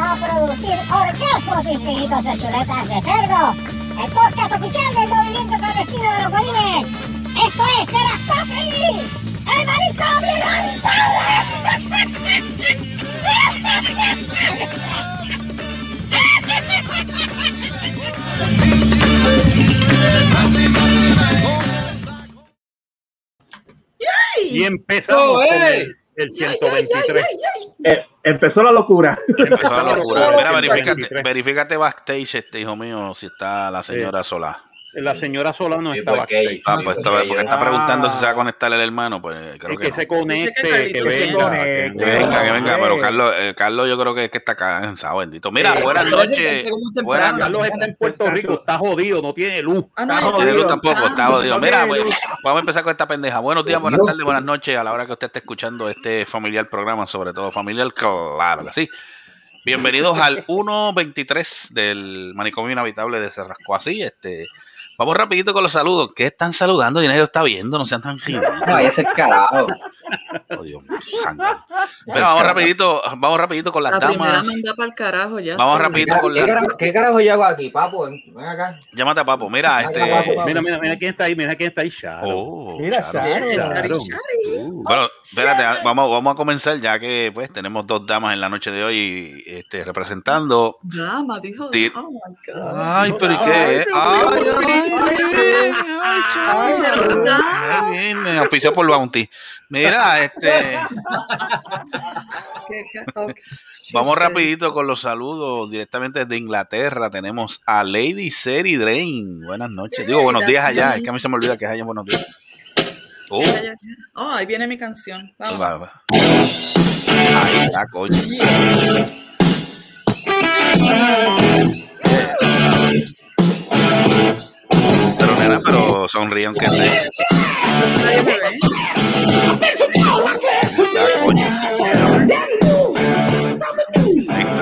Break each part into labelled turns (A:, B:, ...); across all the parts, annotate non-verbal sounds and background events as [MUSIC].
A: producir orgasmos infinitos de chuletas de cerdo. El podcast oficial del movimiento clandestino de los bolines. Esto es Terastofri, el marisco
B: Y empezamos
C: ¡Eso,
B: con
C: eh!
B: el, el 123.
D: Eh, empezó la locura.
B: Empezamos
E: Esa
B: con
E: locura.
B: el
E: Mira, verifícate,
B: 123.
E: verifícate backstage, este hijo mío, si está la señora Solá.
B: La señora Solano
C: Sí,
B: está
C: porque
B: backstage.
C: ella-
E: Ah,
C: Sí,
E: pues está,
C: porque
E: porque
C: yo-
E: está preguntando si se va a
B: Ah.
E: conectar el hermano, pues creo que,
B: El que
E: no.
B: se
F: Dice que
B: conecte, que
F: Carlitos
D: se
B: venga. que
E: Que
D: conecte.
B: venga.
E: venga, que venga, pero
D: Eh.
E: Carlos, eh, Carlos yo creo que, es que está cansado, bendito. Mira,
B: Eh,
E: buenas
B: Carlos,
E: noches. Buenas
F: Buenas
B: Carlos está en Puerto Rico, está jodido, no tiene luz.
F: Ah,
D: Está
F: no, está
E: Yo
D: jodido.
F: bien.
E: tampoco, está jodido.
D: ok,
E: Mira, pues,
D: Luz.
E: vamos a empezar con esta pendeja. Buenos días, buenas tardes, buenas noches a la hora que usted esté escuchando este familiar programa, sobre todo familiar, claro que sí. Bienvenidos al 123 del manicomio inhabitable de Cerrasco. Así, este, vamos rapidito con los saludos. ¿Qué están saludando? Y nadie lo está viendo, no sean tan ridículos.
C: No, ese es carajo.
E: Oh, Dios santo. Pero vamos rapidito, vamos rapidito con las
F: La primera
E: damas.
F: manda para el carajo ya.
E: Vamos
F: sí.
E: rapidito con
C: ¿Qué,
E: las...
C: carajo, qué carajo yo hago aquí, papo? Ven ven acá.
E: Llámate a Papo. Mira, este...
B: Mira, mira, mira quién está ahí, mira quién está ahí, Charo.
E: Oh,
D: Mira,
E: Charo.
D: Sharon.
F: Shari,
B: Claro.
F: Shari.
E: Bueno, espérate, ah, vamos, vamos a comenzar ya que pues tenemos dos damas en la noche de hoy este, representando.
F: Dama, dijo.
E: Ti-
F: Oh my God.
B: Ah.
E: Ay, pero ¿y qué? Ay, ay, ay, ay,
F: Ay,
E: ay, viene, auspiciado por Bounty. Mira, [LAUGHS] este,
F: Qué ca- ok.
E: [LAUGHS] vamos
F: Sí,
E: rapidito con los saludos directamente desde Inglaterra. Tenemos a Lady Seri Drain. Buenas noches. Digo, buenos días allá. Es que a mí se me olvida que es allá en buenos días. Oh,
F: sí. Ya, ya, ya. Oh, ahí viene mi canción. Vamos.
E: va, va. Ahí está, coche. Pero nena, pero sonríe aunque sea.
F: Nadie me ve.
E: Ya, coño.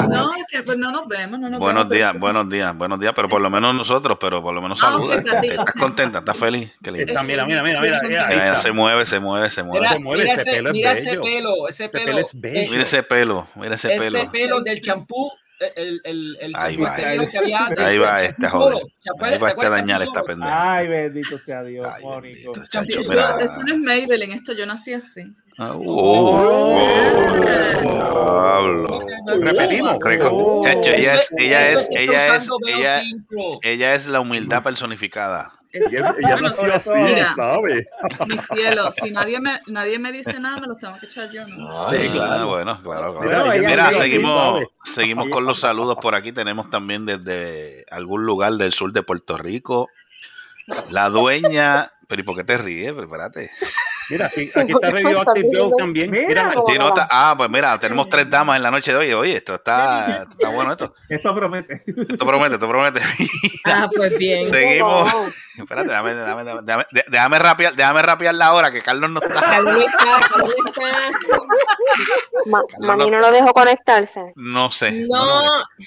F: No, es que pues, no nos vemos. No nos
E: Buenos
F: vemos,
E: días,
F: pero-
E: buenos días, buenos días, pero por lo menos nosotros, pero por lo menos
F: Ah,
E: saluda.
F: ok, está bien.
E: Estás contenta, estás feliz. Qué lindo.
B: Está, mira, mira, mira, mira, mira, ahí
E: Mira,
B: está.
E: se mueve, se mueve, se mueve.
B: Se
G: Mira,
B: mueve,
G: mira
B: ese
G: ese,
B: pelo es
G: mira ese
B: bello.
G: pelo, ese pelo,
B: pelo es bello.
E: Mira ese pelo, mira ese
G: ese
E: pelo.
G: pelo del champú, e, el, el, el
E: Ahí
G: champú
E: va,
G: que-
E: ahí
G: que había antes,
E: Ahí va
G: el
E: este,
G: champú
E: joder.
G: solo, champú-
E: Ahí va
G: ¿te
E: este a
G: acuerdas
E: dañar
G: del champú
E: esta
G: solo?
E: pendeja.
D: Ay, bendito sea Dios,
E: Ay,
D: Mónico.
E: bendito,
F: Yo-
E: chacho,
F: yo-
E: mira.
F: Esto no es Maybelline, esto yo nací así.
E: Ah, oh, diablo.
B: Repetimos.
E: Rico. Chacho, ella es, ella es,
G: Estoy
E: ella es,
G: tocando
E: ella,
G: Bell Tinkle.
E: ella es la humildad personificada.
B: Ella
F: Exacto.
B: ella
F: Bueno,
B: nació así,
F: Mira.
B: ¿sabes?
F: Mi cielo, si nadie me, nadie me dice nada, me los tengo que echar yo. ¿no?
E: Sí, claro, Ah, bueno, claro, claro.
D: Bueno, ella
E: Mira,
D: nació así,
E: seguimos,
B: ¿sabes?
E: seguimos con los saludos por aquí. Tenemos también desde algún lugar del sur de Puerto Rico. La dueña, pero ¿y por qué te ríes? Pero espérate.
B: Mira, aquí,
D: [LAUGHS]
B: aquí está Radioactive Glow también. Mira,
D: Mira.
E: Sí, no, está- ah, pues mira, tenemos tres damas en la noche de hoy. Oye, esto está, esto está bueno, esto.
D: Esto promete.
E: Esto promete, esto promete.
H: Ah, pues bien.
E: Seguimos. Espérate, déjame, déjame, déjame, déjame, déjame rapear, déjame rapear la hora que Carlos no está.
H: Carmen está, Carmen está.
I: Ma
E: Carlos
I: Mani
E: no- Eh,
I: no lo dejó conectarse.
E: No sé.
H: No,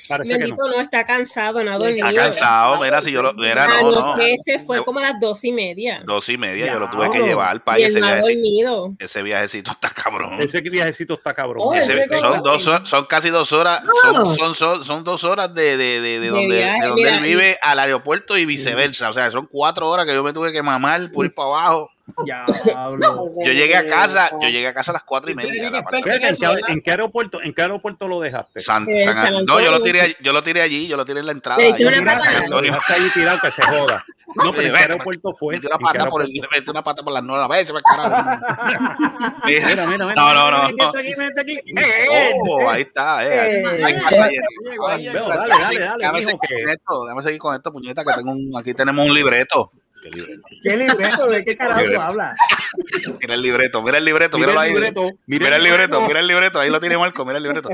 B: parece que no.
H: bendito, no está cansado, no ha dormido.
E: Está cansado, mira, si yo lo. Mira,
H: Ah,
E: no, no.
H: Anochece, fue
E: Yo-
H: como a las dos y media.
E: Dos y media, yo lo
D: Ya,
E: tuve que
D: bro.
E: llevar para
H: Y
E: ese
H: él no ha
E: viajecito.
H: dormido.
E: Ese viajecito está cabrón.
B: Ese viajecito está cabrón.
C: Oh,
E: Ese-
C: llegó
E: son,
C: rápido.
E: dos, hor- son casi dos horas, son, son, son, son dos horas de, de, de, de
H: De
E: donde,
H: viaje,
E: de donde
H: mira,
E: él vive al aeropuerto y viceversa. O sea, son cuatro horas que yo me tuve que mamar por ir para abajo.
D: Ya
G: [LAUGHS]
D: hablo.
E: Yo llegué a casa, yo llegué a casa a las cuatro y
G: Tú eres
E: media.
G: bien
E: la parte-
G: experto
B: Fíjate, ¿en, qué, en qué aeropuerto, ¿En qué aeropuerto lo dejaste?
E: San-
H: Eh,
E: San-
H: San
E: no, yo lo
H: Antonio.
E: tiré, allí- yo lo tiré allí, yo lo tiré en la entrada.
H: Le
E: ahí
H: metí una
E: en San
H: patada.
B: Lo
E: Antonio.
B: dejaste ahí tirado, que se joda. No, pero ¿en qué
E: Vete,
B: aeropuerto fue?
E: Metí una
B: ¿En qué
E: pata por el,
B: aeropuerto?
E: metí una pata por las nueve veces, para el carajo. Mira,
B: [LAUGHS] Mira, mira, mira.
E: No, no, no.
B: Mira, mira, mira, mira, mira, este mira.
E: Oh, ahí está, eh.
H: Eh.
E: Ahí está, ahí está. Ahora sí,
B: Ahí veo,
E: ahora
B: dale,
E: sí,
B: dale, dale,
E: déjame
B: mijo,
E: seguir
B: que-
E: con esto, déjame seguir con esto, puñeta, que tengo un, aquí tenemos un libreto. ¿Qué libreto?
D: ¿Qué libreto? ¿De qué carajo habla?
E: Mira el libreto, mira el libreto, míralo
B: Mira
E: ahí.
B: el libreto.
E: Mira el libreto, mira el libreto, ahí lo tiene Marco, mira el libreto.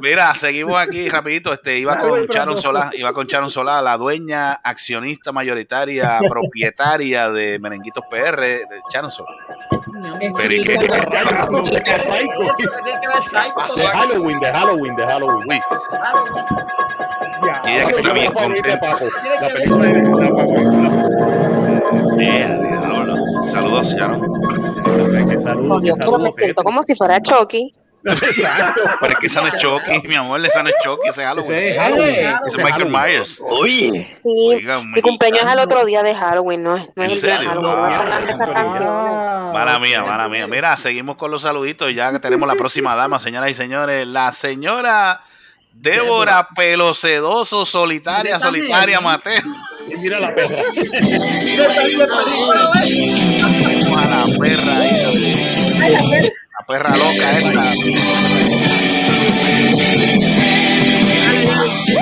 E: Mira, seguimos aquí rapidito, este, iba
D: Dale,
E: con
D: Fernando.
E: Charon Solá, iba con Charon Solá, la dueña, accionista mayoritaria, propietaria de Merenguitos PR, de Charon Solá.
F: No,
E: Pero ¿y qué?
B: De Halloween, de Halloween, de Halloween. Uy,
D: Ya.
E: Y ella que está bien
B: Papo,
E: contenta.
B: Papo. La película de la Papo.
E: Yeah, diablo. Saludos, Charon.
B: Que saludo,
I: Por
B: que
I: Dios, pero
B: saludo,
I: me
B: que- [LAUGHS]
I: siento como si fuera Chucky.
E: Exacto. Pero es que esa no es Chucky, mi amor, esa no es Chucky, ese es Halloween.
B: Ese es
E: Ese
B: Halloween.
E: es
B: Ese es
E: Michael
B: Halloween.
E: Myers.
J: Oye,
I: Sí,
E: Oigan,
I: mi cumpleaños es al otro día de Halloween, no es, no
E: ¿En
I: es el día de
E: serio?
I: Halloween.
E: No,
I: no es
E: no,
I: tanta esa canción.
H: Ah,
E: Mala mía, mala mía. Mira, seguimos con los saluditos. y Ya tenemos la próxima dama, señoras y señores. La señora Débora Pelocedoso, solitaria,
F: Esa
E: solitaria,
F: mía.
E: Mateo.
B: Mira la
E: [LAUGHS]
B: perra.
E: A la perra ahí también. La perra loca esta.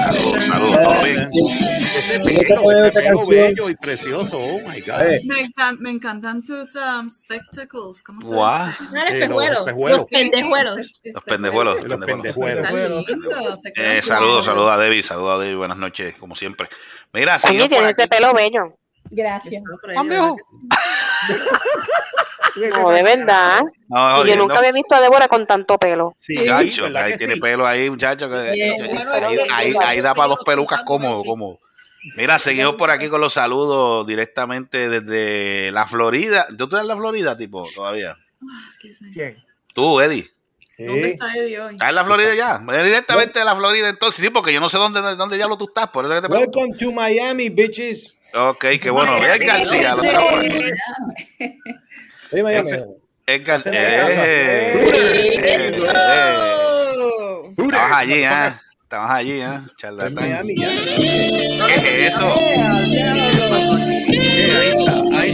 E: Saludos, saludos, todo bien.
B: Ese
J: te
B: pelo,
J: puede
B: ese
J: otra
B: pelo
J: canción.
B: bello y precioso. Oh my God.
J: Eh,
F: Me, encan- me encantan tus um, spectacles. ¿Cómo se
E: Guau.
F: dice?
H: Ah, los
B: Sí, los
H: espejuelos,
B: espejuelos.
H: los pendejuelos.
E: Los pendejuelos, los
B: Los
E: pendejuelos.
B: pendejuelos.
F: Tan lindo, te
E: Eh,
F: quedan
E: saludos,
F: súper
E: saludos a Debbie, saludos a Debbie, buenas noches, como siempre. Mira,
I: Oye,
E: seguimos por
I: tienes ese
E: aquí.
I: pelo bello.
H: Gracias.
F: Está por ahí,
E: Cambio.
I: No, de verdad.
E: No,
I: Y yo
E: jodiendo.
I: nunca había visto a Débora con tanto pelo.
B: Sí,
E: Muchacho,
B: ¿verdad
E: ahí
B: que
E: tiene
B: sí?
E: pelo ahí, muchacho. que-
H: Bien,
E: ahí-
G: bueno,
E: ahí,
G: bueno,
E: ahí-
G: bueno,
E: ahí da
G: bueno,
E: para dos
G: bueno,
E: pelucas
G: bueno,
E: cómodo,
G: sí.
E: cómodo. Mira, seguimos por aquí con los saludos directamente desde la Florida. ¿Tú estás en la Florida, tipo, todavía?
F: Ah, excuse me.
D: ¿Quién?
E: Tú, Eddie.
F: ¿Dónde
B: Sí.
F: está Eddie hoy?
E: ¿Estás en la Florida ya? Ven Directamente de la Florida entonces, sí, porque yo no sé dónde, dónde diablo tú estás, por eso que te pregunto.
J: Welcome to Miami, bitches.
E: Ok, qué bueno. Edgar García, lo tenemos por aquí.
J: Soy Miami.
B: Ese-
E: Edgar,
B: Ese me encanta.
E: eh, eh, eh.
H: Oh.
E: Estabas allí, ¿eh? Estabas allí, ¿eh? Charlatán.
J: Miami, ya.
E: ¿Qué es eso?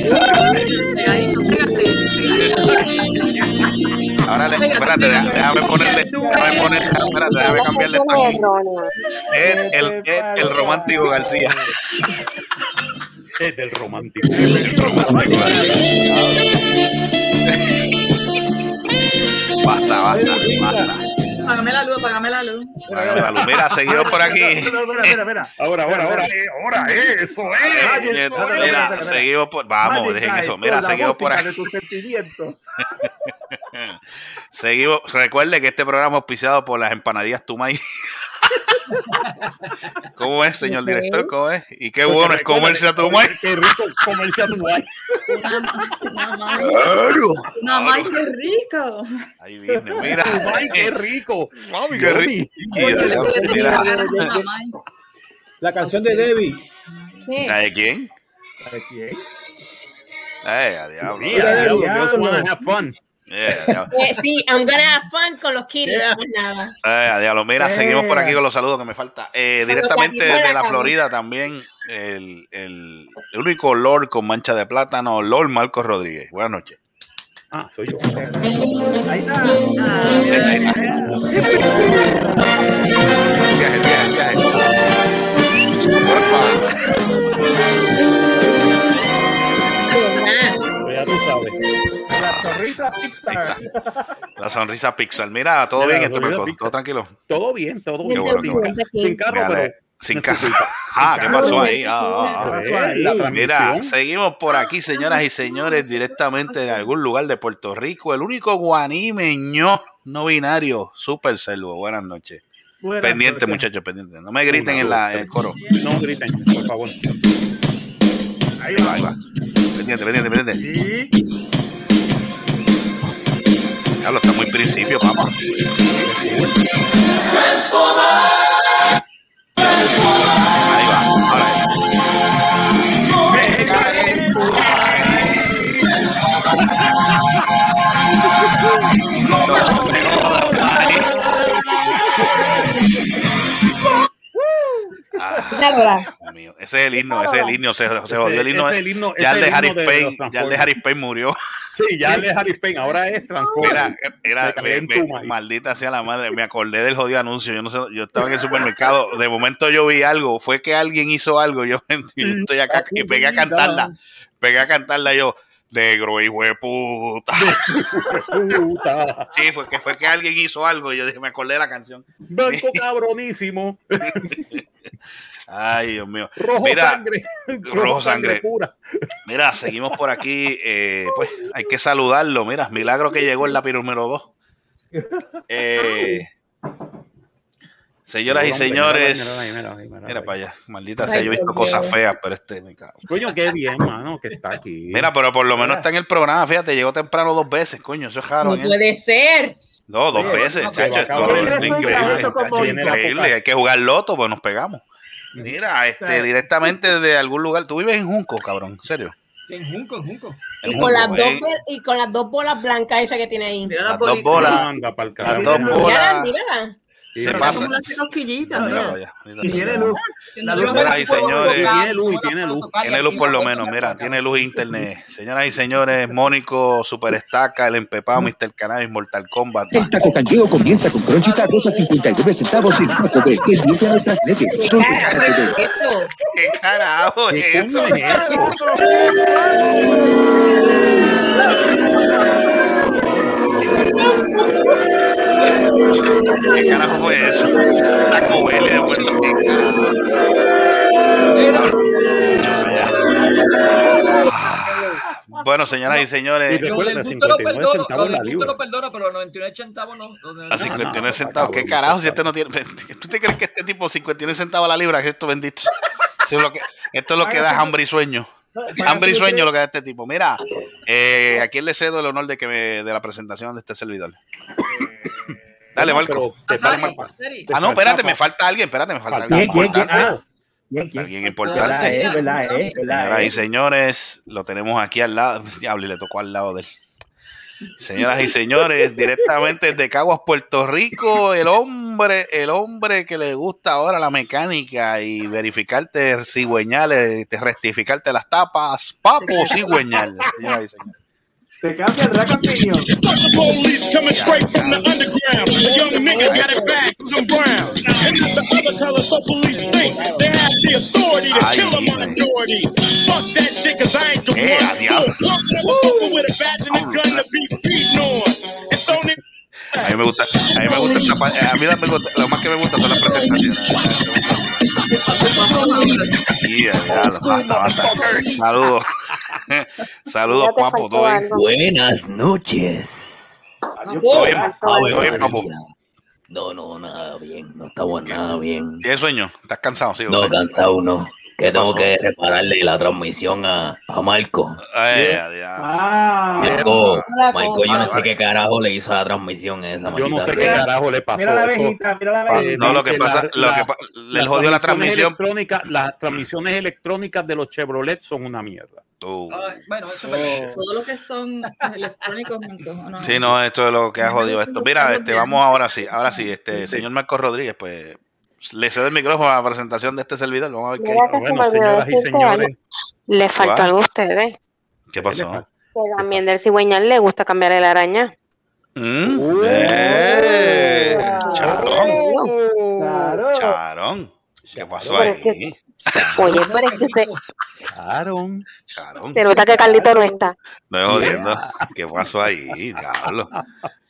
F: Pegadito, pegadito.
E: Ahora le, espérate, deja- déjame ponerle, déjame ponerle, espérate, déjame cambiarle el
I: Una
E: espacio.
I: canción errónea.
E: Ed, el, Ed, el romántico García.
B: Es del romántico.
E: El romántico García. Basta, basta, basta.
F: Págame la luz, págame la luz.
E: Págame la luz. Mira, seguido por aquí.
D: No, no, espera, espera, espera.
B: Ahora, ahora, ahora, eh, ahora, eh, eso es.
E: Mira, seguimos por. Vamos, dejen eso. Mira, seguimos por aquí.
D: De tus sentimientos.
E: Seguimos. Recuerde que este programa es auspiciado por las empanadillas Tumay. [LAUGHS] ¿Cómo es, señor director? ¿Cómo es? Y qué bueno es comerse a Tumay.
B: Qué rico comerse a Tumay.
F: Una más, una más.
J: Claro.
F: Una más, qué rico.
E: Ahí viene, mira.
B: Tumay, qué rico. Mami,
E: Qué
B: qué
E: rico.
B: rico.
E: Mira,
F: Ah,
J: La canción de Debbie.
H: ¿Qué?
E: ¿La de quién?
D: ¿Para quién?
E: Ay, a diablo.
B: Mira,
J: Mira,
B: diablo,
D: diablo.
B: just wanna have fun.
E: Eh, a diablo.
H: Eh, sí, I'm gonna have fun con los kids.
J: Yeah.
H: Más nada.
E: Eh, a diablo. Mira,
D: Eh.
E: seguimos por aquí con los saludos que me falta. Eh,
H: Saludos
E: directamente
H: a
E: de
H: ti,
E: la
H: Jonathan.
E: Florida también, el, el, el único Lord con mancha de plátano, Lord Marcos Rodríguez. Buenas noches.
B: Ah, soy yo.
D: Ahí está.
F: Ah, mira,
E: Viaje, viaje, viaje. Por favor.
B: Ya tú sabes.
D: La zorrita Pixar.
E: Ahí La sonrisa Pixar. Mira, todo
B: Mira,
E: bien,
B: la
E: esto
B: sonrisa
E: Marcos?
B: Pixar.
E: todo tranquilo.
B: Todo bien, todo
E: Qué
B: bien.
E: bueno, qué bueno.
B: Sin carro,
E: Mira,
B: pero.
E: de-
B: [LAUGHS]
E: sin ca- Ah, ¿qué pasó ahí? Ah, ah, ah.
B: Eh, la transmisión.
E: Mira, seguimos por aquí, señoras y señores, directamente de algún lugar de Puerto Rico. El único guanimeño no binario, Super Selvo. Buenas noches.
D: Buenas
E: Pendiente,
D: noches.
E: muchachos, pendiente. No me griten en, la, en el coro.
B: No griten, por favor.
D: Ahí
E: Ahí va,
D: va.
E: ahí va. Pendiente, pendiente, pendiente.
D: Sí.
E: Diablo, está muy principio, papá. Ahí va, ahora ahí. Ah, Dios mío. Ese es el himno, ese es el himno, se, se jodió el himno.
B: Ese es el himno.
E: ya el
B: ese
E: de
B: es
E: Harry
B: himno
E: Payne,
B: los
E: ya el de
B: Transformers.
E: Harry Payne
B: [LAUGHS]
E: murió.
B: Sí, ya el de Harry Payne. Ahora es
E: Mira,
B: Transformers.
E: era,
B: Me cagué
E: me-
B: en
E: me-
B: tu maíz.
E: maldita sea la madre, me acordé del jodido anuncio, yo no sé, yo estaba en el supermercado, de momento yo vi algo, fue que alguien hizo algo, yo, [LAUGHS] yo estoy acá y pegué a cantarla, pegué a cantarla yo, negro hijo de puta. [LAUGHS]
B: Puta.
E: Sí, fue que fue que alguien hizo algo, yo dije, me acordé de la canción.
B: Blanco cabronísimo.
E: Ay, Dios mío.
B: Rojo
E: Mira,
B: sangre.
E: rojo sangre.
B: pura.
E: Mira, seguimos por aquí, eh, pues hay que saludarlo, mira, milagro que llegó en la número 2. Eh, Señoras y
B: Míralo,
E: señores.
B: míralo, míralo, míralo, míralo.
E: Mira para allá. Maldita
H: Ay,
E: sea, yo he visto
H: por
E: cosas
H: Dios.
E: feas, pero este me cago.
B: Coño, qué bien, mano, que está aquí.
E: Mira, pero por lo menos está en el programa, fíjate, llegó temprano dos veces, coño, eso es raro.
H: No
E: ¿eh?
H: puede ser.
E: No, dos
D: Sí,
E: veces,
D: no,
E: chacho,
D: pero
E: esto
D: acabo de
E: es
D: regresar,
E: increíble,
D: eso como
E: chacho,
D: viene la
E: increíble,
D: poca.
E: hay que jugar loto, pues nos pegamos. Mira, este,
G: sea-
E: directamente de algún lugar, tú vives en Junco, cabrón, en serio.
G: En Junco, en Junco.
E: En
H: Y con, las
E: Junco,
H: dos,
E: eh,
H: bol- y con las dos bolas blancas esas que tiene ahí.
F: Mira
E: Las
F: la
E: dos
F: bolita.
E: bolas. Hola.
B: Anda pa'l
E: Las
B: carajo.
E: dos bolas.
H: Mírala, mírala.
B: Sí,
E: se
B: pero
E: pasa.
F: Como le hace cosquillitas,
E: Míralo
F: mira.
E: allá, míralo
D: Y tiene
E: allá.
D: luz.
G: La
E: Señoras
G: no la
E: y
G: puedo
E: señores.
G: tocar,
B: Tiene luz,
G: no la
B: tiene
G: puedo
B: luz.
G: tocar, y
E: Tiene
G: aquí
E: luz
G: la
E: por lo
G: puedo
E: menos,
G: tocar.
E: mira, tiene luz internet. Señoras y señores, Mónico, Superestaca, El Empepado, Mr. Cannabis, Mortal Kombat.
K: Taco Canjeo comienza con Cronchita a 59 centavos en 4D. Que limpia nuestras
C: [LAUGHS]
K: redes. Son de Taco Bell.
H: Esto.
E: [LAUGHS] ¿Qué carajo es
B: ¿Qué
E: eso?
B: coño es eso?
E: ¿Qué carajo fue eso? Taco Bell de Puerto Rico. Ah, Bueno, señoras y señores,
B: Pero
G: Lo
B: recuerda,
G: del gusto lo
B: 59
G: perdono,
B: centavos
G: lo del
B: la
G: gusto
B: libra.
G: lo perdono, pero 99 centavos no. los 99
E: a 59 centavos. ¿Qué carajo si este no tiene? [LAUGHS] ¿Tú te crees que este tipo 59 centavos la libra? Que esto bendito. Eso es lo que- esto es lo que da hambre y sueño. Hambre y sueño lo que da este tipo. Mira, eh, ¿a quién le cedo el honor de que me- de la presentación de este servidor?
D: Eh,
E: Dale, Marco.
B: Pero te
G: Sari,
B: falta-
G: Sari.
B: te
E: Ah, no,
B: falta
E: espérate, me
B: pa-
E: falta alguien, espérate, me falta
B: ¿Quién,
E: alguien
D: quién, quién?
E: importante.
D: Ah, ¿quién, quién?
E: Alguien
D: ¿Verdad,
E: importante.
D: eh? ¿Verdad, eh? ¿Verdad,
E: Señoras
D: eh?
E: y señores, lo tenemos aquí al lado. Diablo, y le tocó al lado de él. Señoras y señores, directamente desde Caguas, Puerto Rico, el hombre, el hombre que le gusta ahora la mecánica y verificarte cigüeñales, te- rectificarte las tapas, papo cigüeñal. señoras y señores.
D: Te cambia el rack opinion.
K: police coming straight from the underground. The young nigga got it bad, cause I'm brown. And not the other color, so police think they have the authority to
E: Ay,
K: kill a
E: hijo.
K: minority. Fuck that shit, cause I ain't the
E: Eh,
K: one.
E: diablo.
K: Little punk motherfucker with a badge and a gun to be beaten on. And thrown in
E: A mí me gusta, a mí me gusta esta pa- a mí la- me gusta- lo más que me gusta son las presentaciones. Sí, diablo, basta, basta. Saludos. Saludos,
I: Ya te
E: papo,
I: faltó
E: todo bien.
I: algo.
K: Buenas noches.
E: Todo bien,
B: Ah,
E: todo bien, papo.
K: No, no, nada bien. No estamos
E: nada
K: bien.
E: ¿Tienes sueño? ¿Estás cansado? Sí,
K: No,
E: José?
K: cansado no. Que tengo
E: pasó?
K: que repararle la transmisión a, a Marco.
E: Ay, ay, ay.
D: Ah,
K: Marco,
H: La
K: Marco, yo no
E: cosa.
K: sé qué carajo le hizo a la transmisión a esa
B: Yo no
K: maldita
B: sé qué
K: sea.
B: carajo le pasó.
D: mira la
B: eso.
D: abejita, mira la
B: Ah,
D: abejita.
E: No, lo que
B: la-
E: pasa, lo
B: la-
E: que pa- le jodió la transmisión.
B: electrónica- las transmisiones electrónicas de los Chevrolet son una mierda.
E: Tú.
G: Ay, Bueno, eso es verdad.
F: Todo lo que son electrónicos juntos. ¿o no?
E: Sí, no, eh. esto es lo que ha jodido esto. Mira, este, vamos ahora sí, ahora sí, este, señor Marcos Rodríguez, pues le cedo el micrófono a la presentación de este servidor. Vamos a ver qué,
I: Mira que se me
B: Bueno,
I: olvidó
B: señoras y
I: decirte algo.
B: señores,
I: Le faltó
E: Guau.
I: algo a ustedes.
E: qué pasó.
I: Que también del cigüeñal le gusta cambiar el araña.
E: Mm, eh, Charón,
D: Claro.
E: charón. ¿Qué pasó
I: Pero es
E: ahí?
I: Oye, pero es que se,
B: Aaron.
E: Charón.
I: se nota que Carlito no está.
E: No es jodiendo. ¿Qué pasó ahí? Diablo.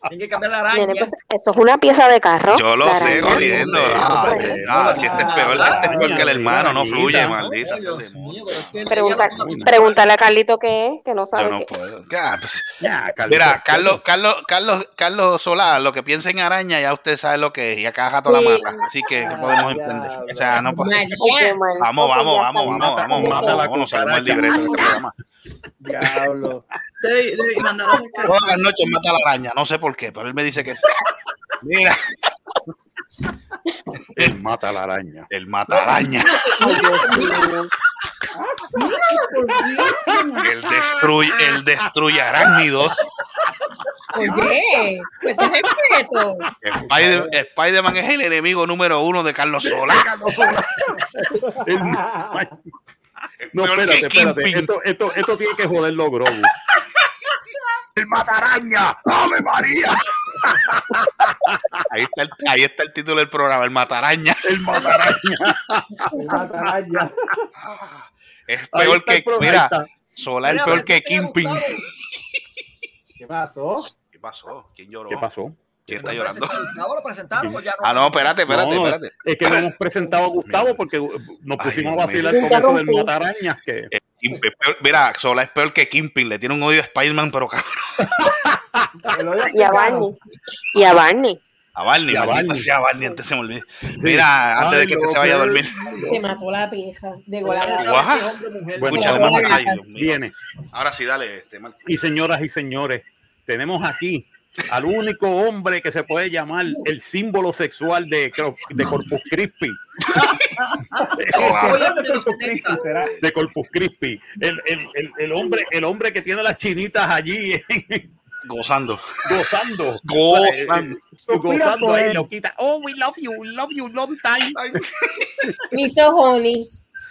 G: Tiene que cambiar la
I: Nene,
G: araña.
I: pues, eso es una pieza de carro.
E: Yo lo
I: la
E: sé,
I: araña.
E: jodiendo.
B: Yo
E: Ah,
B: lo sé.
E: ah, que este es peor, este es peor que el hermano, no fluye,
B: Ay,
E: maldita.
G: Ay,
E: sea el
G: Dios
E: demonio.
G: mío, pero es que
I: Pregunta-
G: ella no-
I: Pregúntale a Carlito qué es, que no sabe
E: Yo no
I: qué.
E: puedo. Ya, pues,
B: Ya, Carlos.
E: mira, Carlos, Carlos, Carlos, Carlos Solá, lo que piensa en araña, ya usted sabe lo que es, y acá jato la
I: Sí.
E: mata. Así que, ¿qué podemos emprender? O sea, no podemos.
H: María.
I: Ay, qué mal.
E: Vamos,
I: Ok,
E: vamos,
I: ya
E: vamos,
I: está.
E: vamos, vamos,
B: mata
E: vamos,
B: la
E: vamos, nos salimos del
B: cucaracha.
E: libreto del programa.
J: Diablo.
F: Debe- debe mandar a buscar.
E: Todas las noches mata a la araña, no sé por qué, pero él me dice que sí. Mira,
B: Él mata a la araña.
E: el mata
B: [LAUGHS]
E: araña,
F: Por Dios,
E: el destruye, el destruye arácnidos.
H: Oye, pues
E: [LAUGHS]
H: te respeto.
E: Spider- Spider-Man es el enemigo número uno de Carlos Solá.
B: Él- No,
E: Eh, Peor
B: espérate,
E: que
B: espérate.
E: Kingpin.
B: Esto, esto, esto tiene que
E: [LAUGHS]
B: joderlo, Grogu.
E: ¡El mataraña! ¡Ave María! Ahí está, el, ahí está el título del programa, el mataraña.
B: El mataraña.
D: Mataraña.
E: Es
B: Ahí
E: peor
B: está el
E: que.
B: pro- ahí
E: Mira,
B: está.
E: Solar es
G: Mira,
E: peor que
G: parece era
E: Kimping.
G: Gustavo.
D: ¿Qué pasó?
E: ¿Qué pasó? ¿Quién lloró?
B: ¿Qué pasó?
G: Pues
E: ¿Quién está llorando?
G: Gustavo lo presentaron, pues ya no.
E: Ah, no, espérate, espérate,
B: No, no,
E: espérate.
B: Es que no hemos presentado a Gustavo porque nos pusimos
E: Ay,
B: a vacilar
I: Dios
B: con eso del
I: mío.
B: mataraña. Que...
E: Kim- es peor- mira, Solar es peor que Kimping. Le tiene un odio a Spider-Man, pero cabrón.
D: El odio
I: Y a
D: africano.
I: Barney. Y a Barney.
E: A Barney,
B: Y a
E: maldita
B: Barney.
E: sea, a Barney, antes se me olvide. Mira, antes de que te se vaya a dormir.
H: Te mató la pija. De golada.
E: Guaja.
B: Bueno,
E: Escucha,
B: ahora
E: hermano, ay, Dios mío.
B: viene.
E: Ahora sí, dale, este, Marco.
B: Y señoras y señores, tenemos aquí al único hombre que se puede llamar el símbolo sexual de, Cro- de Corpus Christi.
G: Oye, de los 70.
B: de Corpus Christi. El, el- el- el hombre, el hombre que tiene las chinitas allí eh,
E: Gozando.
B: gozando.
E: Gozando.
B: Gozando ahí,
D: él.
B: loquita. Oh, we love you, love you, long time.
H: Ni so honey.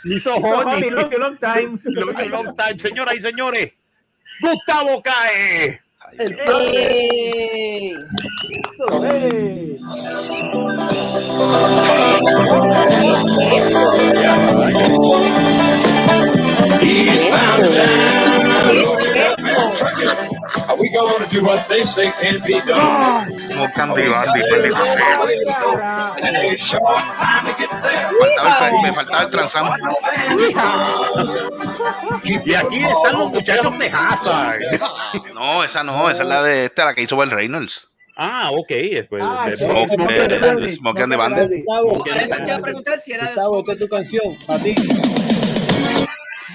B: Ni so
D: Honey,
B: honey.
D: long, long time.
B: Sí, love you, long time. Señoras y señores, Gustavo cae.
H: Ey.
D: Hey.
E: Como Candy Bandy, maldito sea. Faltaba el- me faltaba el transam.
B: Y aquí están los muchachos de Hazard.
E: No, esa no, esa es la de esta, la que hizo Bell Reynolds.
B: Ah, ok.
E: pues,
B: Después,
D: Ah,
B: después-
E: Smoke,
D: Smoke
E: eh,
D: and the
E: Smoke
D: Bandit.
E: Smoke and the Bandit.
J: Gustavo,
G: A eso te iba a preguntar si era de
J: Gustavo, esta es tu canción, a ti.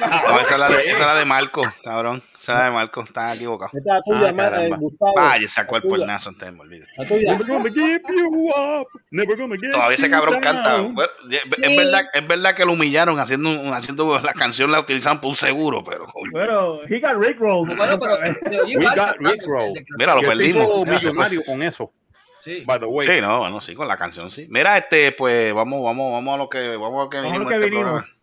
E: No, esa es la de, esa es la de Marco, cabrón. Esa es la de Marco, está equivocado.
J: Esta es la tuya,
B: Ah,
J: ma- eh,
B: caramba.
J: Gustavo.
E: Vaya, sacó el
J: La tuya,
E: pornazo, antes me olvide.
J: la tuya.
B: Never gonna give you up, never gonna get
E: Todavía ese
B: you
E: cabrón
B: down.
E: canta. Bueno, Es es verdad, es verdad que lo humillaron haciendo, un- haciendo la canción, la utilizaron por un seguro, pero coño.
D: Bueno, he got Rickrolled.
G: Bueno,
D: [LAUGHS]
G: pero te oí
B: We
G: mal
B: got
G: cantando,
B: Rickroll.
G: desgraciado.
E: Mira, lo
B: Y él se hizo
E: perdimos. Mira, se fue.
B: millonario con eso,
G: Sí.
B: by the way.
E: Sí, no, bueno, sí, con la canción, sí. Mira, este, pues vamos, vamos, vamos a lo que, vamos a lo que
D: Vamos a
E: vinimos
D: lo
E: a
D: que
E: este
D: vinimos.
E: programa.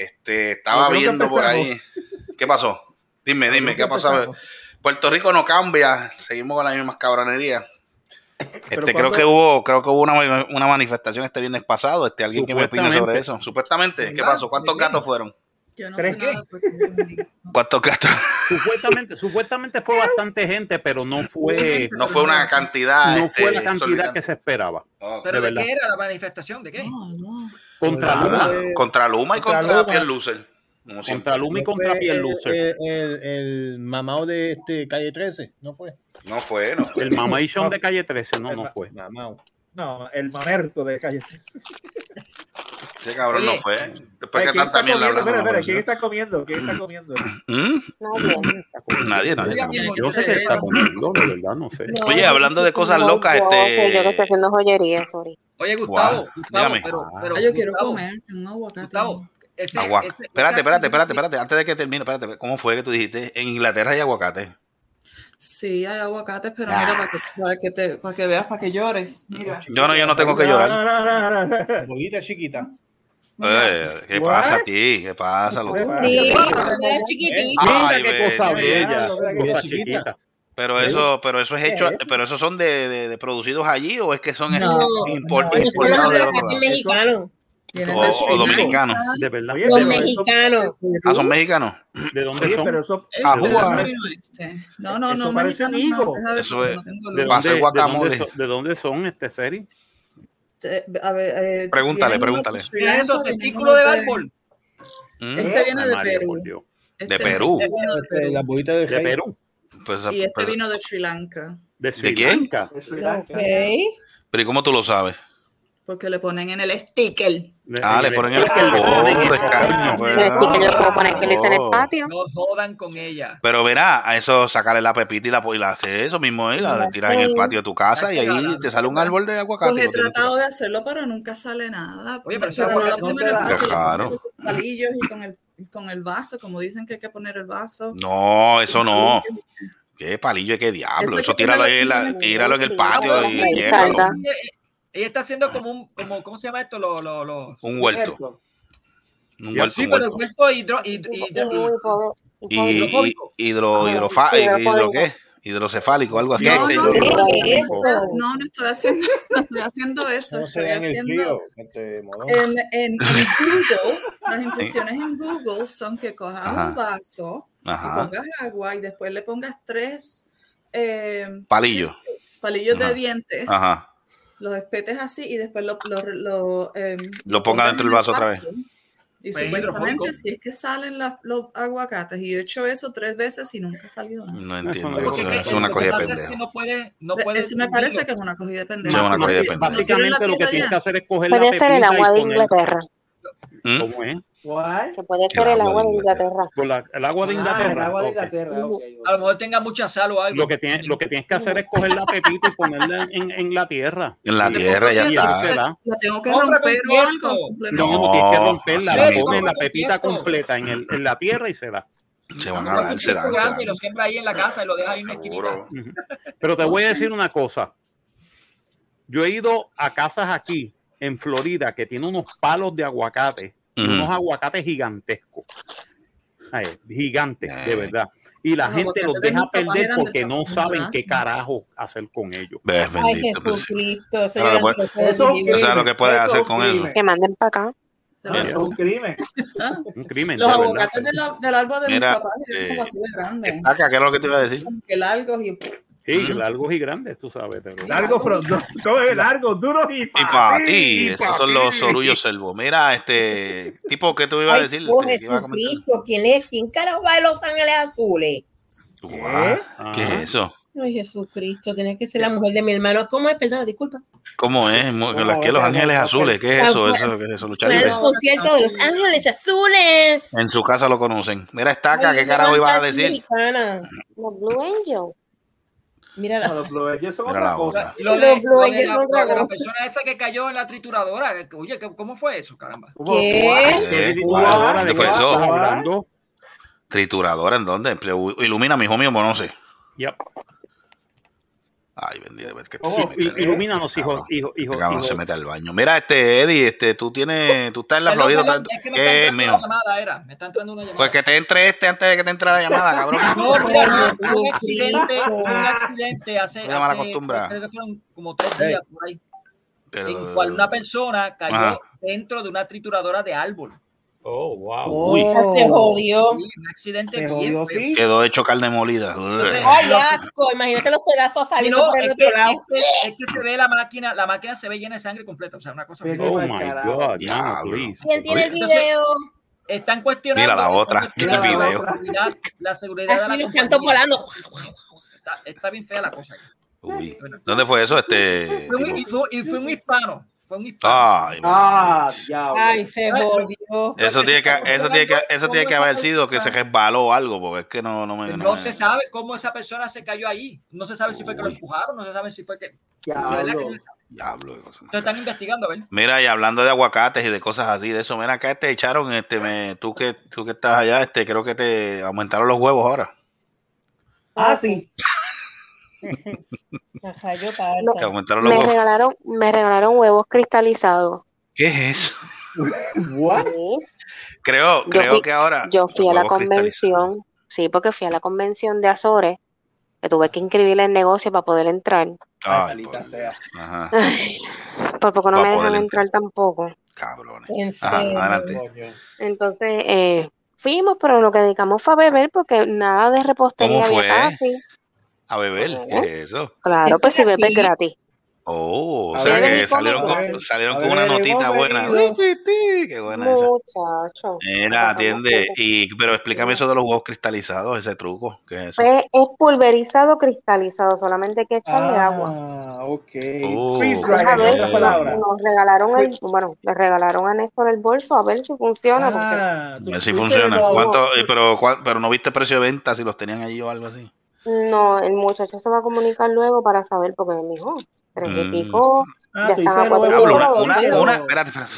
E: Este, estaba
D: Creo que
E: viendo por ahí.
D: empezamos.
E: ¿Qué pasó? Dime, dime, ¿qué ha pasado? Puerto Rico no cambia, seguimos con las mismas cabronerías. Este, creo
D: cuando-
E: que hubo, creo que hubo una, una manifestación este viernes pasado. Este, alguien que me opine
B: Supuestamente.
E: sobre eso. Supuestamente, ¿qué pasó? ¿Cuántos gatos fueron?
F: Yo no
D: ¿Crees
F: sé
D: que?
F: nada. pues, no.
E: ¿Cuántos gatos?
B: Supuestamente, supuestamente fue bastante gente, pero no fue,
E: No fue una cantidad.
B: no
E: este,
B: fue la cantidad
E: exorbitante.
B: que se esperaba.
E: Ok.
G: ¿Pero
B: de
G: de,
B: verdad.
G: qué era la manifestación? ¿De qué?
F: No, no.
B: Contra
E: Nada.
B: Luma,
E: Contra Luma y
J: Contra
E: contra
J: Luma.
E: Pierre Lucer. Como siempre.
B: contra Luma y contra
J: Fue
B: Pierre
J: el-
B: Lucer.
J: El, Eh, el, el mamado de este calle 13, ¿no fue?
E: No fue, no.
B: El Mamation de calle 13, no, no fue.
J: Mamado.
D: No, el mamerto de calle.
E: Ese cabrón
G: Oye,
E: no fue. Después
D: Oye,
E: que tanta
D: ¿Quién
E: mierda
D: está comiendo?
E: hablando.
D: Espera,
E: no
D: espera,
E: fue,
D: ¿quién
E: ¿sí?
D: está comiendo? ¿Quién está comiendo?
E: ¿Mm? Nadie,
I: Nadie.
E: nadie. nadie.
B: Yo sé que está comiendo, de verdad, no sé.
H: No,
E: Oye, hablando de cosas
I: No,
E: locas,
I: yo sé, Yo que estoy
E: este.
I: haciendo joyería, sorry.
G: Oye, Gustavo,
E: Guau,
G: Gustavo,
E: dígame.
G: pero, pero
F: Ah, yo quiero
G: Gustavo,
F: comer un aguacate.
G: Gustavo, ese,
E: Agua.
G: ese-
E: Espérate,
G: ese
E: espérate, espérate,
G: accidente-
E: espérate. Antes de que termine, espérate. ¿Cómo fue que tú dijiste? En Inglaterra hay aguacate.
F: Sí, hay aguacates, pero
E: Ah.
F: mira, para que, para, que te, para que veas, para que llores. Mira.
E: Yo no, yo no tengo que llorar.
D: llorar.
J: Bolita chiquita.
E: Eh, ¿Qué
D: What?
E: pasa a ti? ¿Qué pasa, loco?
H: Sí, cuando eres chiquitito.
B: Mira
E: Ay,
B: qué
E: ve,
B: cosa
E: ve.
B: bella,
D: Mira, mira,
B: cosa
J: chiquita.
B: chiquita.
E: Pero
D: ¿Eh?
E: eso, pero eso es hecho, pero esos son de, de- de producidos allí o es que son
F: No,
E: import-
H: Ellos
F: no,
H: son
E: importados
H: los
E: de
H: aguacates
E: otro lado?
H: mexicanos.
F: Vienen
E: O-
F: de
E: o
F: Chile.
E: dominicanos.
B: De verdad,
D: Oye,
B: pero
H: Los
D: eso-
H: mexicanos.
E: Ah, son mexicanos.
B: ¿de dónde
D: Oye,
B: son?
D: pero eso,
F: Es
E: Ah,
F: del
E: Cuba.
D: ¿Eh?
F: camino este. No, no,
D: Eso
F: no,
D: parece un
F: mexicano, no,
D: higo.
F: deja de-
E: Eso es-
F: no tengo
B: ¿De
F: luz.
E: Va a ser
B: dónde, de, dónde
E: guacamole.
B: son, ¿De dónde son este serie?
F: Te- a ver, eh,
E: Pregúntale,
F: vienen unos
E: pregúntale.
F: de
G: Mira
F: Sri Lanka,
G: esos
F: vienen
G: testículos del
F: unos de-
G: árbol.
E: Mm,
F: Este viene de
B: María,
F: Perú.
B: por Dios.
F: Este
E: De Perú.
F: viene de Perú.
J: La bolita de
B: De Perú,
E: pues,
F: Y este
E: pues,
F: vino de Sri Lanka,
B: de Sri
E: quién?
B: Lanka.
D: de Sri Lanka.
H: Ok.
E: pero ¿y cómo tú lo sabes?
F: porque le ponen en el sticker.
D: Este
B: De-
E: Ah, le
B: de-
E: ponen el
B: Es que le
E: color,
B: ponen el-
E: descarga, pues.
I: Pero es que yo puedo poner que lo hice en el
E: Oh.
I: patio.
G: No jodan con ella.
E: Pero verá, a eso sacarle la pepita y la, y la hacer eso mismo, y la,
H: La
E: tiras en el
H: pon-
E: patio de tu casa y
G: Ay,
E: ahí
G: caramba.
E: te sale un árbol de aguacate.
F: Pues he
E: y lo tienes
F: tratado de hacerlo, pero nunca sale nada.
G: Oye, pero
F: no
G: esa
F: la
G: guaca-
F: primera
G: no
E: te
F: vez
E: da.
F: que le
E: Claro.
F: pongo los palillos y con el, con el vaso, como dicen que hay que poner el vaso.
E: que- No, eso no. Qué palillo, qué diablo.
F: Eso
E: Eso,
F: hay que
E: tíralo, ahí en la-
F: ponerlo así,
E: tíralo en el patio y
I: Ay,
E: llévalo.
I: salta.
G: Ella eh, ella está haciendo como un, como, ¿cómo se llama esto? Lo, lo, lo.
E: Un huerto. Un
B: Sí,
E: huerto,
G: Sí,
E: un
G: pero el
E: huerto.
G: huerto hidro, hid-
I: Y,
G: hid-
I: puedo- y
E: Y,
I: puedo-
E: y- hidro,
I: Ah,
E: hidrofa, eh,
I: sí,
E: hidro,
I: hidrofóbico.
E: ¿qué? Hidrocefálico, algo así.
B: No,
E: qué sé
F: no,
E: yo.
F: no.
H: ¿Qué es esto?
F: No, no estoy haciendo, [LAUGHS] no estoy haciendo eso.
J: No se
F: Estoy
J: da en el
F: haciendo.
J: frío. este, morón.
F: En, en- en
E: [LAUGHS]
F: Google, las instrucciones en Google son que cojas
E: Ajá.
F: un vaso, y
E: Ajá.
F: pongas agua y después le pongas tres eh,
E: Palillo.
F: chips, palillos
E: Ajá.
F: de dientes,
E: Ajá.
F: los espetes así y después lo, lo, lo, em,
E: Lo pongas
F: pongas
E: dentro
F: en
E: del vaso
F: el
E: otra vez.
F: Y
G: Pues,
F: supuestamente
G: hidrofónico.
F: si es que salen las- los aguacates, y yo he hecho eso tres veces y nunca ha salido nada.
E: No entiendo.
B: Porque
E: eso
B: creo
E: es una
G: Lo que
E: cogida de
G: pasa es que
E: pendejo.
G: No puede, no
F: Ve,
G: puede
F: Eso me
G: subirlo.
F: parece que es una cogida de
E: Eso
F: pendejo.
E: es una cogida de pendejo.
B: Básicamente lo que
F: Tiene la
B: tienes que hacer es coger la
I: Puede ser
B: pepita
I: el
B: y
I: agua de
B: poner-
I: Inglaterra.
E: ¿Mm?
B: ¿Cómo es?
D: ¿Cuál?
I: Que puede ser el agua de Inglaterra.
B: Con la- el agua de
D: Ah, el
B: Inglaterra.
D: agua de
B: Ok.
D: Inglaterra. ok,
G: A lo mejor tenga mucha sal o algo.
B: Lo que, tienes, lo que tienes que hacer es coger la pepita y ponerla en, en la tierra.
E: En la
B: Y-
E: tierra ya
B: y
E: está.
B: eso se da.
F: La tengo que
G: Cómprate
F: romper
G: un
F: o algo.
G: tiesto.
B: No,
F: simplemente.
E: No,
B: tienes que romperla,
E: así
B: la
E: mismo.
B: pones la pepita
G: Cierto.
B: completa en, el, en la tierra y se da.
E: Se van a
G: Compra un
E: dar, se
G: chico
E: dan. se
G: grande y lo
E: dan.
G: siembra ahí en la casa y lo deja ahí en la esquinita.
E: Seguro.
B: Pero te voy a decir una cosa. Yo he ido a casas aquí en Florida que tiene unos palos de aguacate, y
E: Ujú.
B: unos aguacates gigantescos. Ay, gigantes, de
E: Eh.
B: verdad. Y la
F: Los
B: gente los
F: aguacates
B: deja
F: nunca
B: perder
F: eran de
B: porque
F: esa
B: no
F: compra,
B: saben qué
F: sí.
B: carajo hacer con ellos.
E: Ves,
H: Ay,
E: bendito. pues.
H: Jesucristo. Eso
E: Ahora
H: era
E: pues-
H: lo que
D: Eso es un
H: Dios.
E: Tú sabes lo que puedes
D: crimen,
E: hacer
D: es un
E: con eso.
D: crimen.
I: Que manden para acá.
F: Se lo-
D: Eso Es un crimen.
B: Un crimen,
F: Los
B: de verdad.
F: aguacates de la- del árbol de
E: Mira,
F: mis papás eran como
E: eh,
F: así de grandes.
E: Acá, ¿qué es lo que te iba a decir?
F: Como que largos y
B: Sí,
E: Mm.
B: largos y grandes, tú sabes. pero-
D: Largo, frondoso. ¿Cómo es? Largo, duro y
E: Y
D: pa'
E: para ti,
D: y
E: esos
D: pa'
E: son los
D: ti.
E: sorullos selvo. Mira, este tipo que tú ibas a
H: Ay,
E: decir.
H: oh,
E: Te- te iba a comentar.
H: Jesucristo, ¿quién es? ¿Quién carajo va de Los Ángeles Azules?
E: Guau, ¿Qué es
B: Ajá.
E: eso?
H: Ay, Jesucristo, tenía que ser la mujer de mi hermano. ¿Cómo es? Perdón, disculpa.
E: ¿Cómo es? Mu-
D: No,
E: ¿Las que los
D: no,
E: ángeles
D: no,
E: azules? ¿Qué es eso?
H: no,
E: ¿Eso? ¿Qué es eso? Lucha
F: Pero-
E: libre.
H: El concierto de Los Ángeles Azules.
E: En su casa lo conocen. Mira, estaca, ¿qué
H: Ay,
E: carajo ibas a
H: bandas
E: decir?
H: americanas.
I: Los Blue Angels.
H: Mira
D: No,
H: la
D: los ploveyes son
E: Mira
D: otra
E: la
D: cosa.
E: otra.
G: Y Lo
H: Los
G: de, lo de
H: bloggers
G: la,
H: no
G: lo de la
H: reconocen.
G: persona esa que cayó en la trituradora. Oye, ¿qué- ¿cómo fue eso, caramba?
H: ¿Qué?
B: ¿Qué
E: Eh,
B: dices tú
E: guau,
B: ahora?
E: ¿dónde
B: ¿De
E: fue
B: qué
E: eso?
B: estás hablando?
E: ¿Trituradora en dónde? Pues, u- Ilumina, mi mío, no sé.
B: Yep.
E: Ay, bendito. es que
B: Sí,
E: se mete-
B: il- ilumínanos, hijo,
E: Cabrón.
B: hijo, hijo,
E: Este cabrón
B: hijo.
E: se mete al baño. Mira, este Eddie, este, tú tienes, tú estás en la
G: Perdón,
E: Florida.
G: perdón,
E: tal-
G: [LAUGHS] es que me está
E: ¿Qué,
G: entrando
E: mijo?
G: una llamada, era. Me está entrando una llamada.
E: Pues que te entre este antes de que te entre la llamada, cabrón.
G: [LAUGHS] No, mira, no,
H: Ay,
G: hubo un
H: Dios
G: accidente,
H: mío.
G: hubo un accidente hace,
E: Una mala
G: hace-
E: costumbre.
G: creo que fueron como tres días por ahí, en cual una persona cayó
E: Ajá.
G: dentro de una trituradora de árbol.
B: Oh, wow.
E: Uy.
H: Ya se jodió.
G: Sí, un accidente
D: Se
G: bien
D: jodió,
G: feo.
D: sí.
E: Quedó hecho carne molida.
G: Entonces,
H: Ay, asco. Imagínate los pedazos
G: Y
H: saliendo
G: no,
H: por el
G: es, que,
H: otro lado.
G: es que- es que se ve la máquina, la máquina se ve llena de sangre completa, o sea, una cosa. horrible.
D: Pero-
B: Oh my God, no,
E: Diablo.
B: please.
H: ¿Quién tiene el
G: Entonces,
H: video?
G: Están cuestionando
E: Mira la otra,
G: la
E: el video.
G: seguridad, la seguridad de la
H: Así los cantos
G: compañía.
H: volando.
G: Está, está bien fea la cosa.
E: Uy. ¿Dónde fue eso? Este.
G: Fue un- y,
E: tipo?
G: fue, y fue un hispano, fue un hispano.
E: Ay,
D: Ah, diablo.
C: pues.
H: Ay, se jodió.
E: Eso tiene que, eso tiene que, eso tiene que haber sido que se resbaló o algo, porque es que no, no me.
G: No
E: me-
G: se sabe cómo esa persona se cayó ahí. No se sabe si fue que lo
E: Uy.
G: empujaron, no se sabe si fue que. La verdad que
D: diablo.
G: no-
E: Diablo, qué cosa más
G: lo están investigando, a ver.
E: Mira, y hablando de aguacates y de cosas así, de eso, mira, acá te echaron, este, me, tú que, tú que estás allá, este, creo que te aumentaron los huevos ahora.
D: Ah, sí.
H: Ajá, yo
E: Te
H: parto.
E: aumentaron los
I: Me
E: huevos.
I: regalaron, me regalaron huevos cristalizados.
E: ¿Qué es eso?
D: What?
I: Sí.
E: Creo,
I: Yo
E: creo
I: fui-
E: que ahora.
I: Yo fui a
E: los
I: la
E: huevos cristalizados.
I: convención, sí, porque fui a la convención de Azores, que tuve que inscribirle el negocio para poder entrar.
E: Ay, pues.
D: Maldita
E: por-
D: sea.
E: ajá,
I: Ay, por poco no
E: Va a
I: me
E: poder
I: dejan entrar tampoco.
E: cabrones.
H: En
E: Ajá,
H: serio.
E: adelante.
I: Entonces, eh, fuimos, pero lo que dedicamos fue a beber porque nada de repostería
E: ¿Cómo
I: había
E: fue?
I: casi.
E: A beber, ¿qué es eso?
I: Claro,
H: Eso
I: pues si
H: es
I: bebes
H: así.
I: gratis.
E: Oh, o
D: A
E: sea
I: beber
E: que
I: y comer.
E: salieron con,
D: Beber-
E: salieron
D: a
E: con una
D: beber hemos
E: notita buena.
D: venido.
E: Qué buena esa.
I: Muchacho.
E: Mira, atiende. Y, pero explícame eso de los huevos cristalizados, ese truco. ¿Qué es eso?
I: Pues es pulverizado, cristalizado, solamente hay que echarle agua.
D: Ah, ok.
E: Oh.
D: Freeze
E: Vamos
I: a
D: dryer,
I: ver.
D: esa es la palabra.
I: Nos regalaron el, bueno, le regalaron a Nes por el bolso a ver si funciona. porque-
D: Ah,
E: A
D: tú-
E: ver si
D: tú
E: funciona.
D: te lo-
E: ¿Cuánto, eh, pero, cuán- pero no viste precio de venta si los tenían allí o algo así.
I: No, el muchacho se va a comunicar luego para saber, porque me dijo, tres y
E: Mm.
I: pico,
D: Ah,
I: Ya
D: tú
I: están
D: dices
I: a cuatro
D: los
E: Diablo,
I: Pero
E: una,
I: no,
E: una,
D: pero-
E: una- espérate, espérate.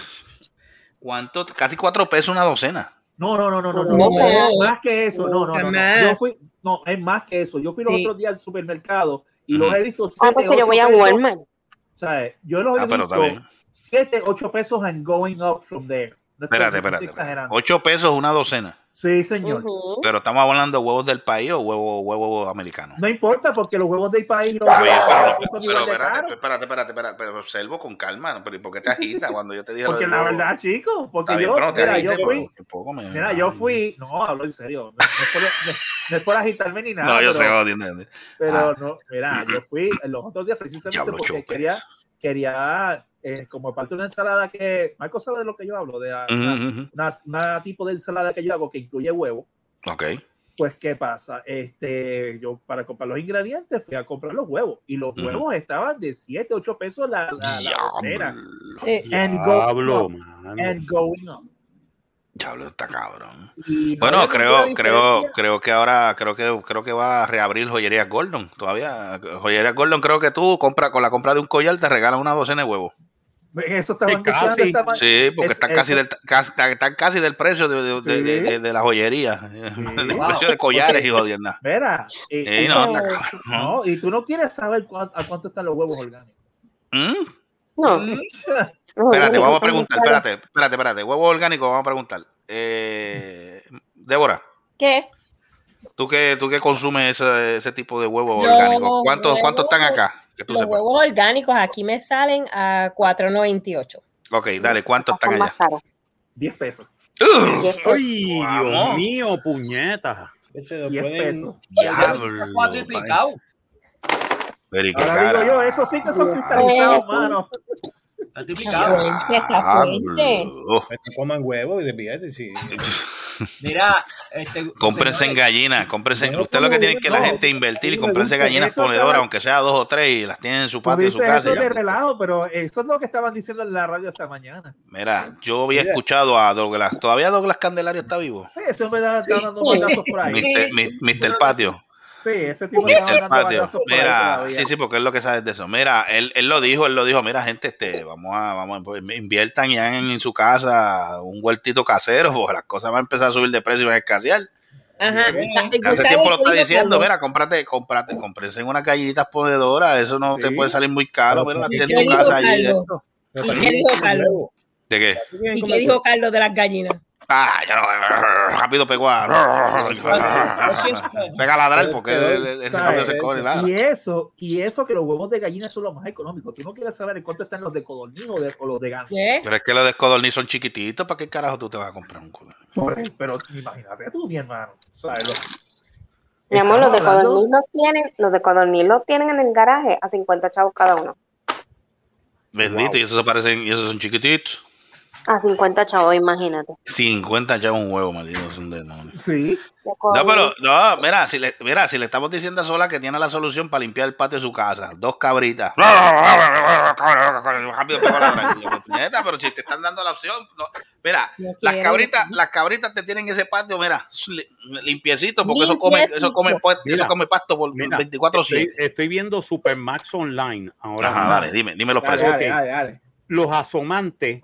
E: ¿Cuánto? Casi cuatro pesos una docena.
D: No, no, no, no, no,
I: No,
D: no,
I: sé.
D: es más que eso, no, no, no, no. Yo
H: Jamás.
D: fui, no, es más que eso. Yo fui los
H: Sí.
D: otros días al supermercado y
E: Ujú.
D: los he visto.
I: Ah,
D: siete,
I: porque yo
D: ocho
I: voy a
D: pesos,
I: Walmart.
D: ¿sabes? Yo los he
E: Ah, pero está
D: visto
E: bien.
D: 7, 8 pesos and going up from there. No estoy-
E: Espérate,
D: no estoy
E: espérate. espérate.
D: exagerando.
E: Ocho pesos una docena.
D: Sí, señor.
I: Ujú.
E: Pero estamos hablando de huevos del país o huevos huevo americanos.
D: No importa porque los huevos del país los
E: Está bien, pero,
D: los- los-
E: pero
D: los-
E: espérate,
D: caros.
E: espérate, espérate, espérate, pero observo con calma, ¿no? pero ¿y ¿por qué te agitas cuando yo te dije lo
D: Porque
E: del
D: la
E: huevo?
D: verdad, chicos, porque
E: Está bien,
D: yo,
E: pero no te
D: mira, yo
E: agites,
D: fui,
E: pero tampoco me-
D: mira, yo fui, no, hablo en serio, no, no es por, no- no es por agitarme ni nada.
E: No, yo
D: pero-
E: sé, jodiendo, jodiendo.
D: Pero
E: Ah.
D: no, mira, yo fui los otros días precisamente
E: Diablo,
D: porque
E: chupes.
D: quería, quería, eh, como parte de una ensalada que, Marco sabe de lo que yo hablo, de la- una, una- una tipo de ensalada que yo hago que incluye huevo.
E: Ok.
D: Pues, ¿qué pasa? Este, yo para comprar los ingredientes fui a comprar los huevos y los
E: Ujú.
D: huevos estaban de 7, 8 pesos la, la, la docena.
H: Sí.
D: And go-
B: Diablo,
D: no, and going up.
E: Diablo, está cabrón.
D: Y no
E: Bueno,
D: había
E: creo,
D: ninguna
E: creo,
D: diferencia.
E: creo que ahora, creo que, creo que va a reabrir joyerías Gordon. Todavía, joyerías Gordon, creo que tú compra con la compra de un collar te regalan una docena de huevos.
D: Eso estaba negociando esta ma-
E: Sí, porque
D: es-
E: están
D: es-
E: casi, del, casi, están- están casi del precio de, de, de- de- de- de la joyería, [LAUGHS] del
D: Wow.
E: precio de collares
D: Ok.
E: y jodienda.
D: Mira, eh,
E: Sí, no,
D: esto-
E: está cabrón.
D: no, y tú no quieres saber cuán- a cuánto están los huevos orgánicos.
E: ¿Mm?
I: No.
E: Espérate, vamos a preguntar, espérate, espérate, espérate. Huevo orgánico, vamos a preguntar. Eh, Débora,
H: ¿Qué?
E: ¿tú que, tú que consumes ese, ese tipo de huevo
H: Los
E: orgánico? ¿Cuántos,
H: huevos-
E: ¿Cuántos están acá? Que tú
H: Los
E: sepas.
H: huevos orgánicos aquí me salen a 4.98.
E: Ok, dale, ¿cuántos están allá?
D: 10 pesos.
B: ¡Ay, Dios
E: Vamos.
B: mío, puñeta!
J: Ese lo
D: 10
J: pueden.
D: pesos.
E: Diablo.
G: Cuatro y picao.
E: Pero y qué
D: Ahora digo
E: cara.
D: yo, eso sí que son
B: Pues,
D: cristalizados,
H: Huevo.
D: mano.
G: Cuatro y picao.
H: Fuerte, está fuerte.
E: Diablo.
J: Pues que coman huevo y despídete. Sí.
G: Mira, este.
E: Cómprense en
G: señores,
E: gallinas, cómprense.
J: Yo
E: Usted lo que
J: como
E: tiene es que la
J: no,
E: gente invertir y
J: me
E: comprarse
J: gusta
E: gallinas
D: eso,
E: ponedoras,
D: claro.
E: aunque sea dos o tres, y las tienen en su
D: Tú
E: patio, en su
D: dices
E: casa.
D: eso
E: y ya.
D: de relajo, pero eso es lo que estaban diciendo en la radio esta mañana.
E: Mira, yo había
J: Mira.
E: escuchado a Douglas. ¿Todavía Douglas Candelario está vivo?
D: Sí, ese hombre da- está dando bandazos por ahí.
E: Mister, mi- Mister Patio.
D: Sí, ese tipo está
E: Mister
D: dando
E: Patio.
D: bandazos por ahí
E: Mira,
D: todavía.
E: sí, sí, porque es lo que sabes de eso. Mira, él, él lo dijo, él lo dijo. Mira, gente, este, vamos a, vamos a- inviertan ya en, en su casa un huertito casero, [LAUGHS] porque las cosas van a empezar a subir de precio y van a escasear.
H: Ajá.
E: Hace tiempo lo está diciendo,
H: ¿verdad?
E: mira, cómprate, cómprate, cómprense unas gallinitas ponedoras, eso no te
D: Sí.
E: puede salir muy caro,
J: Pero
E: mira,
J: porque
E: en
H: yo
E: tu
H: digo
E: casa allí.
H: algo.
J: Pero
H: ¿Y
J: también
H: qué dijo
J: comen
H: Carlos?
J: huevo.
E: ¿De qué?
J: También
H: ¿Y qué
J: comen
H: dijo Carlos de las gallinas?
E: Ah, ya no, rápido peguar. Pega a ladrar porque el- el- ese
D: ¿Sabes?
E: cambio se cobre ladra.
D: Y eso, y eso que los huevos de gallina son los más económicos. Tú no quieres saber en cuánto están los de codorniz o, de- o los de ganso.
H: ¿Qué?
E: Pero es que los de codorniz son chiquititos, ¿para qué carajo tú te vas a comprar un codorniz?
D: Por- Pero imagínate tú, mi hermano. ¿sabes? Lo-
I: Mi amor, los de
D: Estamos hablando-
I: codorniz los tienen, los de codorniz los tienen en el garaje a 50 chavos cada uno.
E: Bendito, y esos se parecen, y esos son chiquititos.
I: A 50 chavos, imagínate.
E: 50 ya un huevo, maldito, son demonios.
D: Sí.
I: De
E: No, pero,
I: codorniz.
E: no, mira, si le, mira, si le estamos diciendo a Sola que tiene la solución para limpiar el patio de su casa, dos cabritas. Rápido, pego la tranquila. Neta, pues, pero si te están dando la opción, no. mira,
H: No
E: las
H: quiero.
E: cabritas, las cabritas te tienen ese patio, mira, li- limpiecito, porque eso come, eso come,
H: Limpiecito.
E: pa- eso
B: Mira,
E: come pasto por
B: mira,
E: 24
B: Estoy,
E: 7
B: estoy viendo Supermax Online ahora.
E: Ajá, dale, dime, dime los
D: Dale,
E: precios.
D: dale, dale, dale.
B: Los asomantes,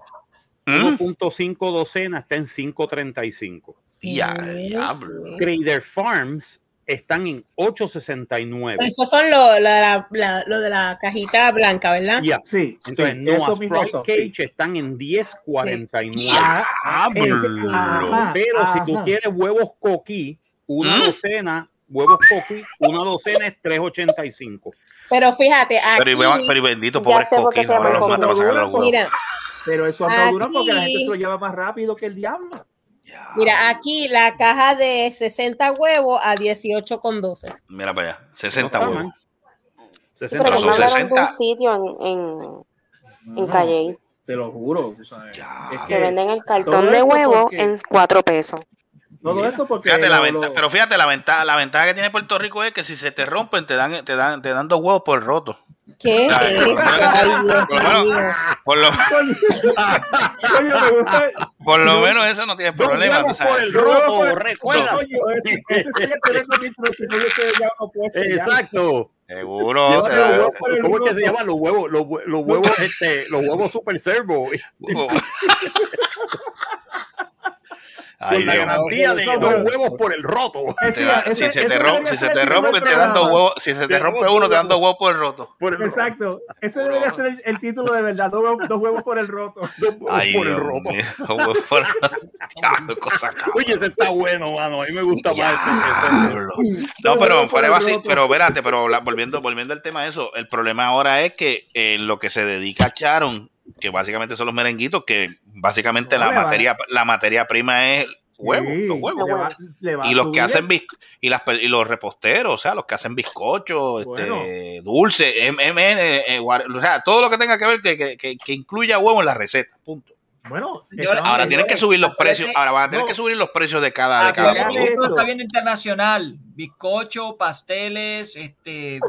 E: ¿Mm?
B: 1.5 docena está en 5.35.
E: Ya,
H: Sí.
E: diablo.
B: Trader Farms están en 8.69.
H: Pues Esos son los la, la- lo de la cajita blanca, ¿verdad?
B: Ya.
D: Sí,
B: Entonces,
D: sí,
B: Noah's
D: eso mismo
B: Pride
D: son.
B: Cage están en 10.49.
D: Ah, ah,
E: Diablo.
D: ajá,
B: Pero si tú
D: Ah, ajá.
B: quieres huevos coquí, una
E: ¿Mm?
B: docena, huevos coquí, una docena es 3.85.
H: Pero fíjate, aquí,
E: Pero, y beba- pero y bendito,
I: Ya
E: pobres
I: sé por qué
E: coquines,
I: se llaman
E: ahora los mata para
I: coquines.
E: sacarle los huevos.
H: mira,
D: Pero eso no dura porque la
H: Aquí.
D: gente se lo lleva más rápido que el diablo.
H: mira, aquí la caja de 60 huevos a 18 con 12.
E: Mira para allá, 60
B: No está
E: huevos.
I: Sí,
B: 60
I: pero
E: Pero
I: los
E: son
I: más
B: pesos.
I: baratos
E: 60.
I: de un sitio en, en, en
D: No,
I: Calle.
D: Te lo juro. tú sabes.
E: Ya.
D: Es
I: Que
D: que
I: venden el cartón de
D: esto
I: huevo
D: porque-
I: en 4 pesos.
D: todo esto porque.
E: Fíjate la
D: lo-
E: venta-
D: lo-
E: pero fíjate, la ventaja, la ventaja que tiene Puerto Rico es que si se te rompen, te dan, te dan, te dan dos huevos por el roto.
H: ¿Qué?
E: Ay, por
H: [LAUGHS] es
E: lo menos
H: eso?
E: que sea-
H: Ay, Dios
E: por lo menos-
H: mío.
E: Por lo,
D: pues, Coño, me gusta-
L: Ah,
E: por lo menos eso no tiene
B: Dos
E: problema. tú
B: huevos por
E: sabes.
B: el roto,
D: Coño, este,
B: recuerda.
D: ese- ese sí es tremendo título, si no hubiese ya lo puesto ya.
B: Exacto.
E: Seguro.
B: Llévate
E: te
B: los
E: dan- [LAUGHS]
B: huevos por el ¿Cómo es que se llaman los huevos? Los, hue- los
D: [LAUGHS]
B: huevos, este, los huevos super servo.
E: uh. Ay,
B: con la
E: Dios.
B: garantía de
D: Son
B: dos
D: huevos.
B: huevos por
D: [LAUGHS]
B: el roto.
E: Te da-
D: Ese-
E: si se
D: ese
E: te rompe,
D: debería
E: si se
D: ser
E: te
D: el primer
E: rompe, te dan dos
D: programa.
E: huevos. Si se te
B: Te
E: rompe
B: rompo
E: uno, te dan
B: uno.
E: dos huevos por el roto.
B: Por el roto.
D: Exacto, ese debería ser el, el título de verdad, dos, huevos- dos huevos por el roto.
B: Dos huevos
E: Ay,
B: por el
E: Dios
B: roto.
E: mío, huevos por [LAUGHS] el roto. Diablo, cosa
D: [LAUGHS]
E: cabrón.
B: Oye, ese está bueno, mano. A mí me
E: [LAUGHS]
B: gusta más ese. ese.
E: Diablo. No, pero fuera de vacil- pero espérate, pero la- volviendo, volviendo al tema de eso, el problema ahora es que eh, lo que se dedica a Charon, que básicamente son los merenguitos, que básicamente
D: No,
E: la
D: le va.
E: materia, la materia prima es huevos,
D: Sí,
E: los huevos.
D: le va- le va
E: y
D: a
E: los que
D: subir
E: hacen bis- y las pe- y los reposteros, o sea, los que hacen bizcochos, este, dulce, MMN, eh, guar- o sea, todo lo que tenga que ver que, que- que- que incluya huevo en la receta. Punto.
D: Bueno,
E: Ahora tienen que subir los precios, ahora van a tener que subir los precios de cada de cada
G: Acuérdate que
E: producto.
G: esto está bien internacional. Bizcocho, pasteles, este.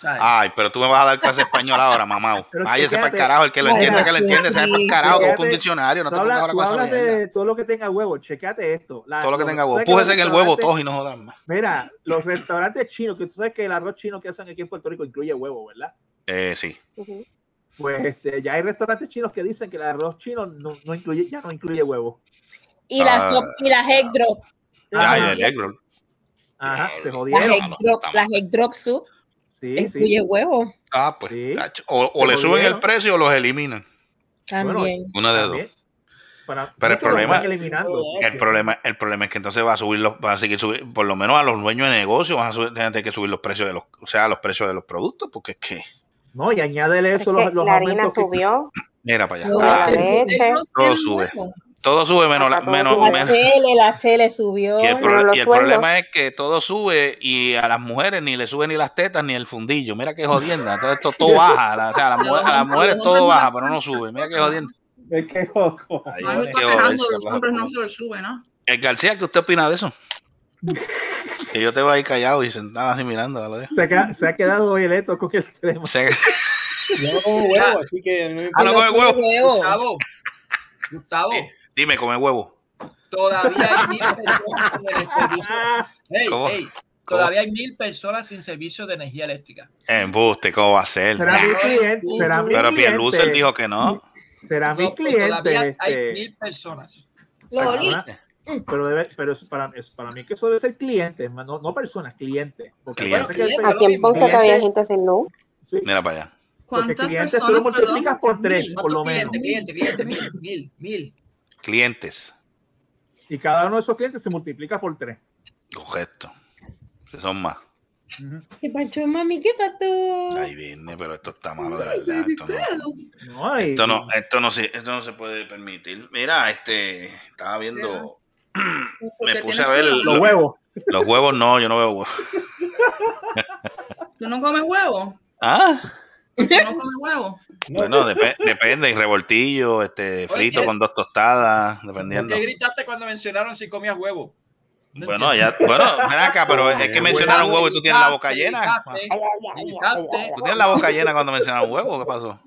G: ¿sabes?
E: Ay, pero tú me vas a dar clase de español
D: [LAUGHS]
E: ahora, mamá.
G: Pero
E: Váyase para
G: chequéate.
E: el carajo, el que lo entiende, que lo entiende, sea para el carajo,
D: Chequéate,
E: busca un diccionario, no
D: tú
E: te pongas ahora
D: hablas- tú
E: con esa
D: hablas de
E: mierda.
D: todo lo que tenga huevo, checate esto. La-
E: Todo lo que
D: los-
E: tenga huevo.
D: ¿sabes que los
E: Pújese en el huevo
D: restaurantes-
E: todos y no jodan más.
D: Mira, los restaurantes chinos, que tú sabes que el arroz chino que hacen aquí en Puerto Rico incluye huevo, ¿verdad?
E: Eh, sí.
D: Pues este, ya hay restaurantes chinos que dicen que el arroz chino no, no incluye, ya no incluye huevo.
H: Y la, sop- y la egg drop.
D: Ajá.
E: Ay, el egg roll.
D: Ajá, se
H: Las
D: jodieron.
H: egg drop, las egg drop soup. incluye huevo
E: Ah, pues. tacho. O, o
D: Se
E: le suben
D: jodieron.
E: el precio o los eliminan.
H: también.
E: Una de dos.
D: También. Para-
E: Pero el
D: muchos lo
E: problema-
D: están eliminando.
E: El problema, el problema es que entonces va a subir los, van a seguir subiendo, por lo menos a los dueños de negocios van a subir- van a tener que subir los precios de los, o sea, los precios de los productos, porque es que,
D: No, y añádele eso los, los
I: la harina
D: aumentos que-
I: subió,
E: mira para allá.
I: la
E: Ah,
I: leche,
E: todo sube. Todo sube menos la, menos,
H: La
E: menos-
H: chele, la chele subió.
E: Y el,
H: Menos
E: pro-
H: los
E: y el
H: sueldos.
E: problema es que todo sube y a las mujeres ni le suben ni las tetas ni el fundillo. Mira qué jodienda. Todo esto
D: [LAUGHS]
E: todo baja. la- O sea, a las mujeres, a las mujeres todo baja, pero no sube. Mira qué jodienda.
D: Es que ojo.
E: Ay,
F: Ay, me
E: qué
F: está cagando,
E: joder,
F: los hombres no se los sube, ¿no?
E: El García, ¿qué usted opina de
D: [LAUGHS]
E: eso? Que yo te voy a ir callado y sentado así mirando. ¿vale?
D: se, ha, queda- se ha quedado violeto con el teléfono.
E: Se-
D: [LAUGHS]
J: Yo no como huevo, así que. no me
E: Ah, no
J: importa.
E: come huevo.
G: Gustavo, Gustavo,
E: Dime, come huevo.
G: todavía hay mil personas sin el servicio. Ey,
E: ¿Cómo?
G: ey, todavía hay mil personas sin servicio de energía eléctrica.
E: Embuste, ¿cómo va a ser?
D: Será mi cliente. Será mi
E: Pero
D: cliente.
E: Pierlucer dijo que no.
D: Será mi
G: No, pero todavía
D: cliente.
G: hay
D: este,
G: mil personas.
H: Loli.
D: Perdona, Pero, debe, pero es para, es para mí que eso debe ser clientes, ma- no, no personas, clientes. Porque
E: Clientes.
D: acuérdate que el
I: aquí en Ponce
D: cliente-
I: todavía hay gente sin luz.
E: Mira para allá.
D: porque
F: ¿Cuántas
D: clientes tú
F: personas,
D: lo multiplicas
F: perdón?
D: por tres,
F: Mil,
D: por lo menos.
G: Cliente, cliente, cliente, mil, mil, mil.
E: Clientes.
D: Y cada uno de esos clientes se multiplica por tres.
E: Correcto. Son más.
H: ¿Qué pacho, mami? ¿Qué pasó?
E: Ahí viene, pero esto está malo de verdad. Esto no-
D: No, y-
E: Esto no, esto no se, esto no se puede permitir. Mira, este, estaba viendo,
F: Porque
E: me puse
F: tienes
E: a ver
F: cuidado.
D: Los huevos.
E: los huevos. No, yo no veo huevos.
F: ¿Tú no comes huevo?
E: Ah,
F: ¿Tú no comes huevo?
E: bueno, depe- depende, y revoltillo, este, frito
G: ¿qué?
E: con dos tostadas,
G: ¿Por
E: dependiendo.
G: qué gritaste cuando mencionaron si comías huevo?
E: Bueno, ya, bueno, ven acá, pero es que mencionaron huevo y tú tienes la boca llena.
G: Gritaste, gritaste.
E: Tú tienes la boca llena cuando mencionaron huevo, ¿qué pasó?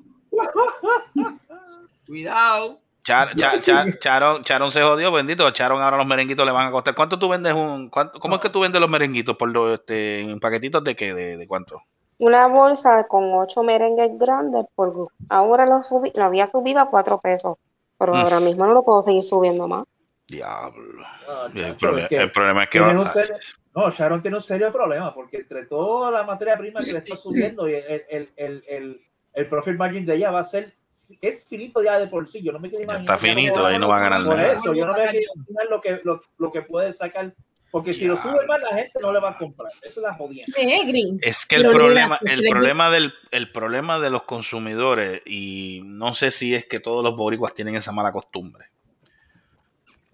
G: Cuidado.
E: [LAUGHS] Char, Char- Char- Charon, Charon se jodió, bendito. Charon ahora los merenguitos le van a costar. ¿Cuánto tú vendes un, cuánto- cómo es que tú vendes los merenguitos por los, este, en paquetitos de qué, de, de cuánto?
I: Una bolsa con ocho merengues grandes, por ahora lo, subí, lo había subido a cuatro pesos, pero
E: Mm.
I: ahora mismo no lo puedo seguir subiendo más.
E: Diablo.
D: Ah,
E: El,
D: chacho,
E: problema-
D: es que
E: el problema es que
D: tienen un
E: va- Ah,
D: serio- No, Sharon tiene un serio problema porque entre toda la materia prima que le está subiendo y el, el, el, el, el profit margin de ella va a ser es finito ya de por sí. Yo no me quiero
E: ya
D: imaginar.
E: está finito,
D: cómo-
E: ahí no va a ganar
D: Por
E: nada.
D: eso, yo no me quiero imaginar lo que, lo, lo que puede sacar. Porque si lo sube más, la gente no le va a comprar. Esa es la jodienda.
H: Eh, green.
E: Es que el
H: Pero
E: problema,
H: mira,
E: el
H: le-
E: problema del, el problema de los consumidores, y no sé si es que todos los boricuas tienen esa mala costumbre.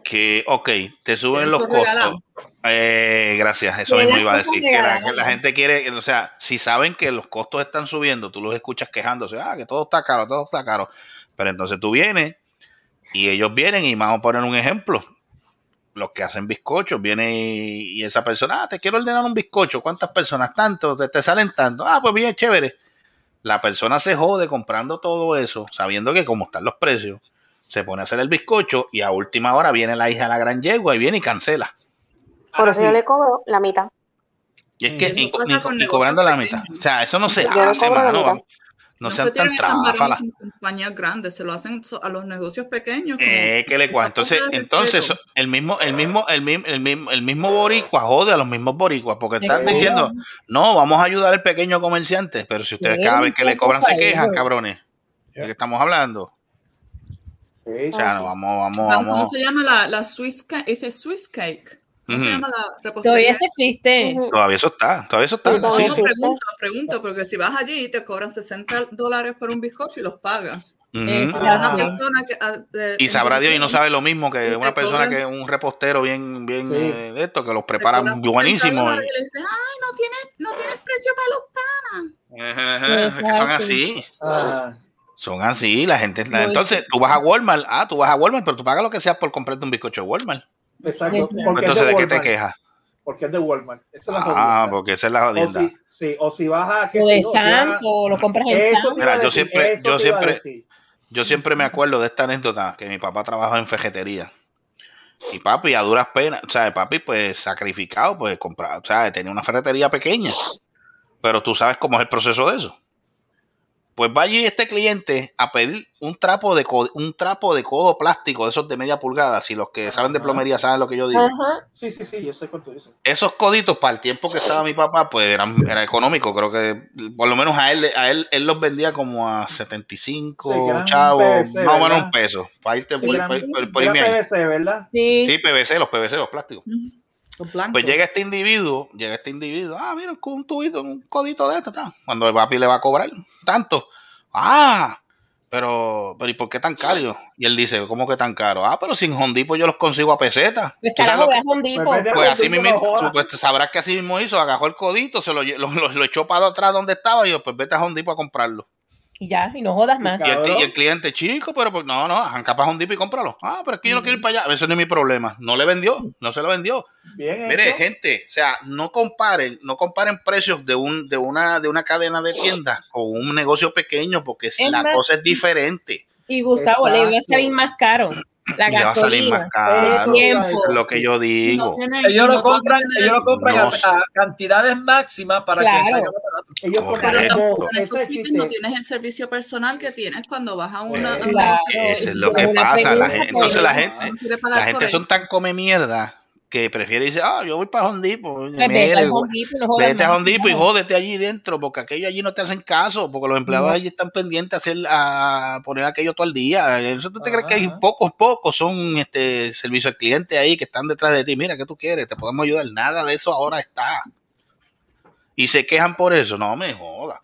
E: Que, ok, te suben
F: Pero
E: los
F: esto
E: costos.
F: es regalado.
E: Eh, gracias, eso
H: Que
E: mismo
H: las
E: iba a
H: cosas
E: decir. Que la,
H: regaladas,
E: que la
H: ¿no?
E: gente quiere, o sea, si saben que los costos están subiendo, tú los escuchas quejándose, ah, que todo está caro, todo está caro. Pero entonces tú vienes y ellos vienen y vamos a poner un ejemplo. Los que hacen bizcochos, viene y, y esa persona, ah, te quiero ordenar un bizcocho. ¿Cuántas personas? Tanto, te, te salen tanto. Ah, pues bien, chévere. La persona se jode comprando todo eso, sabiendo que como están los precios, se pone a hacer el bizcocho y a última hora viene la hija de la gran yegua y viene y cancela.
I: Por eso yo le cobro la mitad.
E: Y es que
F: Eso
E: ni,
F: pasa
E: ni-
F: con
E: ni
F: negocios
E: cobrando la
F: pequeños.
E: mitad. O sea, eso no se
I: Yo lo
E: hace,
I: cobro la
E: mano.
I: mitad.
E: [LAUGHS] No,
F: No
E: sean
F: se
E: tan
F: tienen esas maromas
E: tráfalas.
F: con compañías grandes, se lo hacen so- a los negocios pequeños. como
E: Eh, ¿qué le
F: esa
E: cuesta?
F: falta
E: Entonces,
F: de
E: entonces
F: respeto.
E: el mismo, el mismo, el mismo, el mismo, el mismo boricua jode a los mismos boricuas, porque están
H: Sí.
E: diciendo, no, vamos a ayudar al pequeño comerciante, pero si ustedes
H: Sí,
E: cada vez que le
H: entonces
E: cobran se
H: ahí,
E: quejan,
H: ¿no?
E: cabrones. ¿De qué estamos hablando? O sea, no, vamos, vamos,
F: Ah, ¿Cómo
E: vamos.
F: se llama la, la Swiss cake? Ese Swiss cake. ¿Cómo se
E: Ujú.
F: llama la repostería?
H: Todavía eso existe.
I: Ujú.
E: Todavía eso está, todavía eso está.
I: Todavía
E: sí.
F: No, pregunto, pregunto, porque si vas allí te cobran 60 dólares por un bizcocho y los pagas.
E: Ujú.
F: Para una persona que, ah, de-
E: Y sabrá Dios y no sabe lo mismo que una persona
F: cobran-
E: que un repostero bien, bien
F: Este, Sí. Este,
E: eh, de esto, que los
F: te
E: prepara
F: cobran
E: buenísimo.
F: 70 dólares y le dicen, ay, no tienes, no tienes precio para los panas.
E: Ajá, ajá, es que son así.
D: Ah.
E: Son así, la gente. la-
F: Muy
E: entonces, tú vas a Walmart, ah, tú vas a Walmart, pero tú pagas lo que sea por comprarte un bizcocho de Walmart.
D: Exacto. Porque es
E: Entonces, ¿de qué te
D: Walmart.
E: quejas?
D: Porque es de Walmart. Esa es la
E: Ah, porque esa es la
D: jodienda.
E: jodienda.
D: O si, sí, o si vas a. qué
H: O
D: sé
H: de
D: yo, si vas
H: Sam's
D: a-
H: o lo compras en
D: Eso
H: Sam's.
D: te iba a
E: Mira, yo
D: decir,
E: siempre,
D: eso
E: yo
D: te iba a
E: siempre,
D: decir.
E: yo siempre me acuerdo de esta anécdota que mi papá trabajaba en fejetería. Y papi, a duras penas, o sea, papi, pues sacrificado, pues compraba, o sea, tenía una ferretería pequeña. Pero tú sabes cómo es el proceso de eso. Pues va allí este cliente a pedir un trapo de co- un trapo de codo plástico de esos de media pulgada. Si los que saben de plomería saben lo que yo digo.
D: Sí, sí, sí, yo sé cuánto dice.
E: Esos coditos para el tiempo que estaba mi papá, pues eran era económico, creo que por lo menos a él a él, él los vendía como a 75
D: Sí, que eran
E: chavos,
D: PVC,
E: más o menos
D: ¿verdad?
E: un peso, para irte
D: Sí,
E: por,
D: eran-
E: por- por- por
D: Era
E: irme ahí.
D: PVC, ¿verdad?
E: Sí, PVC, los PVC, los plásticos. Pues llega este individuo, llega este individuo, ah, mira, con un tubito, un codito de esto, tal. cuando el papi le va a cobrar tanto. Ah, pero, pero ¿y por qué tan caro? Y él dice, ¿cómo que tan caro? Ah, pero sin Hondipo yo los consigo a peseta.
H: Pues
E: ¿Tú sabes
H: carajo,
E: lo que-
H: ve a Home Depot.
E: pues así mismo, tú, pues, sabrás que así mismo hizo, agajó el codito, se lo, lle- lo, lo- lo echó para atrás donde estaba y yo, pues vete a Home Depot a comprarlo.
H: Y ya, y no jodas más.
E: Y el, cli- y el cliente, chico, pero pues, no, no, arranca para Home Depot y cómpralo. Ah, pero es que yo no
D: Mm.
E: quiero ir para allá, eso no es mi problema. No le vendió, no se lo vendió.
D: Bien
E: Mire,
D: hecho.
E: gente, o sea, no comparen, no comparen precios de un de una de una cadena de tiendas con un negocio pequeño porque si
H: Es
E: la
H: más-
E: cosa es diferente.
H: Y Gustavo, le iba a salir más caro. La
E: Le va a salir más
H: gasolina.
E: caro.
H: el tiempo.
E: Es lo que yo digo.
G: Ellos lo compran, ellos lo compran
E: No
G: a- a, cantidades máximas para que
H: Claro.
G: salga más barato.
D: Ellos
E: compran
F: Pero
E: Correcto.
F: tampoco en esos
D: Ese
F: sitios no tienes el servicio personal que tienes cuando vas a una.
E: Eh,
F: a una-
E: Eso es lo que
F: Una
E: pasa. La
F: pregunta,
E: gente, entonces la
F: pues,
E: gente,
F: quiere pagar
E: la
F: por
E: gente
F: él.
E: son tan come mierda que prefiere decir, ah, yo voy para Hondipo.
H: Pues vete al Home Depot y no jodas
E: Vete a
H: más.
E: Home Depot y jódete allí dentro, porque aquello allí no te hacen caso, porque los empleados
H: No.
E: allí están pendientes a, hacer, a poner aquello todo el día. Eso tú te crees que hay
D: Ajá.
E: pocos, pocos son este servicio al cliente ahí que están detrás de ti. Mira, ¿qué tú quieres? ¿Te podemos ayudar? Nada de eso ahora está. Y se quejan por eso. No me joda.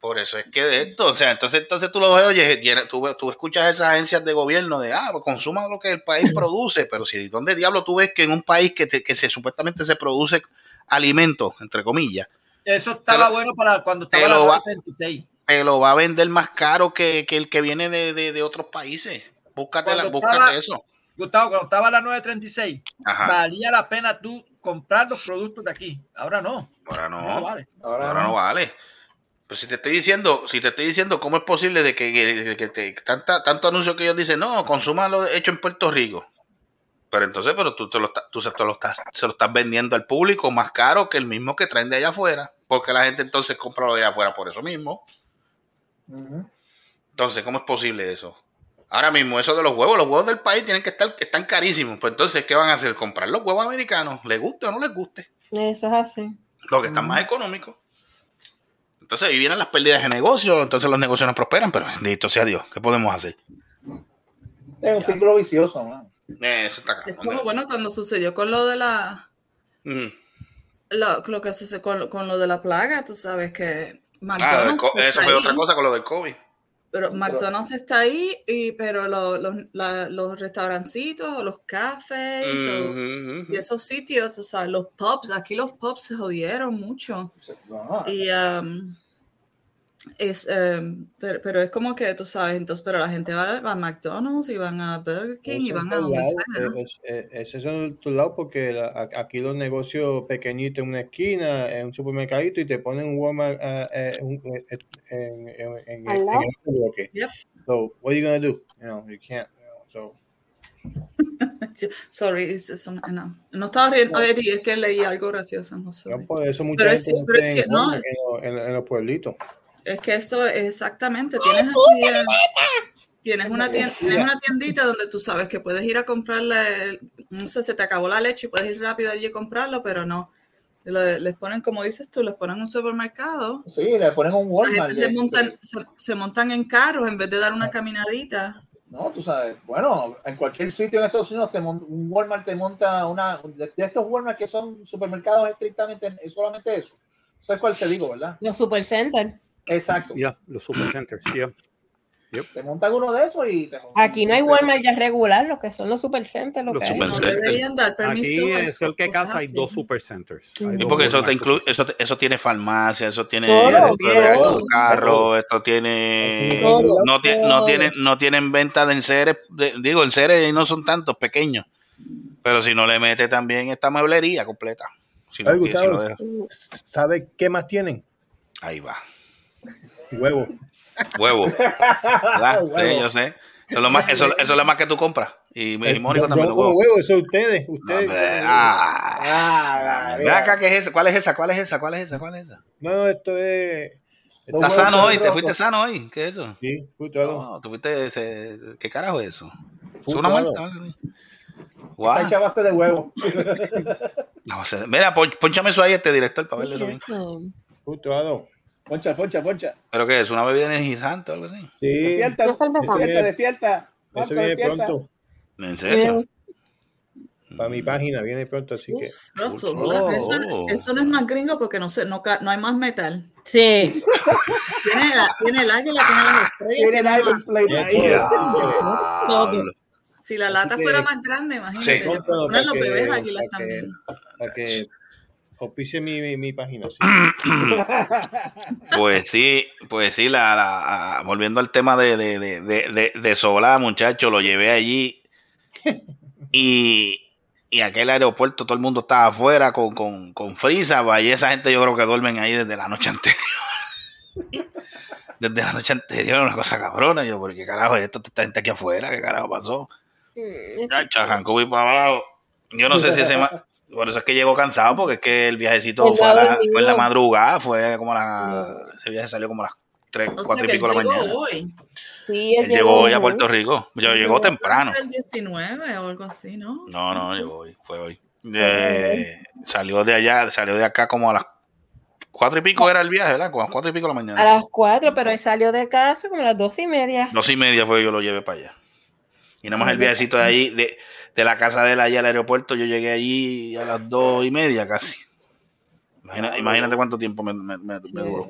E: Por eso es que de
H: Mm.
E: esto, o sea, entonces, entonces tú lo ves, oye, llena- tú, tú escuchas esas agencias de gobierno de, ah, pues consuma lo que el país
H: [CLEARS THROAT]
E: produce, pero si, ¿dónde diablo tú ves que en un país que, te- que se supuestamente se produce alimentos, entre comillas,
G: Eso estaba bueno para cuando estaba
E: te lo
G: la
E: va-
G: 36.
E: te lo va a vender más caro que, que el que viene de, de- de otros países? Búscate, la-
G: Cuando
E: búscate
G: estaba-
E: eso.
G: Gustavo, cuando estaba la 936,
E: Ajá.
G: valía la pena tú comprar los productos de aquí. Ahora no.
E: Ahora no.
G: No vale.
E: Ahora, no vale. Pues si te estoy diciendo, si te estoy diciendo cómo es posible de que, que- que te- tanta- tanto anuncio que ellos dicen, no, consuma lo hecho en Puerto Rico. Pero entonces, pero tú, te lo estás- tú se, te lo estás, se lo estás vendiendo al público más caro que el mismo que traen de allá afuera. Porque la gente entonces compra lo de allá afuera por eso mismo. Entonces, ¿cómo es posible eso? Ahora mismo, eso de los huevos, los huevos del país tienen que estar, están carísimos. Pues entonces, ¿qué van a hacer? ¿Comprar los huevos americanos? ¿Les guste o no les guste?
H: Eso es así.
E: los que están más económicos. Entonces ahí vienen las pérdidas de negocio, entonces los negocios no prosperan, pero bendito sea Dios, ¿qué podemos hacer?
D: Es un círculo vicioso, man.
E: Eh, eso está
F: Es
E: claro.
F: como, bueno, cuando sucedió con lo de la.
E: Mm.
F: lo, lo que sucedió con, con lo de la plaga, tú sabes que.
E: Ah, lo del
F: McDonald's
E: co-
F: está
E: eso fue
F: ahí.
E: otra cosa con lo del COVID.
F: Pero McDonald's está ahí, y, pero lo- los- la- los restaurancitos o los cafés o-
E: Ujú, ujú.
F: y esos sitios, tú sabes, los pubs, aquí los pubs se jodieron mucho. Y, um, es, em, pero, pero es como que, tú sabes, entonces, pero la gente va, va a McDonald's y van a Burger King y
L: Eso
F: van
L: en
F: a
L: todos
F: donde
L: lados,
F: sea.
L: eh, es- eh, Ese es en tu lado porque la- a- aquí los negocios pequeñitos en una esquina, en un supermercadito y te ponen un Walmart ah, eh, un- eh, eh, en, en, en-
I: Al
L: en
I: lado.
L: el otro bloque. So, what are you gonna do? You know, you can't. you know, so.
F: Sorry, it's- it's- no. No estaba riendo de ti, es que leí algo gracioso. No, sorry.
L: No, por eso mucha
F: Pero es-
L: gente no
F: pero es
L: tiene
F: cier- no,
L: Walmart
F: es-
L: en, lo- en- en los pueblitos.
F: Es que eso es exactamente. Tienes, aquí, eh, tienes, una tien- tienes una tiendita donde tú sabes que puedes ir a comprarle, el- no sé, se te acabó la leche y puedes ir rápido allí a comprarlo, pero no. Lo- les ponen, como dices tú, les ponen un supermercado.
D: Sí, le ponen un
F: La
D: Walmart.
F: gente se
D: le-
F: montan, se, se montan en carros en vez de dar una caminadita.
D: No, tú sabes. Bueno, en cualquier sitio en Estados Unidos te mon- un Walmart te monta una de, de estos Walmart que son supermercados estrictamente es solamente eso. Eso es cual te digo, ¿verdad?
H: Los supercenter.
D: Exacto.
B: Ya, los supercenters, ya.
D: Te montan uno de esos y te
H: Aquí no hay Walmart ya regular, lo que son los supercenters. Lo
E: Los
H: que hay.
E: supercenters. No deberían dar
H: permiso
B: Aquí
H: a
B: en
H: esas
B: cualquier
H: cosas
B: casa hay
H: así.
B: dos supercenters. Hay
E: Y
B: dos
E: porque eso, te
B: Walmart.
E: inclu- eso, te- eso tiene farmacia, eso tiene
B: Todo,
E: esto de-
B: todo.
E: carro, esto tiene...
B: Todo.
E: No, tie- no, tienen, no tienen venta de enseres, de- digo, enseres no son tantos, pequeños. Pero si no le mete también esta mueblería completa. Si no
L: Ay,
E: quiere- si
L: Gustavo,
E: no deja.
L: ¿sabe qué más tienen?
E: Ahí va.
L: Huevo.
E: Huevo.
L: [LAUGHS]
E: ¿Verdad? Sí,
L: Huevo.
E: yo sé. Eso es, lo más, eso, eso es lo más que tú compras. Y, y
L: Eh,
E: Mónica
L: yo-
E: también
L: yo
E: lo
L: como
E: compra.
L: huevo, eso es ustedes. ustedes
E: hombre, ah.
L: Ah,
E: Ven acá, ¿qué es esa? ¿Cuál es esa? ¿Cuál es esa? ¿Cuál es esa? ¿Cuál es esa?
L: No, esto es.
E: ¿Estás sano hoy? ¿Te fuiste sano hoy? ¿Qué es eso?
L: Sí, justo algo.
E: No, tuviste ese... ¿Qué carajo es eso? ¿Es
L: Justo
E: una muerte?
L: algo.
E: Guau.
D: Está hecha a base de huevo.
E: No, o sea, mira, pon- ponchame eso ahí este director para verle eso. bien.
L: Justo algo.
D: Poncha, poncha, poncha.
E: ¿Pero qué es? ¿Una bebida energizante o algo así?
L: Sí.
D: Despierta,
L: Eso
D: despierta,
L: viene,
D: despierta. Marco,
L: eso viene
D: despierta.
L: pronto.
E: ¿En serio? Mm.
L: Para mi página viene pronto, así que.
F: Russell, ¿verdad? Eso,
E: Oh.
F: no es- eso no es más gringo porque no, sé, no, ca- no hay más metal.
H: Sí.
F: tiene, la- tiene el águila,
E: [LAUGHS]
F: tiene las estrellas.
D: Tiene el Iron
F: más-
D: Plate ahí.
F: Todo.
E: Diablo.
F: Si la lata
L: Así que-
F: fuera más grande, imagínate.
E: Sí.
F: ya
D: [LAUGHS]
F: ponen los bebés águilas también.
L: Para que auspicie mi, mi, mi página. sí.
E: Pues sí, pues sí, la, la- a- volviendo al tema de, de, de, de, de- de Solá, muchacho, lo llevé allí y, y aquel aeropuerto todo el mundo estaba afuera con, con, con frisa, va, y esa gente yo creo que duermen ahí desde la noche anterior. [LAUGHS] Desde la noche anterior, una cosa cabrona, yo, porque carajo, es esto esta gente aquí afuera, qué carajo pasó. Chacho, Jacobo y para abajo. Yo no sé si ese. ma- Por eso es que llegó cansado, porque es que el viajecito
K: El
E: fue, a la-
K: lado del
E: fue en la
K: video.
E: madrugada, fue como a las. Ese viaje salió como a las 3, 4 y
F: que
E: pico de la
F: llegó
E: mañana.
F: hoy.
H: Sí,
E: Él llegó hoy a Puerto Rico. Yo llegó temprano.
F: El 19 o algo así, ¿no?
E: No, no, llegó hoy, fue hoy. Eh, salió de allá, salió de acá como a las 4 y pico era el viaje, ¿verdad? Como a las 4 y pico de la
H: A
E: mañana.
H: las 4, pero él salió de casa como a las dos y media.
E: Dos y media fue que yo lo llevé para allá. Y nada más el viajecito de ahí, de, de la casa de él allá al aeropuerto, yo llegué allí a las dos y media casi. Imagina- imagínate cuánto tiempo me, me- me- me duró.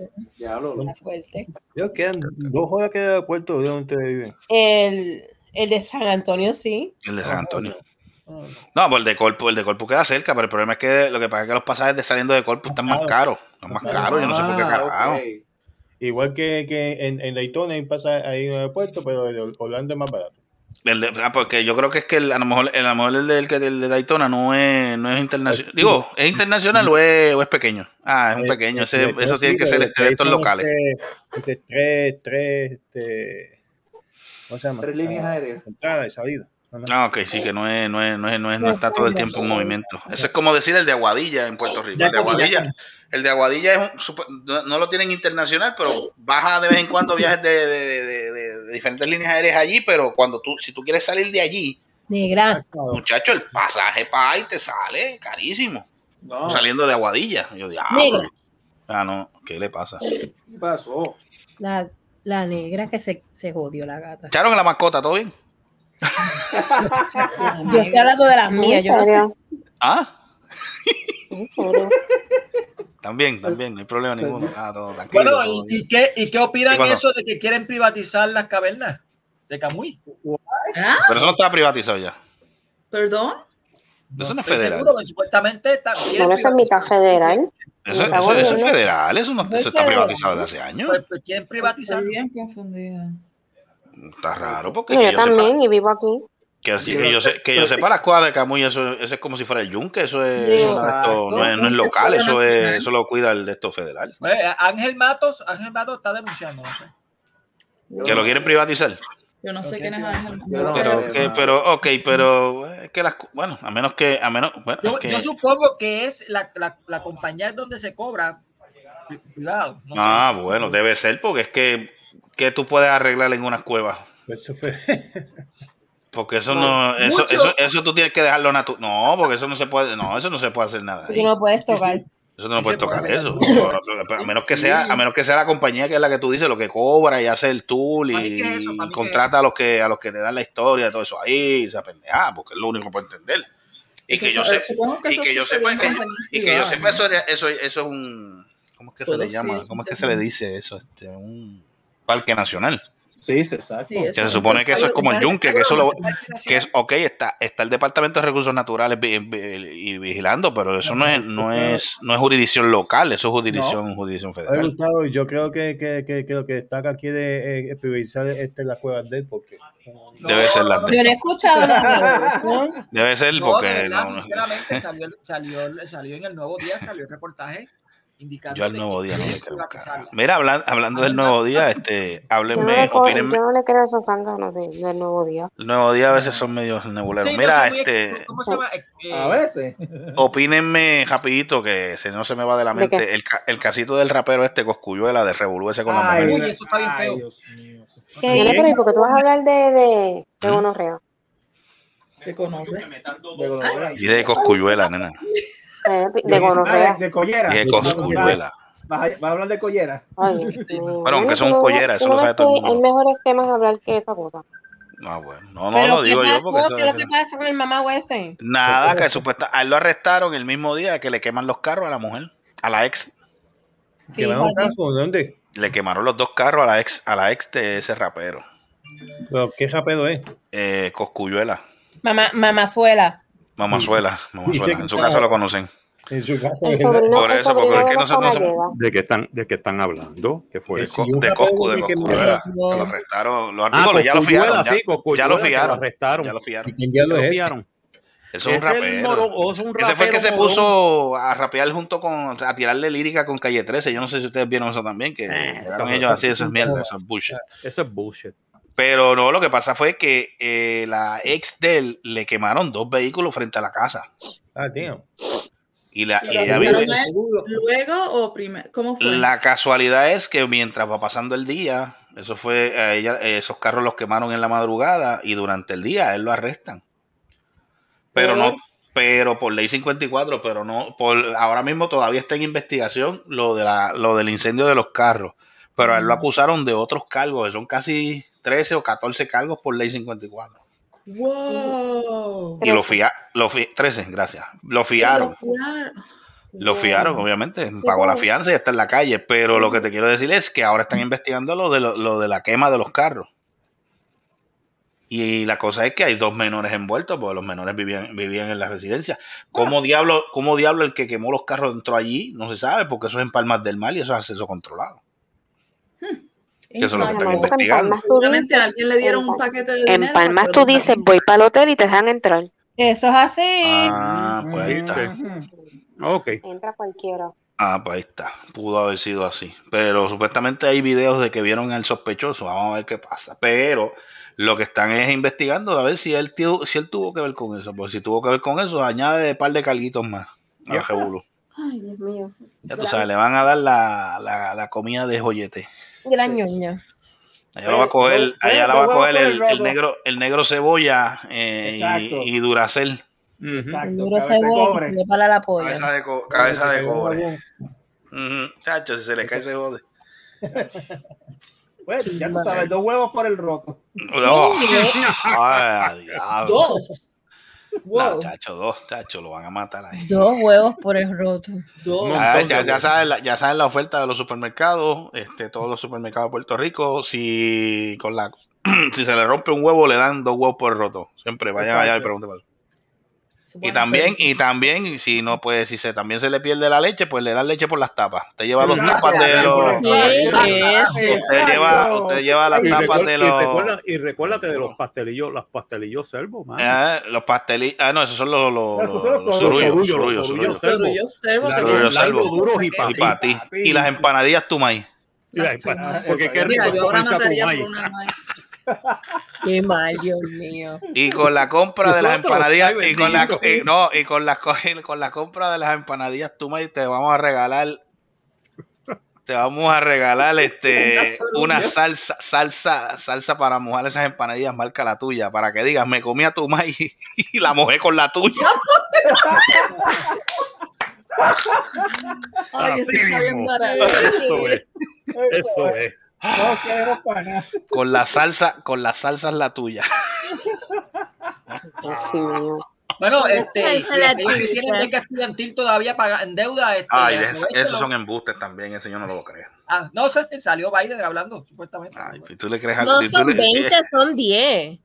H: Fuerte.
L: Creo que quedan dos horas que de puerto de donde ustedes viven.
H: El, el de San Antonio, sí.
E: El de San Antonio. No, pues el de Corpus, el de Corpus queda cerca, pero el problema es que lo que pasa es que los pasajes de saliendo de Corpus están más caros. Son más caros, yo no sé por qué
L: Ah,
E: carajo.
L: ok. Igual que, que en, en Daytona hay, pasa, hay un aeropuerto, pero el Holanda es más barato.
E: El de- ah, porque yo creo que es que el- a lo mejor, el, a lo mejor el, del, que- el de Daytona no es, no es internacional. Digo, [LAUGHS] ¿es internacional o es, o es pequeño? Ah, es un pequeño. ese-
L: Eh,
E: eso
L: no,
E: tiene
L: sí,
E: que ser
L: pero
E: este, de
L: ahí
E: estos
L: son
E: locales.
L: Este, este, tres, tres, este, ¿cómo se llama?
D: Tres líneas
L: Ah,
D: aéreas.
L: Entrada y salida.
E: Ah, ok, sí, que no es, no es, no es, no es, no está todo el tiempo en movimiento. Eso es como decir el de Aguadilla en Puerto Rico. El de Aguadilla, el de Aguadilla es un super- no, no lo tienen internacional, pero baja de vez en cuando viajes de, de- de- de- de diferentes líneas aéreas allí, pero cuando tú, si tú quieres salir de allí,
H: Negra.
E: muchacho, el pasaje para ahí te sale carísimo. Saliendo de Aguadilla. Yo, diablo.
H: Negro.
E: Ah, no, ¿qué le pasa?
D: ¿Qué pasó?
H: La, la negra que se, se jodió la gata.
E: Echaron a la mascota, ¿todo bien?
H: Yo estoy hablando de las mías. Yo no sé.
E: ¿Ah? [LAUGHS] También, también, no hay problema ninguno. Ah, todo tranquilo.
G: Bueno,
E: todo
G: ¿y,
E: bien.
G: y qué, ¿y qué
E: ¿Qué
G: opinan
E: pasó?
G: eso de que quieren privatizar las cavernas de Camuy?
E: Pero eso no está privatizado ya.
F: ¿Perdón?
E: Eso no es
G: Estoy
E: federal.
G: seguro que supuestamente está- Pues, quieren
I: Bueno, eso es mitad federal.
E: Eso,
I: Está
E: eso- eso es
I: bueno.
E: federal, eso, no,
I: es
E: eso está
I: federal.
E: privatizado desde hace años.
G: Pues, pues quieren privatizar.
F: Estoy bien confundida.
E: Está raro, porque
I: No,
E: que
I: yo
E: yo, sepa,
I: también, y vivo aquí.
E: que, que yo, se- que yo sepa las cuadras de Camuy, eso, eso es como si fuera el yunque, eso es, eso no, es esto- no es, no es local, eso, es, eso lo cuida el de esto federal.
G: Pues, Ángel Matos, Ángel Matos está denunciando. eso.
E: Que lo quieren privatizar.
F: Yo no sé quién es Ángel.
E: Pero, que, pero, ok, pero eh, es que las, cu- bueno, a menos que, a menos, bueno,
G: Yo,
E: es que-
G: yo supongo que es la, la, la compañía donde se cobra pri- privado. ¿no?
E: ah, bueno, debe ser, porque es que, que tú puedes arreglar en unas cuevas.
L: Eso fue. [LAUGHS]
E: Porque eso no, eso,
H: Mucho.
E: eso, eso tú tienes que dejarlo natural. No, porque eso no se puede, no, eso no se puede hacer nada. ahí.
H: Tú no puedes tocar.
E: Eso tú no puedes tocar eso. No, A menos que sea, a menos que sea la compañía que es la que tú dices, lo que cobra y hace el tool y, y contrata a los que a los que te dan la historia, todo eso ahí, esa pendeja, porque es lo único para entender. Y
F: Eso
E: que yo
F: se-
E: sepa,
F: supongo que
E: y
F: eso
E: que yo
F: sucede
E: sepa
F: en
E: que-
F: compañías
E: y que yo
F: privadas,
E: sepa eso, eso, eso es un ¿cómo es que se
F: Todo
E: le
F: sí
E: llama?
F: es un
E: ¿Cómo es que se
F: tema.
E: le dice eso? Este, un parque nacional.
D: Sí, sí, exacto.
E: Que se supone que eso es como el yunque, que eso lo, que es, ok, está, está el Departamento de Recursos Naturales vi- vi- y vigilando, pero eso no es, no es, no es jurisdicción local, eso es jurisdicción, jurisdicción
L: Oye,
E: federal.
L: Gustavo, yo creo que, que, que, que lo que destaca aquí de eh, priorizar este, las cuevas de él, porque
E: Debe ser la
H: Yo no he escuchado
I: [LAUGHS]
H: nada.
E: Debe ser
G: No, de
E: porque
G: verdad,
E: no, no.
G: sinceramente, salió, salió, salió en el nuevo día, salió el reportaje indicando
E: Yo al nuevo día no le
G: que iba a pasar.
E: Mira, hablan- hablando del nuevo día, este,
I: Yo no, le
E: háblenme,
I: co-
E: opínenme.
I: yo no le creo a esos zánganos de- del nuevo día.
E: El nuevo día a veces son medios nebuleros.
I: Sí, no
E: Mira,
I: son muy
E: este,
G: A
D: veces.
E: opínenme rapidito que se no se me va de la
D: ¿De
E: mente.
D: qué?
E: el, ca- el casito del rapero este Coscuyuela de Revolú ese con la mujer.
G: Oye, eso está bien feo.
I: Yo no le creo, porque tú vas a hablar de, de, de gonorrea.
F: Te conoces.
E: Y de Coscuyuela, nena.
I: De, de gonorrea.
D: De collera.
E: Y de Coscuyuela.
D: ¿Vas a, vas a hablar de collera?
E: Bueno, aunque son colleras, eso lo sabe todo el
I: Hay
E: mundo.
I: mejores temas a hablar que esa cosa.
E: No, ah, bueno, no, no
H: Pero
E: lo
H: ¿qué
E: digo yo
H: pasó?
E: porque eso
H: ¿Qué es
E: es-
H: lo que pasa con el mamá ese?
E: Nada, que supuesta, a él lo arrestaron el mismo día que le queman los carros a la mujer, a la ex.
L: ¿Quemaron Fíjate. ¿Dónde?
E: Le quemaron los dos carros a la ex, a la ex de ese rapero,
L: Pero, ¿qué rapedo es?
E: eh, Coscuyuela,
H: Mamá, mamazuela.
E: Mamazuela, Mamazuela. En su casa lo conocen.
L: En su casa.
I: El sobrino-
E: Por
I: el
E: eso, porque
I: sobrino
E: es que
I: de
E: no se- no se-
I: Conalleda.
B: ¿De qué están, de qué están hablando? ¿Qué fue?
E: De, co- de Coscu, de Coscuyuela. que Lo arrestaron, lo digo, ya lo
B: Ah, Coscuyuela,
E: fiaron. Ya,
B: sí, Coscuyuela,
E: ya lo
B: que lo
E: fiaron.
B: arrestaron.
E: Ya lo fiaron. Eso
B: Ese
E: es
B: Es
E: un
B: el
E: rapero.
B: moro- o es un
E: Ese fue el que
B: rapero
E: se
B: morón.
E: puso a rapear junto con, a tirarle lírica con Calle 13. Yo no sé si ustedes vieron eso también, que eran
B: eso-
E: ellos así, eso es mierda, eso es bullshit.
B: Eso es bullshit.
E: Pero no, lo que pasa fue que eh, la ex de él le quemaron dos vehículos frente a la casa.
L: Ah, tío.
E: Y, la, y
F: Pero
E: ella
F: ¿pero
E: vive.
F: no es ¿Luego o primero? ¿Cómo fue?
E: La casualidad es que mientras va pasando el día, eso fue, a ella, esos carros los quemaron en la madrugada y durante el día a él lo arrestan. Pero no, pero por ley 54, pero no, por ahora mismo todavía está en investigación lo de la, lo del incendio de los carros. Pero a él lo acusaron de otros cargos, son casi 13 o 14 cargos por ley 54.
F: ¡Wow!
E: Y lo fia, lo fi- 13, gracias. Lo fiaron. Lo fiaron, obviamente. Pagó la fianza y está en la calle. Pero lo que te quiero decir es que ahora están investigando lo de, lo, lo de la quema de los carros. Y la cosa es que hay dos menores envueltos, porque los menores vivían, vivían en la residencia. ¿Cómo, diablo, ¿Cómo diablo el que quemó los carros entró allí? No se sabe, porque eso es en Palmas del Mar y eso es acceso controlado. Que eso es lo que están investigando.
F: Seguramente a alguien le dieron un paquete de dinero.
I: En Palmas tú dices, voy para el hotel y te dejan entrar.
H: Eso es así.
E: Ah, pues ahí está. Ok.
I: Entra cualquiera.
E: Ah, pues ahí está. Pudo haber sido así. Pero supuestamente hay videos de que vieron al sospechoso. Vamos a ver qué pasa. Pero lo que están es investigando a ver si él, tu- si él tuvo que ver con eso. Porque si tuvo que ver con eso, añade un par de carguitos más. a
M: Ya.
E: Jebulu.
H: Ay, Dios mío.
E: Ya tú sabes, le van a dar la, la- la comida de joyete.
H: Gran ñoña.
E: Allá lo va a coger,
H: Pero-
E: allá la
H: pero
E: va a coger
H: huevo
E: el,
H: con el
E: el negro, el negro cebolla eh,
H: Exacto.
E: y, y Duracel.
H: El duro se vuelve y le para la polla.
E: Cabeza de, co- cabeza de cobre. Ujú. Chacho, si se le cae se jode.
D: Pues, ya tú sabes, dos huevos por el roto.
E: No. Ay, diablo.
D: Dos.
E: No, chacho, dos, chacho, lo van a matar ahí.
H: Dos huevos por el roto.
E: Ah, ya, ya saben la, ya saben la oferta de los supermercados, este, todos los supermercados de Puerto Rico, si con la [CLEARS THROAT] si se le rompe un huevo le dan dos huevos por el roto. Siempre vayan
M: Exacto.
E: allá y pregunten. por eso. Y también y también y si no pues si se también se le pierde la leche, pues le dan leche por las tapas. Usted lleva dos
B: Exacto.
E: tapas de los
B: ¿Qué es eso?
E: Usted lleva usted lleva las
B: Y
E: tapas de
B: recuer-
E: los
B: Y, recuerda- y recuérdate de los pastelillos, los pastelillos servos, mano.
E: Ah, los pastelis, ah, no, esos son los, los,
B: Esos
E: los-
B: son los
E: los
B: sorullos,
E: sorullos,
B: los
E: sorullos, sorullos.
B: sorullos servos.
F: Sorullos servos,
E: Los
F: también.
E: sorullos servos.
F: Largo, duros y
E: Y
F: pa' ti.
E: pa' ti. Y las empanadillas Tumay.
B: pues, Porque qué rico
F: Ah, eh, Mira, yo ahora
B: comerse a tu
F: mataría
B: maíz.
F: por una maíz.
H: Qué mal, Dios [LAUGHS] mío.
E: Y con la compra de las
H: Nosotros,
E: empanadillas,
H: ay,
E: y con la,
H: bendito.
E: y no, y con la, co- y con la compra de las empanadillas Tumay te vamos a regalar, te vamos a regalar
M: Una
E: este
M: sorullo.
E: una salsa, salsa, salsa para mojar esas empanadillas, marca la tuya, para que digas, me comí a Tumay [LAUGHS] y la mojé con la tuya.
M: Ay,
E: Así
F: [LAUGHS]
M: eso está bien
E: mismo.
M: maravilloso.
E: Eso es. Eso es.
D: No queremos Eh, para nada.
E: Con la salsa, con la salsa es la tuya.
I: Dios mío.
G: Bueno, este,
E: Ay,
G: si
E: se la
G: la gente que
E: ticha.
G: tienen de Castigantil todavía paga, en deuda, este,
E: Ay, Ah, es-
G: aprovéchalo.
E: esos son embustes también, eso yo no lo creo.
G: Ah, no, eso es que salió Biden hablando, supuestamente.
E: Y tú le crees al-
H: No
E: y tú
H: son
E: le-
H: 20,
E: diez-
H: son 10.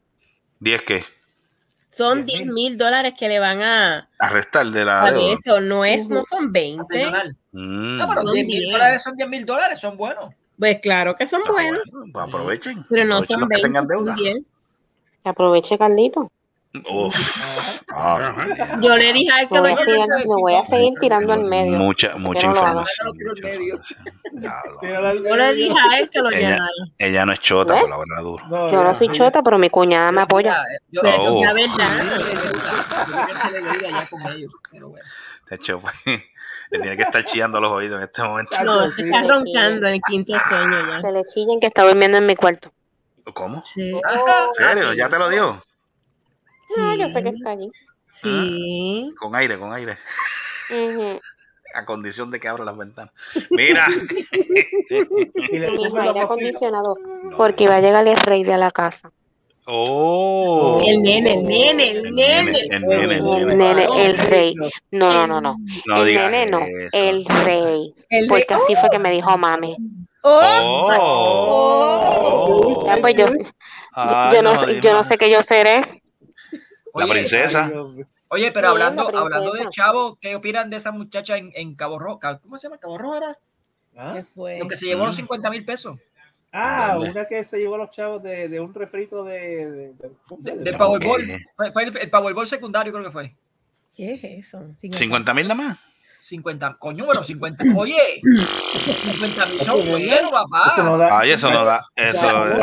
E: diez qué?
H: Son 10 mil dólares que le van a,
E: Arrestar de la
H: a
E: deuda.
H: eso. No es, no son 20.
E: Mm.
G: No, pero
H: Son
G: 10 Ah, mil
H: diez.
G: dólares son 10 mil dólares, son buenos.
H: Pues claro que son buenos.
E: Pues aprovechen.
H: Pero no
E: aprovechen
H: son
E: los que
H: 20.
E: tengan deuda.
H: son 10.
I: Aproveche, Carlito.
E: Uf. Ah,
H: Yo le dije a él que
I: Me
H: lo
I: voy a, seguir, me voy a seguir tirando al medio.
E: mucha,
I: Que
E: mucha
I: no lo haga.
E: información.
D: [LAUGHS]
H: Yo le dije a él que lo
E: Ella,
H: llenara.
E: ella no es chota,
I: ¿Eh?
E: por la verdad duro.
I: Yo no soy chota, pero mi cuñada me apoya.
G: eh,
E: Oh.
H: La verdad.
E: De hecho, pues, [LAUGHS] le tiene que estar chillando los oídos en este momento.
H: No, se está roncando en el quinto sueño ya.
I: Ah, Se le chillen que está durmiendo en mi cuarto.
E: ¿Cómo?
H: Sí.
G: Ah,
E: ¿En serio? ¿Ya te lo dio?
I: Ah, yo sé que está allí.
H: Sí.
E: Con aire, con aire.
I: Ujú.
E: A condición de que abra las ventanas. Mira. [LAUGHS]
I: Ni con aire acondicionado. Porque va a llegar el rey de la casa.
E: Oh.
H: El nene, el nene, el nene.
E: El nene, el nene.
I: El nene, el rey. No, no, no, no.
E: No
I: el
E: digas
I: nene no.
E: eso.
I: El rey.
H: El ¡Oh!
I: Porque
H: rey.
I: así fue que me dijo mami.
E: Oh.
I: Ya, pues yo, yo-
E: Ah,
I: yo no,
E: no,
I: sé-
E: dime.
I: yo no sé qué yo seré.
E: La princesa.
G: Oye, pero
I: Bien, la
G: hablando,
I: princesa.
G: hablando de Chavo, ¿qué opinan de esa muchacha en, en Cabo Rojo? Ca- ¿Cómo se llama? ¿Cabo Rojo era?
E: Oh.
H: ¿Eh?
G: Lo que se llevó
E: Mm.
G: los 50 mil pesos.
D: Ah,
G: ¿Dónde?
D: una que se llevó a los chavos de, de un refrito de. de, de- ¿cómo se
G: De,
D: llama?
G: del Powerball.
E: Eh,
G: Fue, fue el, el Powerball secundario, creo que fue.
H: ¿Qué es eso?
E: 50 mil nada más.
G: 50, coño, bueno,
E: [COUGHS]
G: 50. Oye, 50 mil son dinero, papá.
D: Ah,
E: Ay, eso no da. Eso,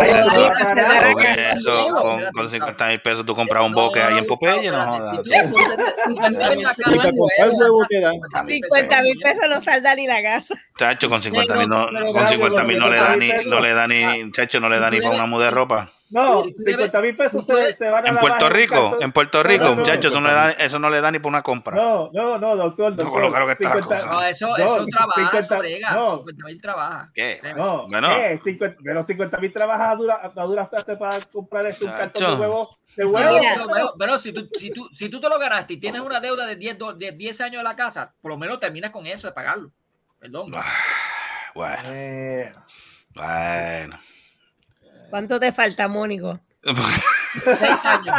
E: eso, con, eso, con, con 50 mil pesos tú compras un boque ahí en Popeye, no jodas. [LAUGHS]
H: mil pesos no salda ni la gasa.
E: Chacho, con 50 mil no, con 50 mil no le da ni, no le da ni, chacho, no le da ni para una muda de ropa.
D: No, 50 mil pesos se, se van a
E: En
D: la
E: Puerto
D: baja un
E: Rico,
D: cartón.
E: en Puerto Rico, muchachos, eso no le da, eso no le da ni para una compra.
D: No, no, no, doctor. doctor
E: con lo caro que está la cosa.
G: No, eso,
D: No,
G: eso trabaja,
D: 50
G: eso brega.
D: no.
G: 50 mil trabaja.
E: ¿Qué?
D: No, eh,
E: Bueno.
D: ¿qué? 50 de los 50 mil trabajas a duras a duras plata para comprar este un cartón
E: Chacho.
D: de huevo. De
G: Sí,
D: huevo.
G: pero, pero- pero si, tú, si, tú, si tú te lo ganaste y tienes una deuda de 10, do- de 10 años de la casa, por lo menos terminas con eso de pagarlo. Perdón.
E: Bueno. Bueno.
H: ¿Cuánto te falta, Mónico?
G: Seis años.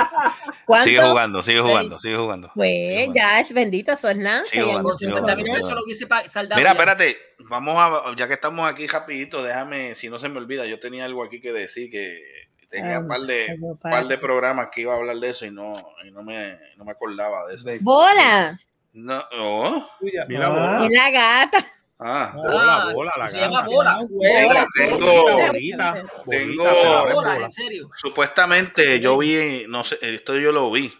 H: ¿Cuánto?
E: Sigue jugando, sigue jugando, sigue jugando.
H: Pues ya es bendito, eso es nada.
E: Sigue jugando, [LAUGHS]
H: señor.
E: sigue jugando, sigue jugando.
G: hubiese pa- saldado
E: Mira,
G: ya.
E: espérate, vamos a, ya que estamos aquí rapidito, déjame, si no se me olvida, yo tenía algo aquí que decir que tenía
H: Ay,
E: un par de,
H: algo para-
E: par de programas que iba a hablar de eso y no, y no me, no me acordaba de eso.
H: Bola,
E: No, oh.
L: Ah,
B: Mira, bola.
H: es la gata.
E: Ah,
B: Bola, bola, la
G: Se llama
B: gana.
G: bola.
E: Tengo, tengo,
B: Bolita,
E: tengo-
B: bolita, la gran
G: Bola,
B: bola.
G: en serio.
E: supuestamente yo vi, no sé, esto yo lo vi.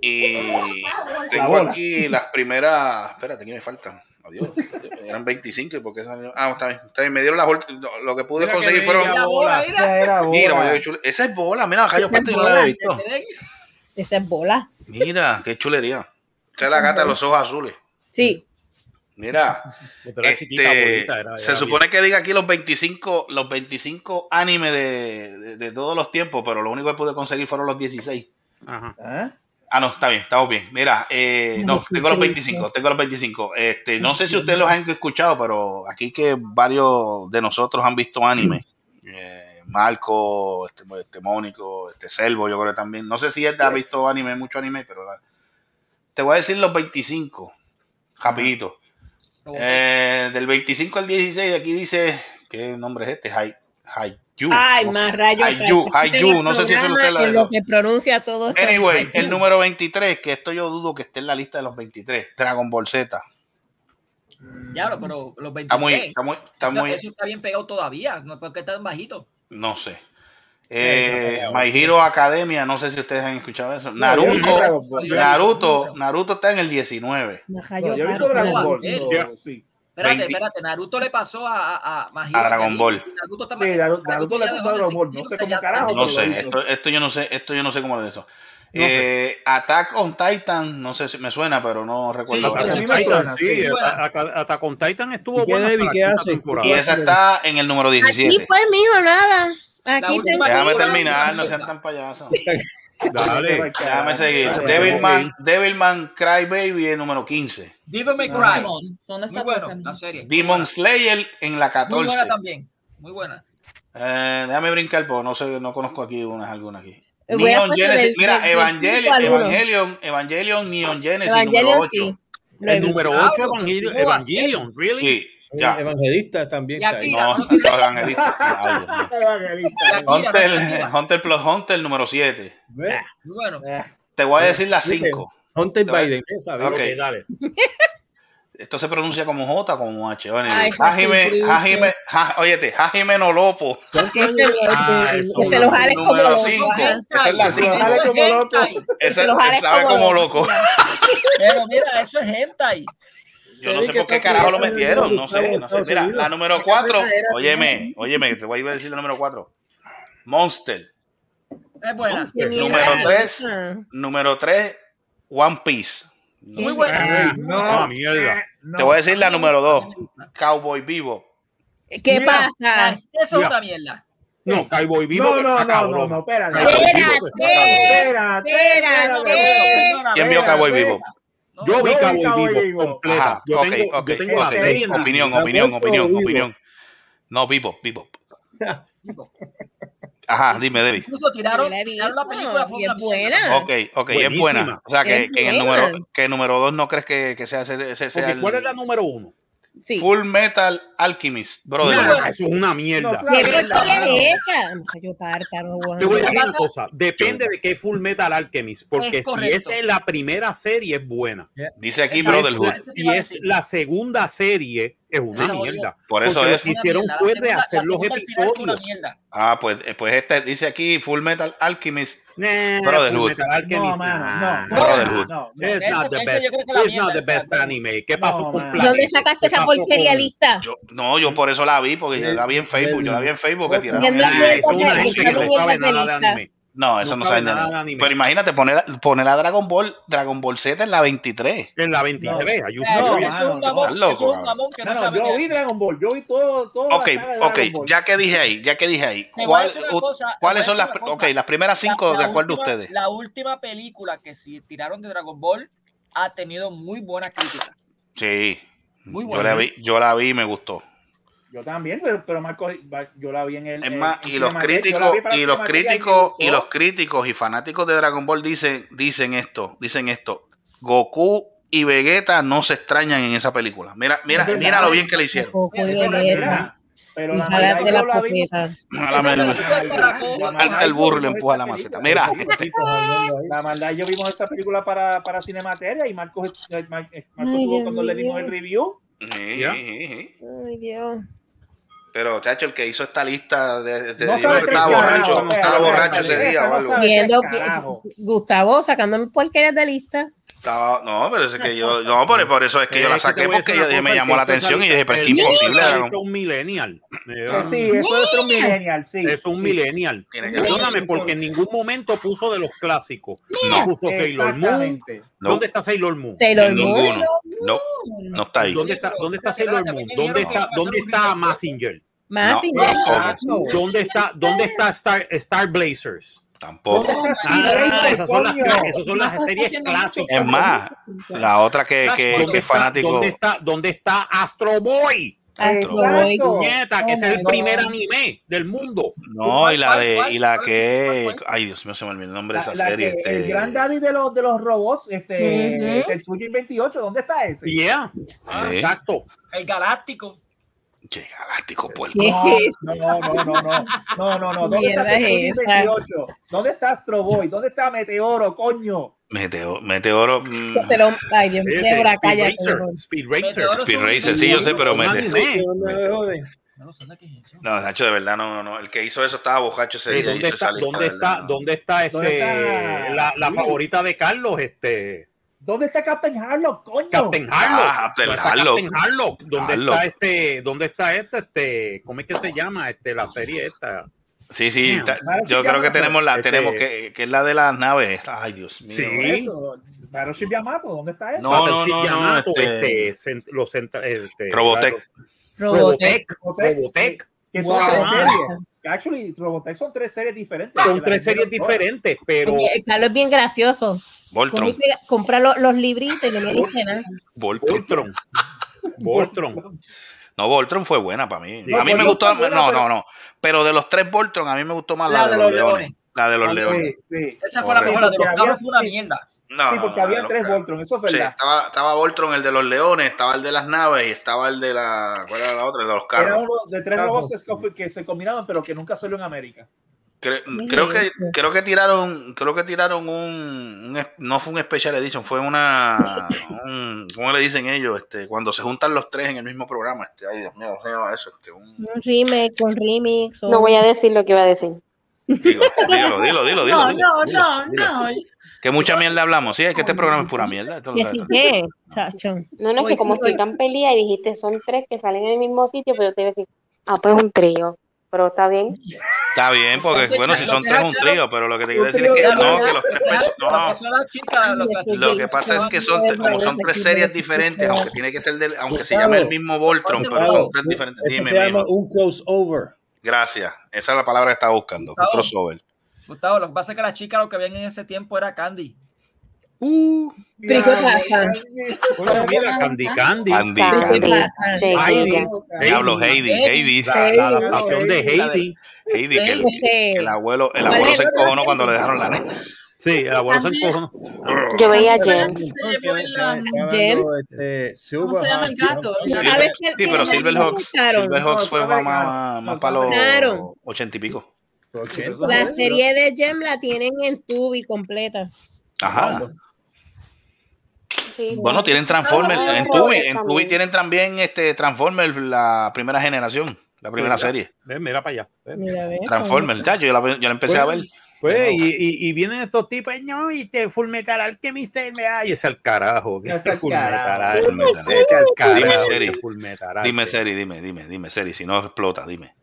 E: Y tengo
K: bola.
E: aquí las primeras, espérate, aquí me faltan. Adiós. Eran 25 y por qué salió. Ah, está bien, está bien, Me dieron las últimas. Lo que pude
B: Mira que
E: conseguir
B: bella
E: fueron.
B: bola,
E: Mira,
D: era
E: Mira,
D: bola.
E: vaya, qué chule- Esa es bola, mira,
H: Esa
E: Jayo
H: es
E: Pato, yo no la
H: bola.
E: había visto.
H: Esa es bola.
E: Mira, qué chulería. Esa es la gata de los ojos azules.
H: Sí.
E: Mira,
B: Pero era chiquita,
E: este,
B: bonita, era- era
E: se
B: bien.
E: supone que diga aquí los 25, los 25 animes de, de- de todos los tiempos, pero lo único que pude conseguir fueron los 16.
D: ¿eh?
E: Ah, no, está bien, estamos bien. Mira, eh, no, tengo los 25, tengo los 25. Este, no sé si ustedes los han escuchado, pero aquí que varios de nosotros han visto anime. Eh, Marco, este, este Mónico, este Selvo, yo creo que también. No sé si él ha visto anime, mucho anime, pero la- te voy a decir los 25, rapidito.
H: Ah,
E: Eh, del 25 al 16, aquí dice, ¿qué nombre es este? Hay, Hayu.
H: Ay,
E: No sé.
H: más rayos.
E: Hayu, Hayu, no sé si eso usted la
H: es lo que pronuncia todo eso.
E: Anyway, el número 23, que esto yo dudo que esté en la lista de los 23, Dragon Ball Z.
G: Diablo, pero los 23.
E: Está muy, está muy, está
G: No,
E: muy-
G: Eso está bien pegado todavía. No, ¿Por qué tan bajito?
E: no sé. Eh, My Hero Academia, no sé si ustedes han escuchado eso. Naruto,
D: Dragon Ball.
E: Naruto, Naruto está en el 19.
D: No, yo he visto Dragon Ball.
G: Él.
D: no, sí.
G: Espérate,
E: 20.
G: espérate. Naruto le pasó a, a, a Majiro,
E: A Dragon
G: que
E: Ball.
G: ahí Naruto está
D: Sí, Naruto, Naruto le
G: ya
D: puso a
G: dejó de
D: Dragon Ball, no sé cómo carajo.
E: No
D: pero lo
E: sé,
D: hizo.
E: esto, esto yo no sé, esto yo no sé cómo es eso.
D: No
E: Eh, Attack on Titan, no sé si me suena, pero no recuerdo.
B: Hasta con Titan, sí, hasta- hasta con Titan estuvo
E: qué,
B: buena
E: Debbie,
B: hasta
E: qué
B: la quinta
E: hace?
B: temporada.
E: Y esa está en el número
H: Aquí
E: 17.
H: pues, mijo, nada. Aquí
E: [LAUGHS]
H: tengo.
E: Déjame terminar, no sean tan payasos. Dale. Déjame seguir. Devilman, Devilman Crybaby es número 15.
G: Devil May Cry. ¿Dónde está Muy bueno, la serie.
E: Demon Slayer en la
G: Muy
E: 14.
G: buena también. Muy buena.
E: Eh, déjame brincar, porque no sé, no conozco aquí unas algunas aquí.
G: Eh, voy a
E: Neon
G: poner
E: Genesis,
G: del-
E: mira,
G: del- del cinco
E: Evangelion,
G: al uno.
E: Evangelion, Evangelion, Neon Genesis,
H: Evangelion,
E: número 8.
H: sí.
B: El número 8, Evangelion, Evangelion, really?
E: Sí, ya.
L: eh, Evangelista también está ahí.
E: No, los evangelistas. Ay, Dios mío. Hunter, Hunter plus Hunter, número 7.
G: Muy bueno.
E: Te voy a decir las 5.
L: Hunter
E: Te voy a-
L: Biden, ¿eh? ¿sabes?
E: Ok, dale. Esto se pronuncia como J, como H. Bueno,
L: Ay,
E: Hajime,
L: Jesucristo.
E: Hajime, ja- óyete, Hajime no lopo.
H: este
E: Ah, eso,
H: Que se lo jales como
E: número
H: loco,
E: cinco.
H: ajá.
E: Esa es la
H: Que se lo
E: 5.
H: jale como loco. Que se
E: Esa,
H: lo jale
E: él sabe
H: como
E: como
H: loco.
E: loco.
G: Pero mira, eso es hentai.
E: Yo no sé por qué carajo lo metieron, no sé, no sé. Mira, la número 4,
G: verdadera,
E: óyeme, óyeme, te voy a decir la número 4. Monster.
G: Es buena.
E: Número 3, número 3, One Piece.
G: Muy buena.
E: Ah,
D: eh,
E: mierda. Te voy a decir la número 2, Cowboy Vivo.
H: ¿Qué pasa?
G: Eso es una
E: Mira.
G: mierda.
B: No, Cowboy Vivo.
E: No, no,
B: está
E: no, no,
B: cabrón.
E: no,
B: espérate.
E: ¿Quién vio Cowboy Vivo?
B: Yo vi Cowboy Vivo
E: Ajá,
B: completa. Yo
E: ok,
B: tengo,
E: ok,
B: yo tengo la
E: ok.
B: serie en la-
E: Opinión,
B: la
E: opinión,
B: puesto
E: opinión,
B: Vivo.
E: opinión. No, Vivo, Vivo. Ajá, dime, Debbie.
G: Incluso tiraron, tiraron la película por una buena.
E: Ok, ok, es buena. O sea, que,
G: Es
E: que en el
G: buena.
E: número, que el número 2 no crees que, que sea ese, ese sea
B: Porque
E: el-
B: ¿Cuál es la número uno?
E: Full Metal Alchemist, brother.
B: Nah, eso es una mierda.
H: ¿Qué porquería es esa? Yo pártaro,
B: Te voy a
H: guau.
B: decir una cosa. Depende de qué Full Metal Alchemist. Porque
H: Es
B: si
H: correcto.
B: esa es la primera serie, es buena.
E: Dice aquí
B: Si es
E: Brotherhood.
B: la- Si es la segunda serie, es una
E: Sí.
B: mierda.
E: Por eso
B: Porque
E: es-
B: Lo que hicieron
G: La
B: fue
G: segunda- la
B: rehacer los
G: segunda al final fue una
B: episodios.
G: mierda.
E: Ah, pues, eh, pues este dice aquí Full Metal Alchemist,
B: Nah, pues, Full
E: Brotherhood.
B: Metal Alchemist, nah.
E: no, Brotherhood.
D: no,
G: no.
B: It's
G: Ese-
B: not the
G: ese
B: best.
G: yo creo que la
B: It's not
G: mierda,
B: the best anime. ¿Qué pasó con Planet?
H: ¿Dónde sacaste esa porquería lista?
E: Yo, no, yo por eso la vi, porque yo la vi en Facebook. Yo la vi en Facebook que tiraron.
H: Yo no
E: Ah,
H: quiero
E: eso es una
H: que-
E: gente
H: yo
E: que
H: no
E: no
H: quiero
E: sabe
H: que
E: nada de
H: lista.
E: anime. No, eso no,
B: No sabe
E: sabe nada,
B: nada de anime.
E: Pero imagínate, poner, la- poner la Dragon Ball, Dragon Ball Z en la 23.
B: En la 23,
E: ayúdame.
D: No,
G: Ah,
D: mano, no.
E: Estás loco, cabrón.
D: No, no, yo vi Dragon Ball, yo vi todo, todo.
E: Ok, ok, ya que dije ahí, ya que dije ahí,
G: Te voy a
E: ¿cuál-
G: decir una
E: u-
G: cosa, te
E: ¿cuáles
G: voy a
E: son las,
G: decir una
E: ok,
G: cosa.
E: las primeras cinco de acuerdo
G: última,
E: a ustedes?
G: La última película que si tiraron de Dragon Ball ha tenido muy buena crítica.
E: Sí,
G: Muy
E: yo
G: buena.
E: la vi, yo la vi y me gustó.
D: Yo también, pero, pero Marco, yo la vi en el.
E: Es más,
D: en
E: y los
D: Cinemateca, Eh, yo
E: críticos,
D: la vi para
E: y los
D: Cinemateca
E: críticos,
D: me
E: y los críticos y fanáticos de Dragon Ball dicen, dicen esto, dicen esto. Goku y Vegeta no se extrañan en esa película. Mira, mira,
D: Es verdad. eh.
E: mira lo bien que le
D: [LAUGHS]
E: hicieron.
D: Pero la
H: Ojalá
D: verdad,
H: te la
D: yo la vi-
H: profeta.
E: A la mera- Alta el burro y le empuja la maceta. Mira,
D: [LAUGHS]
E: este,
D: La maldad, yo vimos esta película para, para Cinemateria y Marcos, eh, Mar- eh, Marcos
H: Ay,
D: estuvo
H: Dios
D: cuando le dimos
H: mío.
D: el review.
E: sí,
B: Ya.
E: sí, sí.
H: Ay, Dios.
E: Pero, chacho, el que hizo esta lista de, de-
D: No
E: yo creo
D: sabe
E: que estaba
D: tres
E: borracho,
D: carajos,
E: estaba
D: espera,
E: borracho
D: espera,
E: ese día o algo.
H: Viendo que-
D: Carajo.
H: Gustavo sacándome porquerías de lista.
E: Estaba- no, pero es que yo, no, por, por eso es que yo
B: Eh,
E: la saqué porque yo dije, me llamó la atención y dije, pero es que imposible. Dragon
B: Es un millennial. Eh, ah,
D: Sí, eso es un millennial, sí.
B: Es un
D: Sí.
B: millennial.
E: Tiene que-
B: Perdóname, porque en ningún momento puso de los clásicos. No puso Sailor Moon.
D: Exactamente.
B: ¿Dónde está Sailor Moon?
H: Sailor Moon.
E: Ninguno. No, no está ahí.
B: ¿Dónde está, dónde está Sailor Moon? ¿Dónde está, dónde está Massinger?
H: Más
E: No,
B: ¿Cómo? ¿Dónde está, dónde está Star, Star Blazers?
E: Tampoco.
B: Ah, esas son las,
D: coño?
B: esas son las series clásicas.
E: Es más, la otra que, que, que
B: Ah, ¿Dónde
E: es
B: está-
E: fanático.
B: ¿Dónde está, dónde está Astro Boy?
H: Astro
B: Boy,
H: Boy.
B: puñeta, que
H: Oh
B: ese es
H: my
B: el
H: God.
B: primer anime del mundo.
E: No, y la de, y la que. Ay, Dios mío, se me olvidó el nombre de
D: La-
E: esa
D: la que-
E: serie.
D: El
E: este,
D: gran daddy de los, de los robots, este,
E: Ujú.
D: el Fujin 28, ¿dónde está ese?
B: Yeah.
E: Ah, Sí.
B: exacto.
G: El Galáctico.
E: Che, galáctico, puerco.
D: Ah, No, no, no, no, no, no, no, no. ¿Dónde
H: Mierda
D: está el
H: es
D: Fujin
H: esa.
D: 28? ¿Dónde está Astro Boy? ¿Dónde está Meteoro, coño?
E: Meteo- meteoro. mm,
H: Se lo- Ay, Dios mío,
B: Ese,
H: ahora
B: Speed
H: cállate.
B: Racer,
H: Lord.
B: Speed Racer.
E: Speed Racer, sí, yo sé, pero
B: Un
E: Meteo.
B: anime.
E: [LAUGHS] No, Nacho, de verdad, no, no, no. El que hizo eso estaba bojacho ese
B: Eh,
E: día.
B: ¿Dónde
E: hizo
B: está,
E: esa lista,
B: dónde
E: de
B: está,
E: verdad, no.
B: dónde está este,
D: ¿Dónde está?
B: la, la favorita de Carlos, este,
D: ¿Dónde está Captain Harlock, coño?
B: Captain Harlock?
E: Ah, Captain
B: ¿Dónde está
E: Harlock.
B: Captain Harlock? ¿Dónde
E: Harlock.
B: está este, dónde está este, este, cómo es que se llama, este, la serie esta?
E: Sí, sí,
B: Damn.
E: está- yo creo que tenemos la, tenemos que, que es la de las naves. Ay, Dios mío.
B: Este Sí.
D: Eso, Battleship Yamato, ¿dónde está eso?
E: No, no,
B: Battleship
E: no, no,
B: Yamato,
E: este-
B: este, cent- los centra- este,
E: Robotech.
B: Robotech. Robotech.
D: Que son
B: Wow.
D: tres series. Actually, Robotech son tres series diferentes.
B: Son tres series diferentes, pero.
H: Oye, Carlos es bien gracioso.
B: Voltron.
H: Como dice, Compra lo- los libritos y no le dice nada.
B: [LAUGHS]
E: Voltron.
B: Voltron.
E: No, Voltron fue buena para mí.
B: Sí,
E: a mí me
B: Voltron
E: gustó.
B: fue buena,
E: no,
B: pero-
E: no, no. Pero de los tres Voltron, a mí me gustó más la, de, los leones. La de
G: Ah,
E: los leones.
G: Esa fue la mejor. La de los
D: Porque
G: carros
D: había-
G: fue una mierda.
E: No,
D: sí,
E: no,
D: porque
E: no,
D: había
E: no.
D: tres Voltron, eso es
E: Ah, Sí,
D: verdad.
E: estaba, estaba Voltron, el de los leones, estaba el de las naves y estaba el de la. ¿Cuál era la otra? El de los
D: Era
E: carros.
D: uno de tres
E: Carros.
D: robots que se co- que se combinaban, pero que nunca salió en América.
E: Cre-
D: Muy
E: creo que
D: bien.
E: creo que tiraron creo que tiraron un, un es- no fue un special edition fue una un- cómo le dicen ellos este cuando se juntan los tres en el mismo programa este ay Dios mío ¿cómo se llama eso este, un-
H: Un remake, un remix.
I: No voy a decir lo que iba a decir.
E: digo, [LAUGHS] dilo dilo dilo dilo,
I: No,
E: dilo,
I: no,
E: dilo,
I: no,
E: dilo. que mucha mierda hablamos sí es que este programa es pura mierda esto lo- esto-
I: No, no, es
H: Uy,
I: que como
H: sí, uy.
I: explican pelea y dijiste son tres que salen en el mismo sitio, pero yo te iba a decir, ah, pues un trío. Pero está bien.
E: está bien porque bueno si son tres es un trío pero lo que te quiero decir es que no que los tres perso- no Lo que pasa es que son, como son tres series diferentes, aunque tiene que ser del, aunque se llame el mismo Voltron, pero son tres diferentes.
J: Eso
E: Dime,
J: se llama
E: Mima.
J: un crossover.
E: Gracias. Esa es la palabra que estaba buscando. Un crossover.
G: Gustavo, lo que pasa es que la chica lo que habían en ese tiempo era Candy.
E: Uh,
B: Bueno, mira, Candy Candy.
E: Candy, Candy.
B: Heidi.
E: Diablo, Heidi, Heidi.
B: La, la adaptación de Heidi.
E: Heidi, que el,
H: Este,
E: que el abuelo, el abuelo se encojonó cuando le dejaron la nena.
B: Sí, el abuelo se encojonó.
I: Yo veía a James.
H: Jem.
J: Hablando, este,
I: ¿Cómo se llama el gato?
H: ¿Sabes que-
E: Sí,
H: que
E: pero
H: la
E: Silverhawks,
H: sacaron?
E: Silverhawks fue más, más, para los
H: Claro.
E: ochenta y pico.
H: La serie de Gem la tienen en Tubi completa.
E: Ajá. Bueno, tienen Transformers. En Tubi, en Tubi tienen también este Transformers, la primera generación, la primera
B: Sí, mira.
E: serie.
B: Ven, mira para allá. Ven.
E: Transformers, ya, yo la, yo la empecé a ver.
B: Pues, y, y, y vienen estos tipos, no, y te full metal alchemist, y me ay, es al carajo. que
E: Es al
B: full
E: carajo.
B: metal,
E: Full metal.
B: vete al
E: Dime
B: carajo,
E: serie.
B: full metal.
E: Dime, Seri, dime, dime, dime, Seri, si no explota, dime.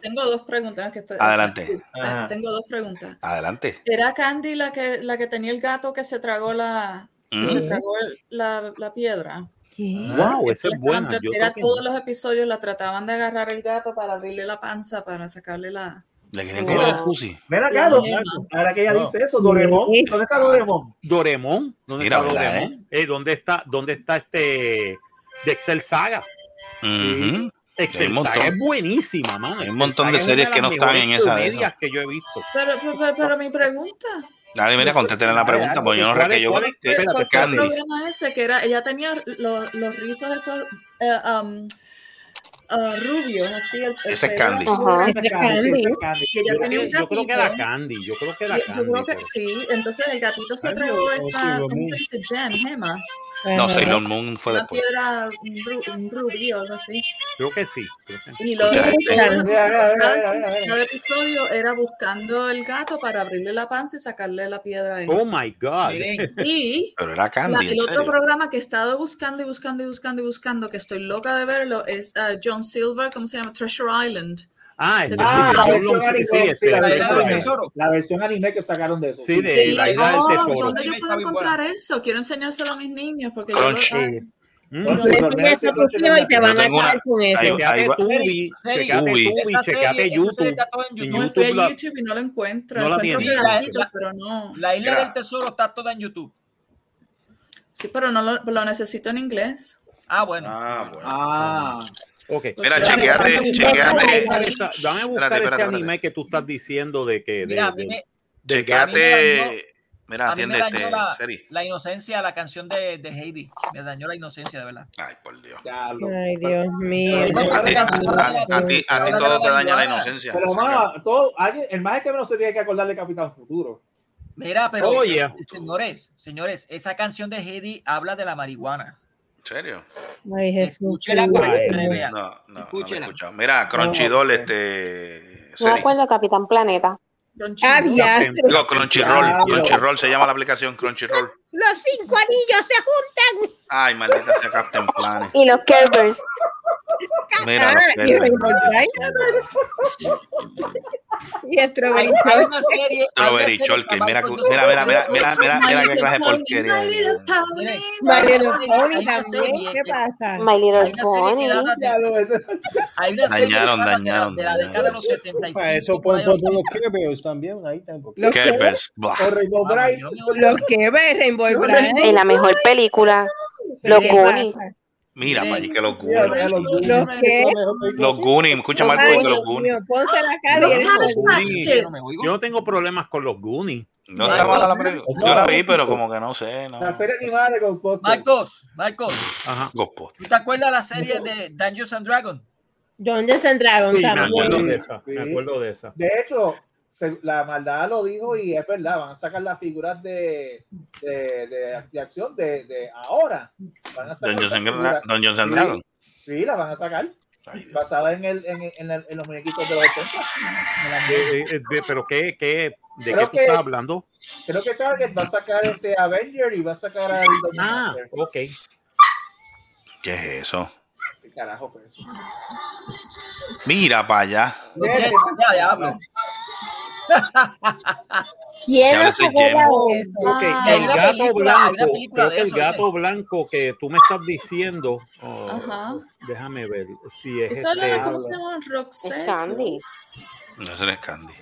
F: Tengo dos preguntas que estoy-
E: Adelante.
F: Ah, Tengo dos preguntas.
E: Adelante.
F: ¿Era Candy la que, la que tenía el gato que se tragó la, que se
E: Mm.
F: tragó el- la, la piedra?
B: Wow, esa es buena.
F: Antes
B: Yo
F: Ah, era
B: creo que-
F: todos los episodios la trataban de agarrar el gato para abrirle la panza, para sacarle la...
E: Le
D: querían
E: comer
D: el
E: pussy.
D: Ven acá, Don- ahora que ella dice eso, Doremón. ¿Dónde está Doremón?
B: Doremon. ¿Dónde
E: Mira,
B: está
E: ¿verdad,
B: Doremon? Eh, ¿dónde, está, ¿Dónde está este Dexel Saga?
E: Ujú. Hay
B: Excel
E: un
B: Saga es
E: montón.
B: buenísima, mano.
E: Hay un
B: Excel
E: montón
B: Saga
E: de
B: es
E: series
B: una
E: que
B: las
E: no están en
B: mejores
E: esa de
B: comedias que yo he visto.
F: Pero, pero, pero mi pregunta,
E: Dale, mira, contéstale la pregunta, porque yo no recuerdo que yo.
B: ¿Cuál es- cuál es-
E: que-
B: espérate,
E: que Candy.
F: el programa ese que era, ella tenía los, los rizos esos eh, um, ah, rubios, así. El, el
E: Ese es
F: pelo
E: Candy.
F: rubio.
B: Ajá. Ese es Candy, ese es Candy.
F: Y ella tenía un
B: Yo creo que era
F: gatito.
B: Candy. Yo creo que
F: Yo,
B: era
F: yo
B: Candy.
F: creo que sí. Entonces el gatito
B: pues.
F: se
B: Ay,
F: tragó
B: Dios,
F: esa,
B: Dios
F: ¿cómo
B: mío.
F: se dice? Gem, gema.
E: No, Sailor Moon fue
F: Una
E: después.
B: pues.
F: piedra, un ru- un rubí o algo así.
B: Creo que sí. creo que sí.
F: Y lo-
E: Ya, este-
F: cada,
B: Mira, mira, mira, mira, mira,
F: episodio,
B: mira.
F: cada episodio era buscando el gato para abrirle la panza y sacarle la piedra ahí.
B: Oh ah, my God.
F: Y
E: Pero era
F: La-
E: Candy,
F: el
E: en
F: otro
E: serio.
F: programa que he estado buscando y buscando y buscando y buscando, que estoy loca de verlo, es ah, John Silver, ¿cómo se llama? Treasure Island.
B: Ah,
F: el-
D: Ah,
F: Ah,
D: la
F: John
D: versión
F: Long-
D: anime,
F: sí, este,
D: sí, la
F: la
D: versión
F: isla del
D: anime.
F: tesoro.
D: La versión anime que sacaron de eso.
B: Sí, de este la isla del
F: Oh,
B: tesoro.
F: ¿Dónde yo puedo encontrar eso? Quiero enseñárselo a mis niños porque yo lo- ah,
B: Crunchy. Mm.
F: Yo
H: Entonces, enseñas
F: tengo
H: a tus hijos y te
E: Yo
H: van a
E: tengo una-
H: caer con eso.
E: Ahí- ahí va-
B: Chequeate Tubi,
G: serie,
B: chequeate
E: Tubi.
B: Tubi,
G: Esa
B: chequeate
G: serie, esa serie
B: YouTube.
G: está todo en
B: En
F: no, fui
B: YouTube
F: a
B: la-
F: YouTube y no lo encuentro.
B: no la
F: encuentro
B: tiene.
F: pedacitos, pero no.
G: La isla
B: Mira.
G: del tesoro está toda en YouTube.
F: Sí, pero no lo, lo necesito en inglés.
G: Ah, bueno.
E: Ah, bueno.
D: Ah.
B: Ok.
F: pues
E: Mira, chequeate,
B: Dame-
E: chequeate.
B: Dame a buscar esa- dame a buscar
E: Espérate,
B: ese
E: espérate,
B: anime que tú estás diciendo de que. De,
G: Mira, a mí
B: de-
G: me-
B: de-
G: a mí me
E: Chequeate. Mira,
G: A mí me
E: atiende
G: dañó
E: este,
G: la,
E: Seri.
G: la inocencia, la canción de, de Heidi. Me dañó la inocencia, de verdad.
E: Ay, por Dios.
H: Ay, Dios mío.
E: A ti, a- a ti- a ti todo te daña la inocencia.
D: Pero, mamá, todo, alguien- el más que menos se tiene que acordar de Capitán Futuro.
G: Mira, pero eh,
D: Oh, yeah.
G: señores, señores, esa canción de Heidi habla de la marihuana.
E: ¿En serio?
H: Ay, Jesús.
G: Escúchela para que
E: No,
G: ustedes vean.
E: no, no, lo he
G: Escúchela.
E: escuchado. Mira, Crunchyroll, este.
I: No me
E: Seri.
I: acuerdo de Capitán Planeta.
E: Digo, Crunchyroll,
H: Claro.
E: Crunchyroll se llama la aplicación Crunchyroll.
H: Los cinco anillos se juntan.
E: Ay, maldita sea Captain Planet.
I: Y los Kervers.
E: Mira,
H: Y el Strawberry
G: Hay
H: Shortcake.
G: una serie.
E: Strawberry Shortcake, mira, mira, mira, mira, mira, mira, mira qué clase de porquería.
F: My Little Pony.
G: Hay
H: My Little Pony
G: una
H: también,
G: serie
H: ¿qué
G: que-
H: pasa?
I: My Little Pony.
G: serie que data de- Hay una serie
E: Dañaron,
G: que data
E: dañaron,
G: De la de la década de los 75.
L: Para eso pon, pon unos Kerberos también ahí también.
H: Los
E: Qué
H: que-
E: pers- Buah.
G: Ah,
H: Los que ve Rainbow
F: Los
H: Bright.
I: En la mejor película, Los
H: ¿Qué
I: Goonies.
H: pasa?
E: Mira, Mike, que los Goonies.
H: ¿Los qué?
E: Los Goonies, escucha Marco
H: Ay,
E: dice los
H: Dios
E: Goonies.
H: mío, pónsela acá
F: Los
H: y eres
F: Cabbage
H: joven.
F: Patch
B: Goonies.
F: Kids.
B: Yo no tengo problemas con los Goonies.
E: No está mala la película. Yo la vi, pero como que no sé. No.
D: La serie animada de Ghostbusters.
G: Marcos, Marcos,
B: Ajá.
E: Gospo.
G: ¿tú te acuerdas la serie de Dungeons and Dragons?
H: ¿Dónde es el dragón
B: Sí, me
H: también?
B: acuerdo
D: Sí,
B: de esa. Me
D: sí.
B: acuerdo de esa.
D: De hecho, se- la maldad lo dijo y es verdad, van a sacar las figuras de, de, de, de acción de, de ahora. Van a sacar
E: Don Johnson
D: las figuras. Sí,
E: Dragon.
D: Sí, las van a sacar. Basada en, el, en, en, el- en los muñequitos de los 80. Me la-
B: Eh, eh, eh, de- pero qué, qué, ¿de qué
D: Creo
B: tú
D: que-
B: estás hablando?
D: Creo que Target va a sacar este Avenger y va a sacar al
B: Ah,
D: Dominator.
B: ok.
E: ¿Qué es eso?
D: ¿Qué carajo fue eso?
E: Mira para allá.
G: Los Jets, Ya, diablo.
H: ¿Quién
E: Ya
H: no
E: ese
H: se juega
E: Jem.
L: Este,
H: eso?
B: Ok,
F: Ah.
B: el
G: Hay una
B: gato
G: película- hay una
B: blanco,
G: película
B: creo
G: de
B: que el
G: eso,
B: gato
G: ¿sí?
B: blanco que tú me estás diciendo, oh,
F: Ajá.
B: déjame ver si es
F: Eso no
B: este-
F: era como se llama Roxanne.
I: Es Candy.
E: No se le Candy.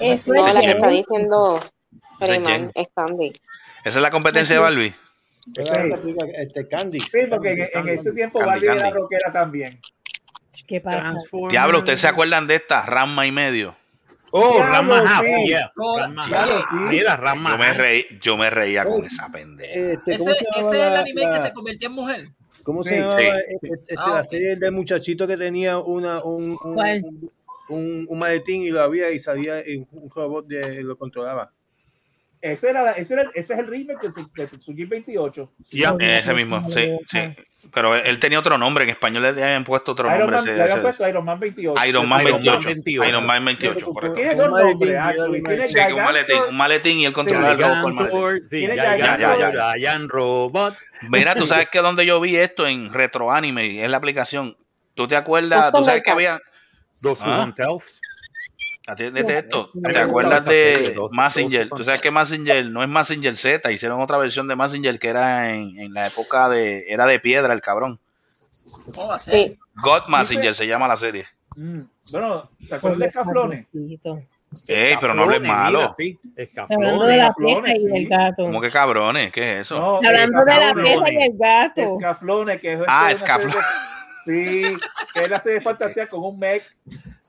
H: Eso
I: No,
H: es
I: la que
E: Jen.
I: está diciendo
E: Ese es
I: Freeman
E: Jen.
I: es Candy.
E: Esa es la competencia de Barbie.
L: Este Candy.
D: Sí, porque en, en ese tiempo
E: Candy,
D: Barbie era
E: Candy.
D: rockera también.
H: ¿Qué pasa?
B: Transformers.
E: Diablo, ¿ustedes se acuerdan de esta? Rama y medio.
B: Oh,
D: Diablo,
B: Rama Half,
D: sí.
B: yeah.
G: No,
B: Rama
D: Claro,
B: Half.
D: sí.
B: Mira, Rama
E: Yo me,
B: Half.
E: reí, yo me reía con esa pendeja.
L: Este,
G: Ese,
L: ¿Cómo se
G: ese es
L: llamaba?
G: el
L: la-
G: anime que
L: la-
G: se convirtió en mujer.
L: ¿Cómo
D: Sí,
L: se llamaba
E: sí.
L: eh, este,
G: Ah,
L: la
G: ok.
L: serie del muchachito que tenía una, un, un,
H: ¿Cuál?
L: un, un- un maletín y lo había y salía y un robot de, lo controlaba?
D: Ese, era, ese, era, ese es el remake de, Tsu- de Tsuki 28.
B: Yeah.
E: eh, Ese mismo, sí, sí. Pero él tenía otro nombre. En español le habían puesto otro
D: Iron
E: nombre.
D: Man,
E: ese-
D: le habían
E: ese-
D: puesto Iron Man 28.
E: Iron Man
B: Iron Man
E: 28.
B: 28.
E: Iron Man 28, correcto.
D: Tiene dos
L: Un maletín,
D: nombres,
L: mira,
D: actually.
L: un
D: Tiene
E: Sí, que un maletín,
D: Gargantor-
E: un maletín y él controlaba el robot con el maletín.
B: Gigantor, sí,
D: Tiene
E: Gigantor.
B: Gigantor, Giant Robot.
E: Mira, tú sabes que donde yo vi esto en retroanime, es la aplicación. ¿Tú te acuerdas? ¿Tú sabes que había?
B: Dos
E: Ah.
B: Huntels.
E: Atiéndete esto.
B: Me
E: ¿Te
B: gustaba
E: acuerdas
B: esa serie,
E: de
B: dos-
E: Massinger?
B: dos-
E: Tú sabes que Massinger no es Massinger Z, hicieron otra versión de Massinger que era en, en la época de. Era de piedra el cabrón.
G: ¿Cómo Oh, va a ser?
I: Sí,
E: God Massinger se llama la serie.
D: Mm, Bueno, ¿se acuerdan de Escaflones?
E: Ey, pero no hables
B: Escaflones,
E: malo.
B: mira, sí,
H: Hablando
B: escaflones.
H: de la
D: Flores,
H: pieja y
D: sí.
H: el gato.
E: ¿Cómo que cabrones? ¿Qué es eso?
D: No,
H: Hablando de la
D: Escaflones.
H: pieja y el gato.
D: Escaflones, que es
E: Ah,
D: una serie
E: Escaflones.
D: de- Sí, que
E: [LAUGHS]
D: él hace de fantasía con un mech.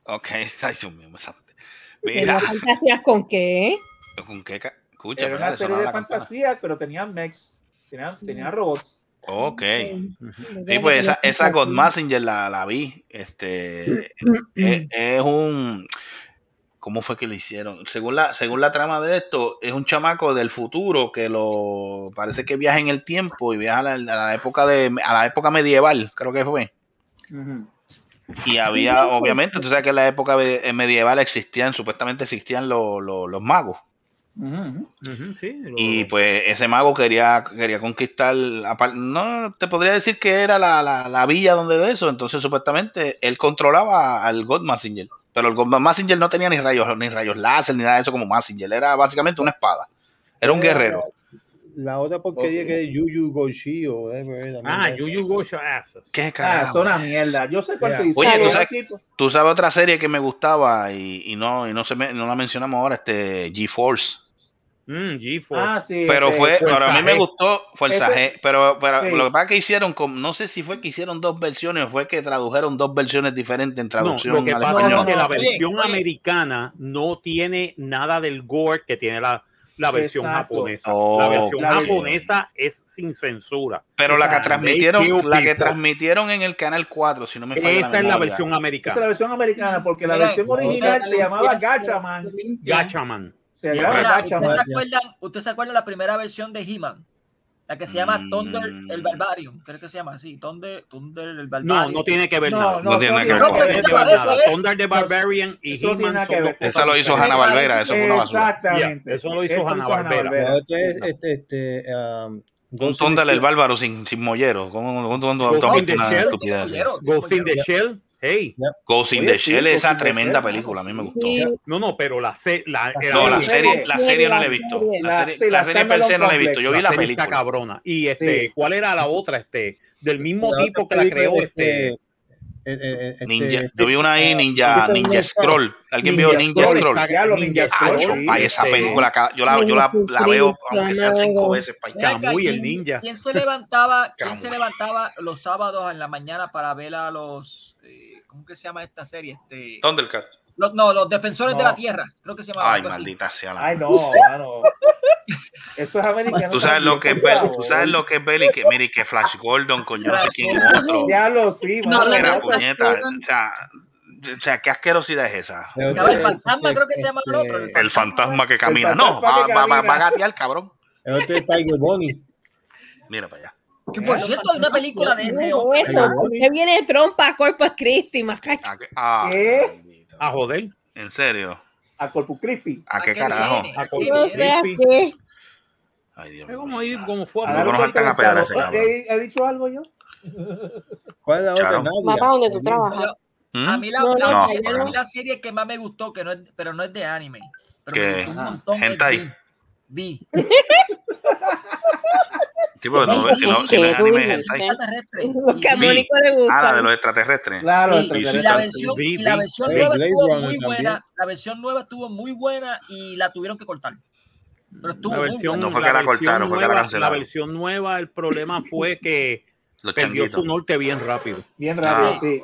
E: Ok, [LAUGHS] ay, Dios mío, me salte.
H: ¿Pero
E: Mira,
H: las fantasías con qué?
E: [LAUGHS] ¿con qué? ca- Escucha,
D: Era
E: espérate,
D: una serie
E: sonaba
D: de
E: la campana.
D: fantasía, pero tenía mechs. Tenía, tenía robots.
E: Ok. Sí,
H: Sí,
E: pues esa, esa God Massinger la, la vi. Este
H: Mm.
E: es, es un. ¿Cómo fue que lo hicieron? Según la, según la trama de esto, es un chamaco del futuro que lo parece que viaja en el tiempo y viaja a la, a la época de a la época medieval, creo que fue. Y había, obviamente, tú sabes que en la época de- medieval existían, supuestamente existían los, los- los magos.
B: Ujú, sí, lo-
E: Y pues ese mago quería, quería conquistar, apar- no te podría decir que era la, la- la villa donde de eso, entonces supuestamente él controlaba al God Massinger, pero el God Massinger no tenía ni rayos, ni rayos láser, ni nada de eso como Massinger, era básicamente una espada, era un guerrero.
L: La otra porquería que es Yuyu Goshi o whatever, la
B: Ah,
L: mierda.
B: Yuyu Gosha. ah, eso.
E: ¿Qué
D: Ah,
E: carajo?
D: son una mierda. Yo sé cuál
L: Yeah.
D: te dice.
E: Oye,
D: pero
E: tú
D: era
E: sabes-
D: tipo-
E: Tú sabes otra serie que me gustaba y, y no, y no, se me- no la mencionamos ahora, este G-Force.
B: Mm, G-Force.
D: Ah, sí.
E: Pero
D: este,
E: fue,
B: Fuerza
E: pero a mí me
B: G.
E: gustó Fuerza
D: Ese-
E: G. Pero, pero
D: sí.
E: lo que pasa es que hicieron, con- no sé si fue que hicieron dos versiones o fue que tradujeron dos versiones diferentes en
B: No,
E: traducción
B: lo que
E: al
B: pasa
E: español.
B: es que la
G: Oye,
B: versión
G: oye.
B: americana no tiene nada del gore que tiene la, la versión
D: Exacto.
B: japonesa.
E: Oh,
B: la versión
D: la versión.
B: japonesa es sin censura.
E: pero la que
B: Exacto. They
E: transmitieron,
B: kill
E: la que
B: people.
E: transmitieron en el canal 4, si no me falla la
B: Esa es la
E: memoria.
B: versión
D: esa es la
B: americana.
D: versión americana, porque la
G: Mira,
D: versión
G: no,
D: original
G: no,
D: se
G: no,
D: llamaba
G: no,
D: Gachaman.
B: Gachaman.
D: Se
B: Mira,
D: llamaba
G: Mira, ¿ustedes se
D: Gachaman.
G: acuerdan- ¿Ustedes se acuerdan la primera versión de He-Man? La que se llama Thunder
B: Mm.
G: el Barbarium. Creo que se llama así. Thunder, Thunder el
B: No,
G: Barbarium.
B: no tiene que ver
D: No,
B: nada.
D: no,
E: No tiene nada que ver
B: No
E: con
G: pero
B: tiene
G: esa-
B: que ver
G: esa
B: nada.
G: es-
B: Thunder the Barbarian y
D: eso no tiene
B: He-Man
D: nada que
B: son
D: ver.
B: dos cosas
E: Esa lo hizo
B: diferentes.
E: Hanna Barbera, Ah, eso fue una basura.
D: Exactamente.
B: Yeah, eso lo hizo Hanna-Barbera.
L: La
D: Hanna-Barbera.
L: otra es este, este, um,
E: Un Thunder el bárbaro sin, sin mollero. ¿Cómo, cómo, cómo
G: Oh,
E: automático una estupidez?
B: Ghost in the Shell. Hey.
E: Ghost in
B: Oye,
E: the
B: sí,
E: Shell,
B: Ghost
E: esa
B: in the
E: tremenda
B: Shell.
E: película, a mí me gustó.
B: No, no, pero la, se- la,
E: No, la serie- la serie no la he visto. La serie- la serie per se no la he visto. Yo vi la
B: serie
E: película.
B: Está cabrona. Y este, ¿cuál era la otra? Este, del mismo
L: La
B: tipo que la
L: otra película,
B: creó
L: este, eh,
B: este.
E: Ninja, yo vi una ahí, Ninja,
B: esa es
E: Ninja
B: una-
E: Scroll. ¿Alguien
B: Ninja
E: vio Ninja
B: Scroll,
E: Scroll?
B: está claro, Ninja Scroll,
E: Acho,
B: sí,
E: pay, esa
B: este-
E: película, ca- yo la, yo la, la veo aunque sean cinco veces. pay.
B: Camuy, el ninja.
G: ¿Quién se levantaba, quién se levantaba los sábados en la mañana para ver a los eh, ¿cómo que se llama esta serie? Este
E: Thundercat.
G: los, no, los defensores
D: No.
G: de la tierra, creo que se llamaba.
E: Ay,
G: algo así.
E: maldita sea la
D: Ay, no, mano. Eso es americano.
E: Tú sabes lo que es Bell, tú sabes lo que es Bell y que, mire, que Flash Gordon con yo no sé quién y otro.
D: Ya lo sí,
E: No,
D: mano.
E: era puñeta. O sea, o sea, qué asquerosidad es esa.
G: Estaba el fantasma, creo que se llama el otro.
E: El fantasma que camina.
G: El
E: no,
G: fantasma
E: va,
G: que
E: va- va-
G: camina.
E: va a gatear, cabrón.
J: El otro es Tiger Bunny.
E: Mira para allá.
G: Que por cierto, hay una película de ese
H: Eso,
G: hombre.
H: ¿por qué viene trompa, Corpus Christi, macacho?
E: Ah,
B: A joder.
E: ¿En serio?
D: A Corpus Christi.
E: ¿A qué carajo?
B: A
H: No
B: Corpus
H: sé
B: Christi.
H: qué.
E: Ay, Dios Ah,
B: Es como ahí, como fue.
E: No, no nos saltan a pegar a ese cabrón.
D: ¿He, he dicho algo yo?
J: ¿Cuál es la otra?
E: Charo.
I: Papá, donde tú trabajas.
G: Yo-
E: ¿Mm?
G: A mí la, la-
I: No,
E: no,
G: la-
E: no, no.
G: la serie que más me gustó, que no es, pero no es de anime. Pero me
E: Que
G: gustó un montón, es
E: hentai.
G: Vi.
E: Sí, porque no, si no, si no es anime, es hentai.
G: Extraterrestre.
H: Los que a
E: Vi.
H: Mónico le
E: Ah, la de
H: gustan.
E: los extraterrestres.
D: Claro,
E: Sí,
G: Y
E: sí,
G: la
E: tan-
G: versión,
E: vi,
G: y la
E: vi.
G: versión
J: Blade
G: nueva estuvo
J: Runner
G: muy
J: también.
G: buena. La versión nueva estuvo muy buena y la tuvieron que cortar. Pero estuvo
B: La
G: muy
B: versión,
G: buena.
E: No fue que la
B: versión
E: cortaron, fue que la
B: nueva-
E: cancelaron.
B: La versión nueva, el
E: [LAUGHS]
B: problema fue que
E: Los
B: perdió
E: changuitos.
B: su norte bien rápido.
D: Bien rápido,
E: Ah.
D: sí.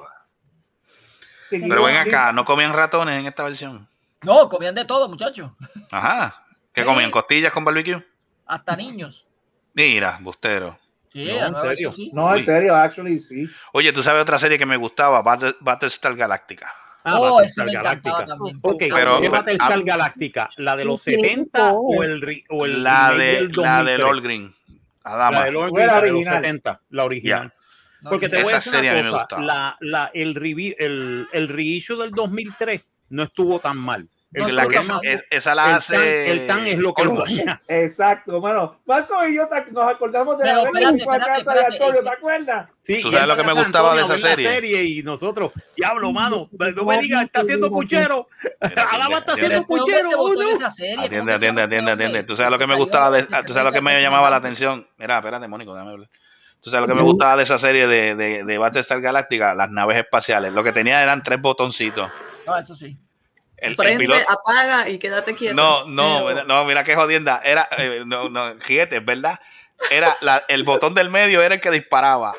D: Sí,
E: Pero ven
D: sí.
E: acá, ¿no comían ratones en esta versión?
G: No, comían de todo, muchachos.
E: Ajá.
B: ¿Eh?
E: ¿Qué comían? ¿Costillas con barbecue?
G: Hasta niños.
E: Mira, bustero.
G: Sí,
B: No,
G: la
B: en
G: nueva
B: serio.
G: versión, sí.
D: No, en
E: Uy.
D: serio, actually, sí.
E: Oye, tú sabes otra serie que me gustaba, Battle- Battlestar Galactica.
B: Ah,
G: Oh,
B: Battlestar
G: ese me encantaba
B: Galactica.
G: también.
B: Ok,
E: Pero-
B: ¿qué
E: pero-
B: Battlestar
E: ah.
B: Galáctica? ¿La de los
H: Sí,
B: 70 o
H: por.
B: el, ri- o el
E: La
B: remake
E: de
B: del
E: la del
B: 2003?
E: All Green.
B: La
E: Adama.
B: del All
D: Fue la
B: Green, la de los
D: original.
B: 70, la original.
G: No,
B: Porque te voy
E: Esa
B: a decir
E: serie a mí me
B: una cosa,
E: gustaba.
B: la, la, el, revi- el, el reissue del 2003 no estuvo tan mal. El
E: Que la que
B: problema
E: es-
B: fue-
E: esa
B: el
E: la
B: tan-
E: hace.
B: el tan es lo que lo
E: [LAUGHS]
B: daña.
D: Exacto, mano. Marco y yo ta- nos acordamos de
G: Pero
D: la vez que
G: espérate,
D: fue a
G: espérate,
D: casa de
G: espérate.
D: Antonio, ¿te acuerdas?
B: Sí,
E: Tú
B: y
E: sabes
B: él
E: lo que me
B: pasa a
E: gustaba de
B: Antonio a
E: esa
B: ver la
E: serie.
B: Y nosotros, diablo, mano, no me digas, está haciendo puchero. Alaba está
E: atiende.
B: haciendo
G: Este hombre
B: puchero.
G: se
B: oh,
G: botó en
B: no.
G: esa serie, ¿cómo
E: Atiende,
G: que se
E: atiende,
G: llama
E: atiende,
G: este hombre?
E: atiende. Tú sabes lo que me
G: Salió
E: gustaba, de,
G: de-
E: ah, tú sabes lo que me
G: de-
E: llamaba la atención. Mira, espérate, Mónico, déjame hablar. Tú sabes lo que me gustaba de esa serie de, de, de Battlestar Galactica, las naves espaciales. Lo que tenía eran tres botoncitos.
G: No, eso sí.
E: El, el
F: Prende,
E: piloto.
F: apaga y quédate quieto.
E: No, no,
F: Pero- [LAUGHS]
G: oh.
E: mira- no, mira qué jodienda. Era, eh, no, no, fíjate, es verdad. Era la- el botón del medio era el que disparaba.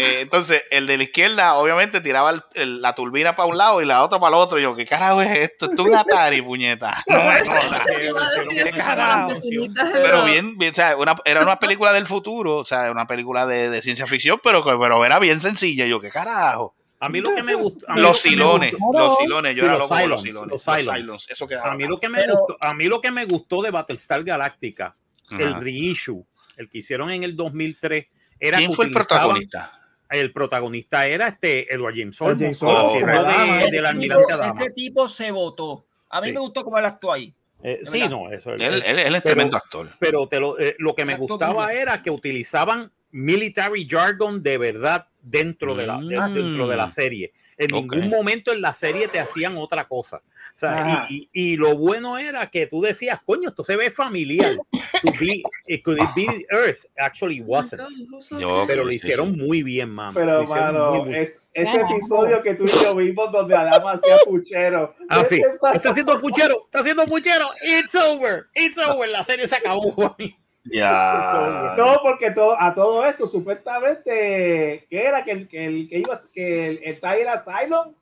E: Eh, entonces, el de la izquierda, obviamente, tiraba el- el- la turbina para un lado y la otra para el otro. Y yo, ¿qué carajo es esto? Esto es un Atari, puñeta. No me jodas.
F: Yo iba a decir
E: Qué
F: eso,
E: carajo.
F: las maquinitas de
E: Pero
F: la-
E: bien, bien, o sea, una- era una película del futuro, o sea, una película de, de ciencia ficción, pero, que- pero era bien sencilla. Y yo, ¿qué carajo?
B: A mí lo que me gustó. a mí
E: Los
B: lo que me
E: silones,
B: gustó-
E: los silones, yo
B: Sí,
E: era
B: los
E: loco por los
B: Cylons,
E: silones.
B: los
E: Los
B: Cylons.
E: Cylons, eso quedaba.
B: A mí lo que me
G: Pero-
B: gustó, a mí lo que me gustó de Battlestar Galáctica, el
E: Ajá.
B: reissue, el que hicieron en el 2003, era
E: ¿Quién
B: que
E: fue el
B: utilizaban-
E: protagonista?
B: El protagonista era este Edward James
D: Edward
B: Olmos,
D: James
E: Olmos,
B: haciendo
D: Adama.
B: de-
G: Ese
B: Ah, del
G: tipo-
B: almirante Adama.
G: Ese tipo se votó. A mí
B: Sí.
G: me gustó cómo él actuó ahí.
B: Eh,
G: de
B: sí,
G: verdad.
B: no, eso
E: Él, él- él es
B: Pero-
E: tremendo actor.
B: pero te lo, eh, lo que me
G: Actuó
B: gustaba
G: bien.
B: era que utilizaban military jargon de verdad dentro de la, de-
E: Mm.
B: dentro de la serie. En
E: Ok.
B: ningún momento en la serie te hacían otra cosa. O sea,
D: Ajá.
B: y, y- y lo bueno era que tú decías, coño, esto se ve familiar. Could be- it could it be Earth? Actually wasn't.
E: Yo-
B: Pero lo
E: Sí,
B: hicieron muy bien, mano. Ah, Lo
D: Pero,
B: hicieron muy
D: mano,
B: bien.
D: es, ese episodio que tú y yo vimos donde Adama hacía puchero.
B: Ah, sí.
D: Ese fue- [LAUGHS]
B: Está haciendo puchero, está haciendo puchero. It's over, it's over. La serie
D: [LAUGHS]
B: se acabó, Juan.
E: Ya.
D: No, porque todo, a todo esto, supuestamente, ¿qué era? Que el que, el, que iba, que el, el Tai era Cylon.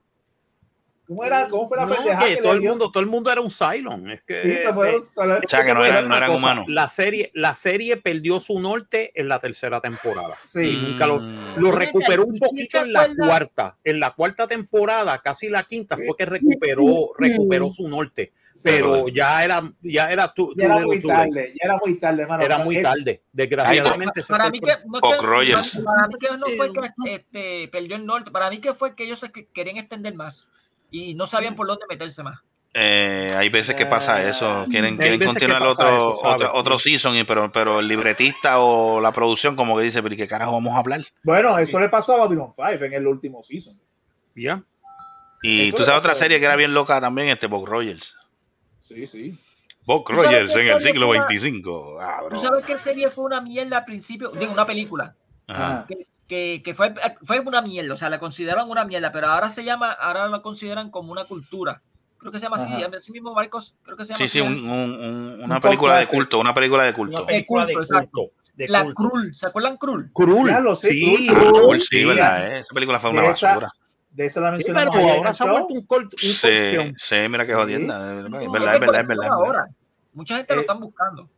D: ¿Cómo era? ¿Cómo fue la
B: No,
D: pendejada
B: que
D: que
B: todo
D: le
B: el
D: dio?
B: mundo, todo el mundo era un Cylon. Es que,
D: Sí, te puedo-
B: eh,
D: te lo-
E: O sea, que no
B: te
E: eran,
B: voy a decir
E: no
B: una
E: eran
B: cosa,
E: humanos.
B: La serie, la serie perdió su norte en la tercera temporada.
D: [LAUGHS]
B: Y
D: Sí.
B: nunca lo,
E: Mm.
B: lo recuperó un
G: ¿Y quién se
B: poquito en la
G: acuerda?
B: cuarta. En la cuarta temporada, casi la quinta, fue que recuperó, recuperó su norte. Pero ya era, ya era tú,
D: Ya era muy tarde, ya era muy tarde, mano.
B: Mm, Era muy
D: Es-
B: tarde. Desgraciadamente se
G: para
B: fue
G: mí
B: por-
G: que no es que-
E: Buck Rogers.
G: para mí que no fue que este, perdió el norte para mí que fue que ellos se que- querían extender más y no sabían por dónde meterse más
E: Eh, hay veces que pasa
B: Ah,
E: eso, quieren,
L: hay
E: quieren
L: veces
E: continuar
L: que pasa
E: otro,
L: eso, ¿sabes?
E: otro, otro season, y pero, pero el libretista o la producción como que dice, pero ¿y qué carajo vamos a hablar?
D: Bueno, eso le pasó a Babylon 5 en el último season.
B: Ya.
E: Y tú sabes otra serie que era bien loca también, este Bob Rogers.
D: Sí, sí.
E: Bob
G: ¿Tú sabes
E: Rogers
G: qué
E: en el
G: serie
E: siglo
G: fue una-
E: XXV. Ah, bro.
G: ¿Tú sabes qué serie fue una mierda al principio? Digo, una película.
D: Ah,
E: Ajá.
G: Que, que- que fue, fue una mierda, o sea, la consideraron una mierda, pero ahora se llama, ahora la consideran como una cultura. Creo que se llama así,
E: Ajá.
G: así mismo Marcos, creo que se llama
E: Sí,
G: así.
E: sí, un- un- un- una
G: Un
E: película de
G: podcast.
E: culto, una película de culto.
G: De culto, exacto.
E: de
G: la
E: culto.
G: Krul, ¿se acuerdan Krul?
B: Krul.
D: Ya lo sé,
E: Sí,
D: Krul.
E: ah,
D: Krul,
E: sí,
D: sí.
E: verdad, eh, Esa película fue una
D: De esa-
E: basura.
D: De esa la
B: Sí,
D: mencionamos.
B: pero
D: ayer en
B: ahora
D: el
B: se ha
D: show.
B: vuelto un col- un
E: Sí,
B: colchón.
E: sí, mira qué jodienda. Es verdad, es
G: No,
E: verdad, es verdad. es
G: conectado
E: verdad, es verdad.
G: ahora. Mucha
B: Eh,
G: gente lo están buscando.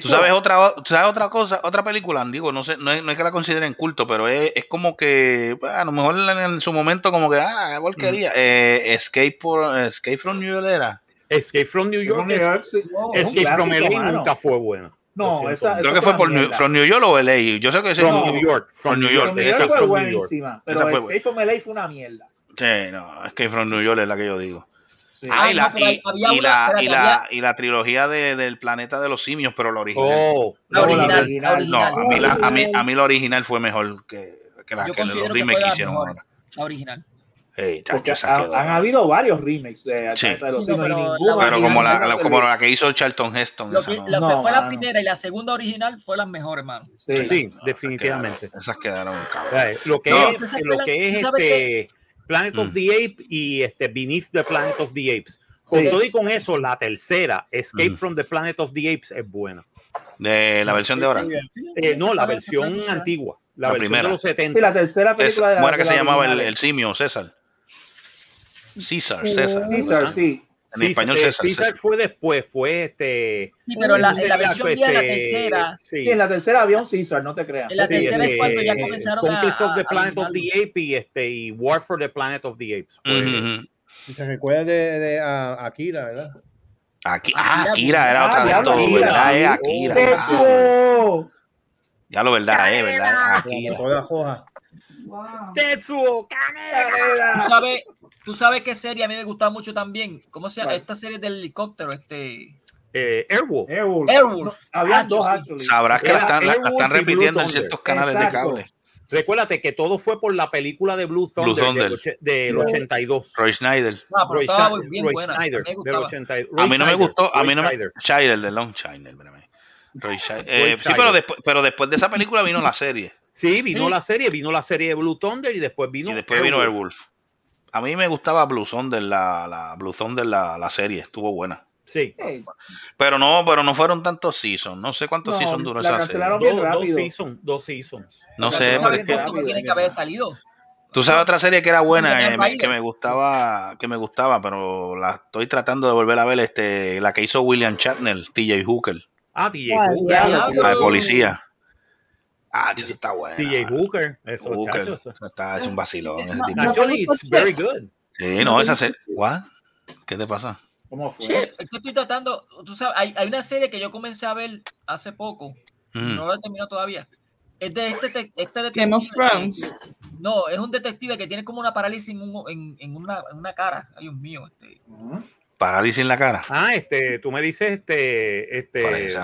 E: Tú sabes otra, tú sabes otra cosa, otra película, digo, no sé, no es, no es que la consideren culto, pero es, es como que pues, a lo mejor en, en su momento como que ah, qué porquería. Eh, Escape por- Escape from New York era.
B: Escape from New York.
E: New York,
B: es-
E: sí.
D: No,
B: es
E: es un
B: que From
E: clásico,
B: LA
E: mano.
B: nunca fue buena.
D: No,
B: Lo siento.
D: esa-
E: Creo que fue por New, from New York o LA. Yo sé que sí,
B: From
E: no,
B: New York, from
E: New
B: New
E: York.
B: York.
D: New
E: esa
D: York
E: fue
D: fue
E: buena.
D: buenísima,
E: Esa
D: pero
E: fue
D: Escape from LA fue una mierda.
E: Sí, no, Escape from New York es la que yo digo.
D: Ah,
E: Ah, y
D: no,
E: la,
D: pero
E: y,
D: había
E: y
D: una-
E: la, y
D: espérate,
E: la-
D: había-
E: y la trilogía de- del planeta de los simios, pero la original.
B: Oh,
G: La no, la original, original. la
E: No, a mí
G: original.
E: la, a mí, a mí la original fue mejor que, que la
G: Yo
E: que los
G: considero que fue
E: remakes que
G: la
E: hicieron
G: mejor,
E: ahora.
G: la original.
E: Ey, chacho,
D: Porque
E: esa
D: ha-
E: quedó.
D: han habido varios remakes de
E: Sí.
D: Atlanta de los
G: Sí,
D: Simios
G: no,
D: y
G: pero
D: ninguno
G: la
E: Pero
D: al
E: como
D: final
E: la,
D: nunca
E: la-
D: se
E: como
D: vio.
E: la que hizo Charlton Heston.
G: Lo
E: esa
G: que,
E: no.
G: lo que
E: No,
G: fue la
E: mano.
G: primera y la segunda original fue las mejores, hermano.
B: Sí, definitivamente.
E: Esas quedaron cabrón.
B: Eh, Lo que
E: No.
B: es, lo que es
G: ¿Tú sabes
B: este Planet of the Apes y este Beneath the Planet of the Apes. Con
E: Sí.
B: todo y con eso, la tercera, Escape
E: Ujú.
B: from the Planet of the Apes, es buena.
E: De la versión de ahora.
B: Eh, no, la versión antigua, la,
E: La
B: versión
E: primera.
B: de los 70.
D: Sí, la tercera película de
E: ¿Cómo era que
D: de
E: se
D: la
E: llamaba el,
D: original.
E: el simio? César. César,
D: Sí.
E: César.
D: César, sí.
E: En español,
B: eh,
E: César.
B: César
E: César.
B: fue después, fue este.
G: Sí, pero la- en la
B: César,
G: versión
B: pues,
G: de la
B: este,
G: tercera-
B: Sí.
D: Sí, en la tercera había un Caesar, no te creas.
G: En la
B: Sí,
G: tercera es
B: este,
G: cuando ya
B: eh,
G: comenzaron
B: Conquest
G: a-
B: of the
G: a- a
B: Planet of the
G: eliminarlo.
B: Apes y, este, y War for the Planet of the Apes. fue-
L: pues, Si se recuerda de, de a, Akira, ¿verdad?
E: Aquí, ah, Akira era otra de estos, ¿verdad? Eh, Akira. ah, ya lo verdad, eh, ¿verdad?
B: Ah,
E: Akira.
L: Toda hoja.
B: Tetsuo
G: ¿Tú sabes, tú sabes qué serie a mí me gusta mucho también. ¿Cómo se llama? Esta serie del helicóptero, este.
B: eh, Airwolf.
D: Airwolf.
G: Airwolf.
B: Ah,
D: había
G: Hacho,
D: dos
G: Ah, sí.
E: Sabrás que la
B: Era
E: están, la- la
B: Airwolf
E: están
B: y Blue
E: repitiendo en
B: Thunder.
E: ciertos canales
B: Exacto.
E: de cable.
B: Recuérdate que todo fue por la película de Blue Thunder,
E: Thunder.
B: Del, och- del
E: No.
B: 82.
E: Roy Schneider.
G: Ah, pero
B: Roy
G: estaba
B: Schneider,
G: bien
B: Roy
G: buena.
B: Schneider,
G: Me
B: del
G: gustaba.
B: 82.
E: A mí no me
B: Roy
E: gustó, a
B: Schneider,
E: mí no me.
B: Roy Schneider.
E: Schneider, de Long Schneider, espérame. Roy Schneider. Eh,
B: Roy
E: sí,
B: Schneider.
E: pero después, pero después de esa película vino la serie.
B: Sí, vino la serie, vino la serie de Blue Thunder y después vino.
E: Y después vino Airwolf. A mí me gustaba Blue Thunder, la, la, Blue Thunder, la, la serie, estuvo buena.
B: Sí.
E: Pero no, pero no fueron tantos seasons. No sé cuántos
B: No,
E: seasons duró
B: la
E: esa
B: cancelaron
E: serie.
B: bien Dos- dos rápido. seasons, dos seasons.
E: No sé, pero es que.
G: ¿Cuánto tiene que haber salido?
E: Tú sabes otra serie que era buena,
G: Tenía
E: eh,
G: baile.
E: que me gustaba, que me gustaba, pero la estoy tratando de volver a ver, este, la que hizo William Shatner, TJ Hooker,
B: Ah, DJ
E: Guau,
B: Hooker.
E: la de policía. Ah, esa está buena.
B: DJ Hooker. Eso,
E: Hooker,
B: chacho, eso.
E: esa está- es un vacilón. ese tipo.
B: Actually, it's very good.
E: Sí, no, esa serie. ¿What? ¿Qué te pasa?
D: ¿Cómo
G: Sí, es que estoy tratando. Tú sabes, hay, hay una serie que yo comencé a ver hace poco.
E: Mm.
G: No la he terminado todavía. Es de este, te- este detective.
F: Game of Thrones.
G: No, es un detective que tiene como una parálisis en, un- en- en una, en una cara. Ay, Dios mío. Este.
E: Parálisis en la cara.
B: Ah, este, tú me dices, este, este,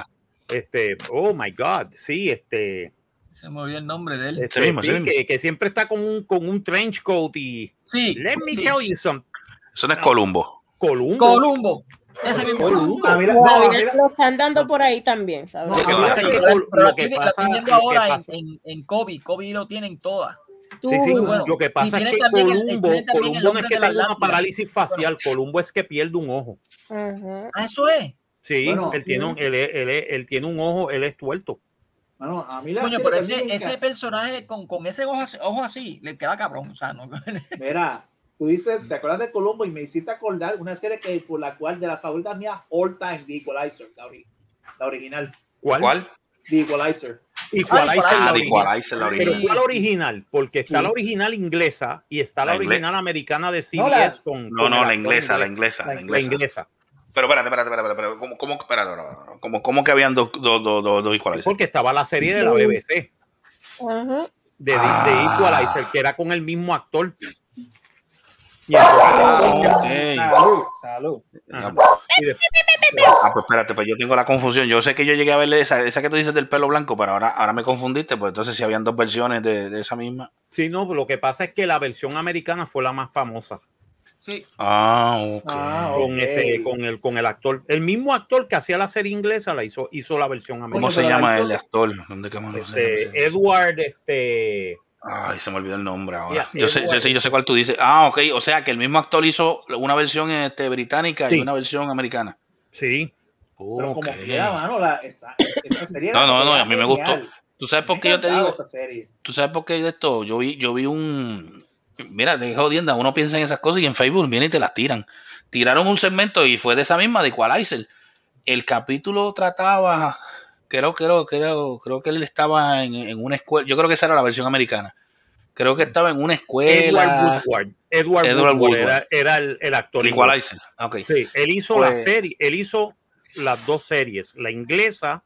B: este, oh my God, sí, este,
G: Se me olvidó el nombre de él.
B: este, sí, que, que siempre está con un, con un trench coat y.
G: Sí.
B: Let me
G: sí.
B: tell you something.
E: Eso no es Columbo.
B: Columbo.
G: Columbo. Ese mismo.
B: Columbo.
D: Ah,
H: Todavía lo están dando por ahí también, ¿sabes?
B: Lo que pasa es que
G: Pero
B: Col-
G: la
B: lo que
G: estoy- la
B: pasa-
G: estoy viendo
B: lo que
G: ahora en-
B: pasa-
G: en, en Kobe. Kobe lo tienen todas.
B: Sí, sí,
G: Muy bueno.
B: Lo que pasa
G: Y
B: es
G: tiene
B: que
G: también el-
B: Columbo,
G: tiene también el
B: Columbo no
G: hombre
B: es
G: de
B: que
G: la
B: tenga una
G: lápida.
B: parálisis facial, Columbo es que pierde un ojo.
G: Ah, eso es.
B: Sí,
D: Bueno,
B: él, tiene un, él, es- él es- él tiene un ojo, él es tuerto.
D: Bueno, a mí la
G: Coño,
D: serie que
G: pero
D: a mí
G: ese,
D: me
G: ese
D: encanta-
G: personaje con, con ese ojo, así- ojo así le queda cabrón. O sea, no. [LAUGHS]
D: Mira, tú dices, te acuerdas de Columbo y me hiciste acordar una serie que por la cual de las favoritas mías all time, The Equalizer, la, ori- la original.
B: ¿Cuál?
D: The Equalizer.
B: Equalizer,
E: Ah,
B: la
E: de
B: original.
E: Equalizer, la
B: Pero
E: original.
B: ¿cuál original? Porque está
E: Sí.
B: la original inglesa y está la,
E: La ingle-
B: original americana de CBS
E: No, la-
B: con,
E: No,
B: con
E: no,
B: el
E: la
B: actor
E: inglesa, la
B: inglés.
E: inglesa, la
B: La
E: inglesa.
B: inglesa.
E: Pero espérate, espérate, espérate, espérate, ¿Cómo, cómo, espérate, no, no, no. ¿Cómo, cómo que habían dos, dos, dos, dos, dos Equalizers?
B: Porque estaba la serie de la BBC
E: Ah.
B: de, de Equalizer, que era con el mismo actor. Y entonces-
E: Ah, ok.
D: Salud.
E: Ah, pues- ah, pues espérate, pues yo tengo la confusión. Yo sé que yo llegué a verle esa, esa que tú dices del pelo blanco, pero ahora, ahora me confundiste, pues entonces si habían dos versiones de, de esa misma.
B: Sí, no, lo que pasa es que la versión americana fue la más famosa.
G: Sí.
E: Ah, ok.
B: Con, este, con, el, con el actor. El mismo actor que hacía la serie inglesa la hizo, hizo la versión americana.
E: ¿Cómo se llama el actor? ¿Dónde que más lo sé?
B: Este, Edward, este.
E: Ay, se me olvidó el nombre ahora.
B: Ya,
E: yo, sé,
B: Edward.
E: yo sé- yo sé cuál tú dices. Ah, ok. O sea que el mismo actor hizo una versión este, británica y
B: Sí.
E: una versión americana.
B: Sí.
D: Pero como quiera, mano, la, esa, esa serie
E: No,
D: era
E: no, no, a mí me
D: genial.
E: gustó. ¿Tú sabes por qué yo te
D: encantaba
E: digo?
D: esa serie.
E: ¿Tú sabes por qué de esto? Yo vi, yo vi un. Mira, te dejo jodienda, uno piensa en esas cosas y en Facebook vienen y te las tiran. Tiraron un segmento y fue de esa misma, de Equalizer. El capítulo trataba. Creo, creo, creo, creo que él estaba en, en una escuela. Yo creo que esa era la versión americana. Creo que estaba en una escuela.
B: Edward Woodward. Edward,
E: Edward
B: Woodward
E: Woodward.
B: era, era el, el actor.
E: El Equalizer. Ah, ok.
B: Sí, él hizo
E: Pues-
B: la serie, él hizo las dos series, la inglesa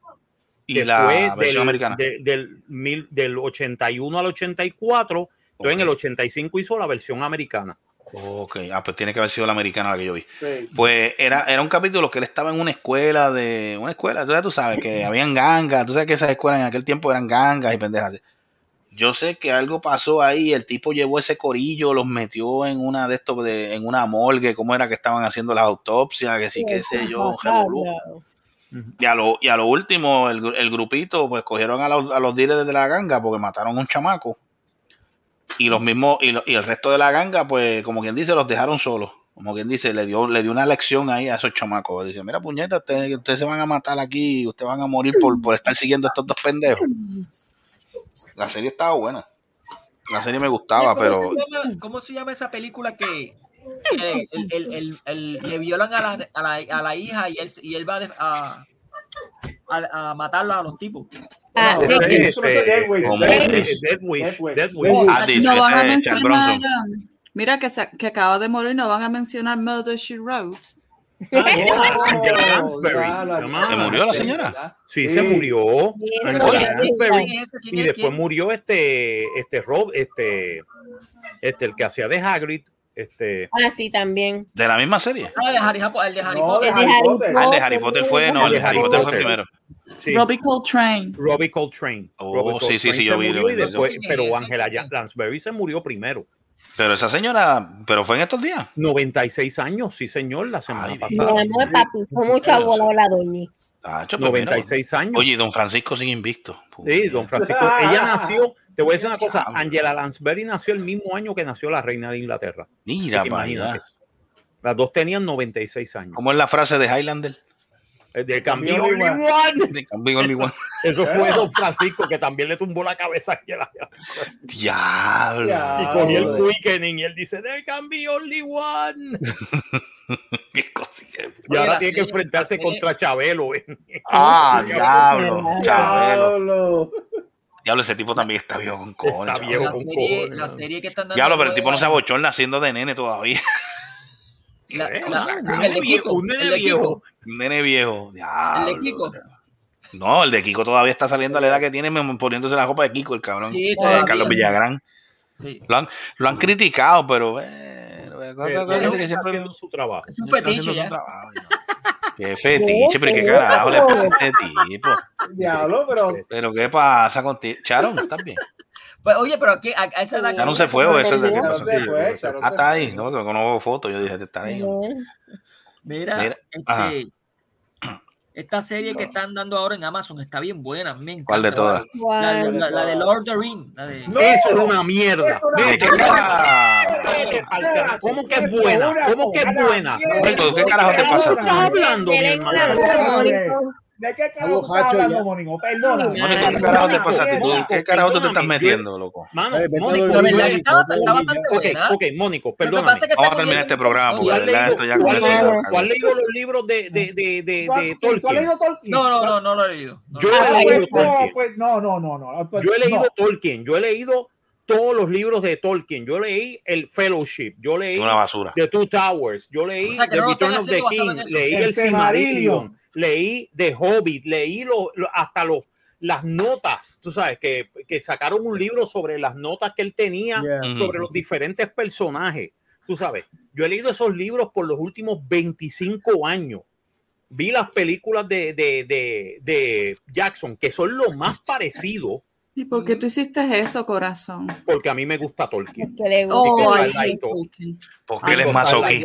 E: Y
B: que
E: la
B: fue
E: versión
B: del,
E: americana.
B: de- del, mil- del 81 al 84. Entonces en el 85 hizo la versión americana.
E: Ok, ah, pues tiene que haber sido la americana la que yo vi.
B: Sí.
E: Pues era, era un capítulo que él estaba en una escuela de. Una escuela, tú sabes, tú sabes que habían gangas, tú sabes que esas escuelas en aquel tiempo eran gangas y pendejas. Yo sé que algo pasó ahí, el tipo llevó ese corillo, los metió en una de estos, de, en una morgue, cómo era que estaban haciendo las autopsias, que sí, qué sé yo, un revolú. Y a lo, y a lo último, el, gru- el grupito, pues cogieron a los, a los dealers de la ganga porque mataron a un chamaco. Y los mismos, y, lo- y el resto de la ganga, pues, como quien dice, los dejaron solos. Como quien dice, le dio, le dio una lección ahí a esos chamacos. Dice, mira, puñeta, ustedes, ustedes se van a matar aquí, ustedes van a morir por, por estar siguiendo a estos dos pendejos. La serie estaba buena. La serie me gustaba,
G: ¿Cómo
E: pero
G: se llama- ¿Cómo se llama esa película que que el, el- el- el- le violan a la, a la, a la hija y él, y él va de- a, a, a matarla a los tipos?
H: Ah,
B: Este,
H: Ricky.
B: este,
E: Como-
B: Deadwish, Deadwish, Deadwish.
F: [LAUGHS]
E: Ah, sí,
F: No
E: ese
F: van
E: es
F: a
E: Charles
F: mencionar.
E: Bronson.
F: Mira que, se- que acaba de morir, no van a mencionar Murder She Wrote.
B: Angela Oh, Lansbury. Mamá.
E: ¿Se murió la señora?
B: Sí,
E: Sí.
B: se murió.
H: Sí,
B: Angela
H: porque-
B: Lansbury.
H: ¿Quién es ese? ¿Quién
B: Y
H: es?
B: después
H: ¿Quién?
B: murió este, este Rob, este, este, el que hacía de Hagrid, este.
H: Ah, sí, también.
E: de la misma serie.
G: No, Ah, el de Harry, Hop- el de Harry
B: No,
G: Potter.
B: de Harry
H: Potter.
E: Ah, el de Harry Potter fue, no, el de Harry Potter fue el primero.
B: Sí.
F: Robbie Coltrane.
B: Robbie Coltrane.
E: Oh,
B: Robbie
E: sí, sí, sí,
B: Coltrane se
E: yo vi,
B: murió
E: yo
B: y
E: vi, yo
B: después,
E: vi.
B: pero Angela Ya- Lansbury se murió primero.
E: Pero esa señora, pero fue en estos días.
B: 96 años, sí, señor, la semana
H: Mi
B: pasada.
H: amor, papi, fue mucho abuelo la doña.
E: Tacho, pues, mira,
B: 96 años.
E: Oye, y don Francisco sigue invicto.
B: Sí, don Francisco. Ella nació, te voy a decir una cosa, Angela Lansbury nació el mismo año que nació la reina de Inglaterra.
E: Mira,
B: Así que
E: pa'
B: imagínate.
E: allá.
B: Las dos tenían 96 años. Eh,
E: ¿Cómo es la frase de
B: [LAUGHS]
E: Highlander?
B: De cambio only one.
E: De Can Be Only One.
B: Eso fue don Francisco que también le tumbó la cabeza a Angela.
E: Diablo.
B: Y con el quickening y él dice, there can be only one.
E: Qué cosilla.
B: Y
G: Oye,
B: ahora
G: la
B: tiene que
G: serie-
B: enfrentarse
G: la serie-
B: contra Chabelo. eh.
E: Ah, diablo. Chabelo.
D: Diablo.
E: Diablo, ese tipo también está viejo con cojones.
B: Está
E: chaval.
B: viejo
G: La
B: con
G: serie,
B: cojones.
G: la serie que están dando.
E: Diablo, pero el tipo no
G: nueva,
E: se abochorna haciendo de nene todavía. [LAUGHS]
G: la- la-
B: cosa,
G: el
B: cabrón.
G: de Kiko,
B: Un nene
G: el de Kiko,
B: viejo.
E: Un nene viejo.
G: El
E: Diablo.
G: de Kiko.
E: No, el de Kiko todavía está saliendo a la edad que tiene, mem- poniéndose la copa de Kiko, el cabrón.
G: Sí,
E: Eh,
G: todavía.
E: Carlos Villagrán.
G: Sí.
E: Lo han, lo han criticado, pero. eh,
B: Pero
E: gente que
B: está
E: siempre-
B: haciendo su trabajo.
G: Es un
E: Está
G: fetiche
E: haciendo su
G: ya.
E: trabajo. [LAUGHS] Qué fetiche, pero qué carajo le pasa a este tipo.
D: Diablo, pero.
E: Pero qué pasa contigo. Charon, ¿estás bien?
G: Pues, oye, pero ¿qué? a, a esa edad.
E: Charon se fue o eso es de qué
D: Charon
E: pasó.
D: se fue, Charon
E: Ah,
D: se
E: está
D: fue.
E: ahí. No, no, no veo foto. Yo dije, está ahí.
G: Mira,
E: Mira,
G: este,
E: ajá.
G: esta serie que están dando ahora en Amazon está bien buena. Me encanta.
E: ¿Cuál de todas?
G: La, de- la- la de Lord of the Ring. La de...
D: No,
B: Eso es una mierda.
D: es una
B: Vete,
E: ¿Qué carajo?
B: cállate, pa'l carajo. ¿Cómo que es buena? ¿Cómo que es buena?
E: Alberto, ¿qué carajo te
B: ¿Cómo
E: pasa?
B: estás hablando, mi hermano?
D: ¿De qué carajo
L: Algo
D: tú
L: hacho
D: estás
L: ya.
D: hablando, Mónico? Perdóname.
E: Mónico, ¿qué carajo te pasa a ti? ¿Tú- ¿Qué carajo tú te estás metiendo, loco?
B: Mano,
L: Ay, vete a
B: Mónico,
G: La
L: dormir,
G: verdad
B: yo-
G: que
L: Mónico,
G: estaba-
L: vete a
G: estaba
L: dormir
G: bastante
B: ok,
G: buena.
B: ok, Mónico,
G: Lo que
B: perdóname.
G: pasa es que
E: Vamos a
G: está
E: terminar
G: cogiendo-
E: este programa porque
B: ¿Tú has,
E: de verdad
B: leído,
E: esto ya
B: tú has
E: con
B: leído-
E: eso-
B: tú has leído los libros de, de, de, de, de
D: ¿Tú has
B: Tolkien?
D: leído Tolkien?
G: No, no, no, no lo he leído. No,
B: Yo
G: no.
B: he
D: Ah,
B: leído
D: pues, no,
B: Tolkien.
D: pues, no, no, no, no. Pues,
B: Yo he leído
D: no.
B: Tolkien. Yo he leído todos los libros de Tolkien. Yo leí el Fellowship. Yo leí
E: Una basura.
B: The Two Towers. Yo leí
G: O sea, que
B: The
G: no lo están
B: Return of the
G: haciendo basado
B: King.
G: en eso.
B: Leí el,
D: El
B: Silmarillion.
D: Silmarillion.
B: Leí The Hobbit. Leí lo- lo- hasta los las notas, tú sabes, que, que sacaron un libro sobre las notas que él tenía
L: Yeah.
B: sobre los diferentes personajes. Tú sabes, yo he leído esos libros por los últimos 25 años. Vi las películas de, de, de, de Jackson, que son lo más parecido,
F: ¿Y por qué tú hiciste eso, corazón?
B: porque a mí me gusta Tolkien.
F: Que le
B: Tengo
F: oh, ay,
B: Starlight Talk.
E: Porque él es
B: Tengo Starlight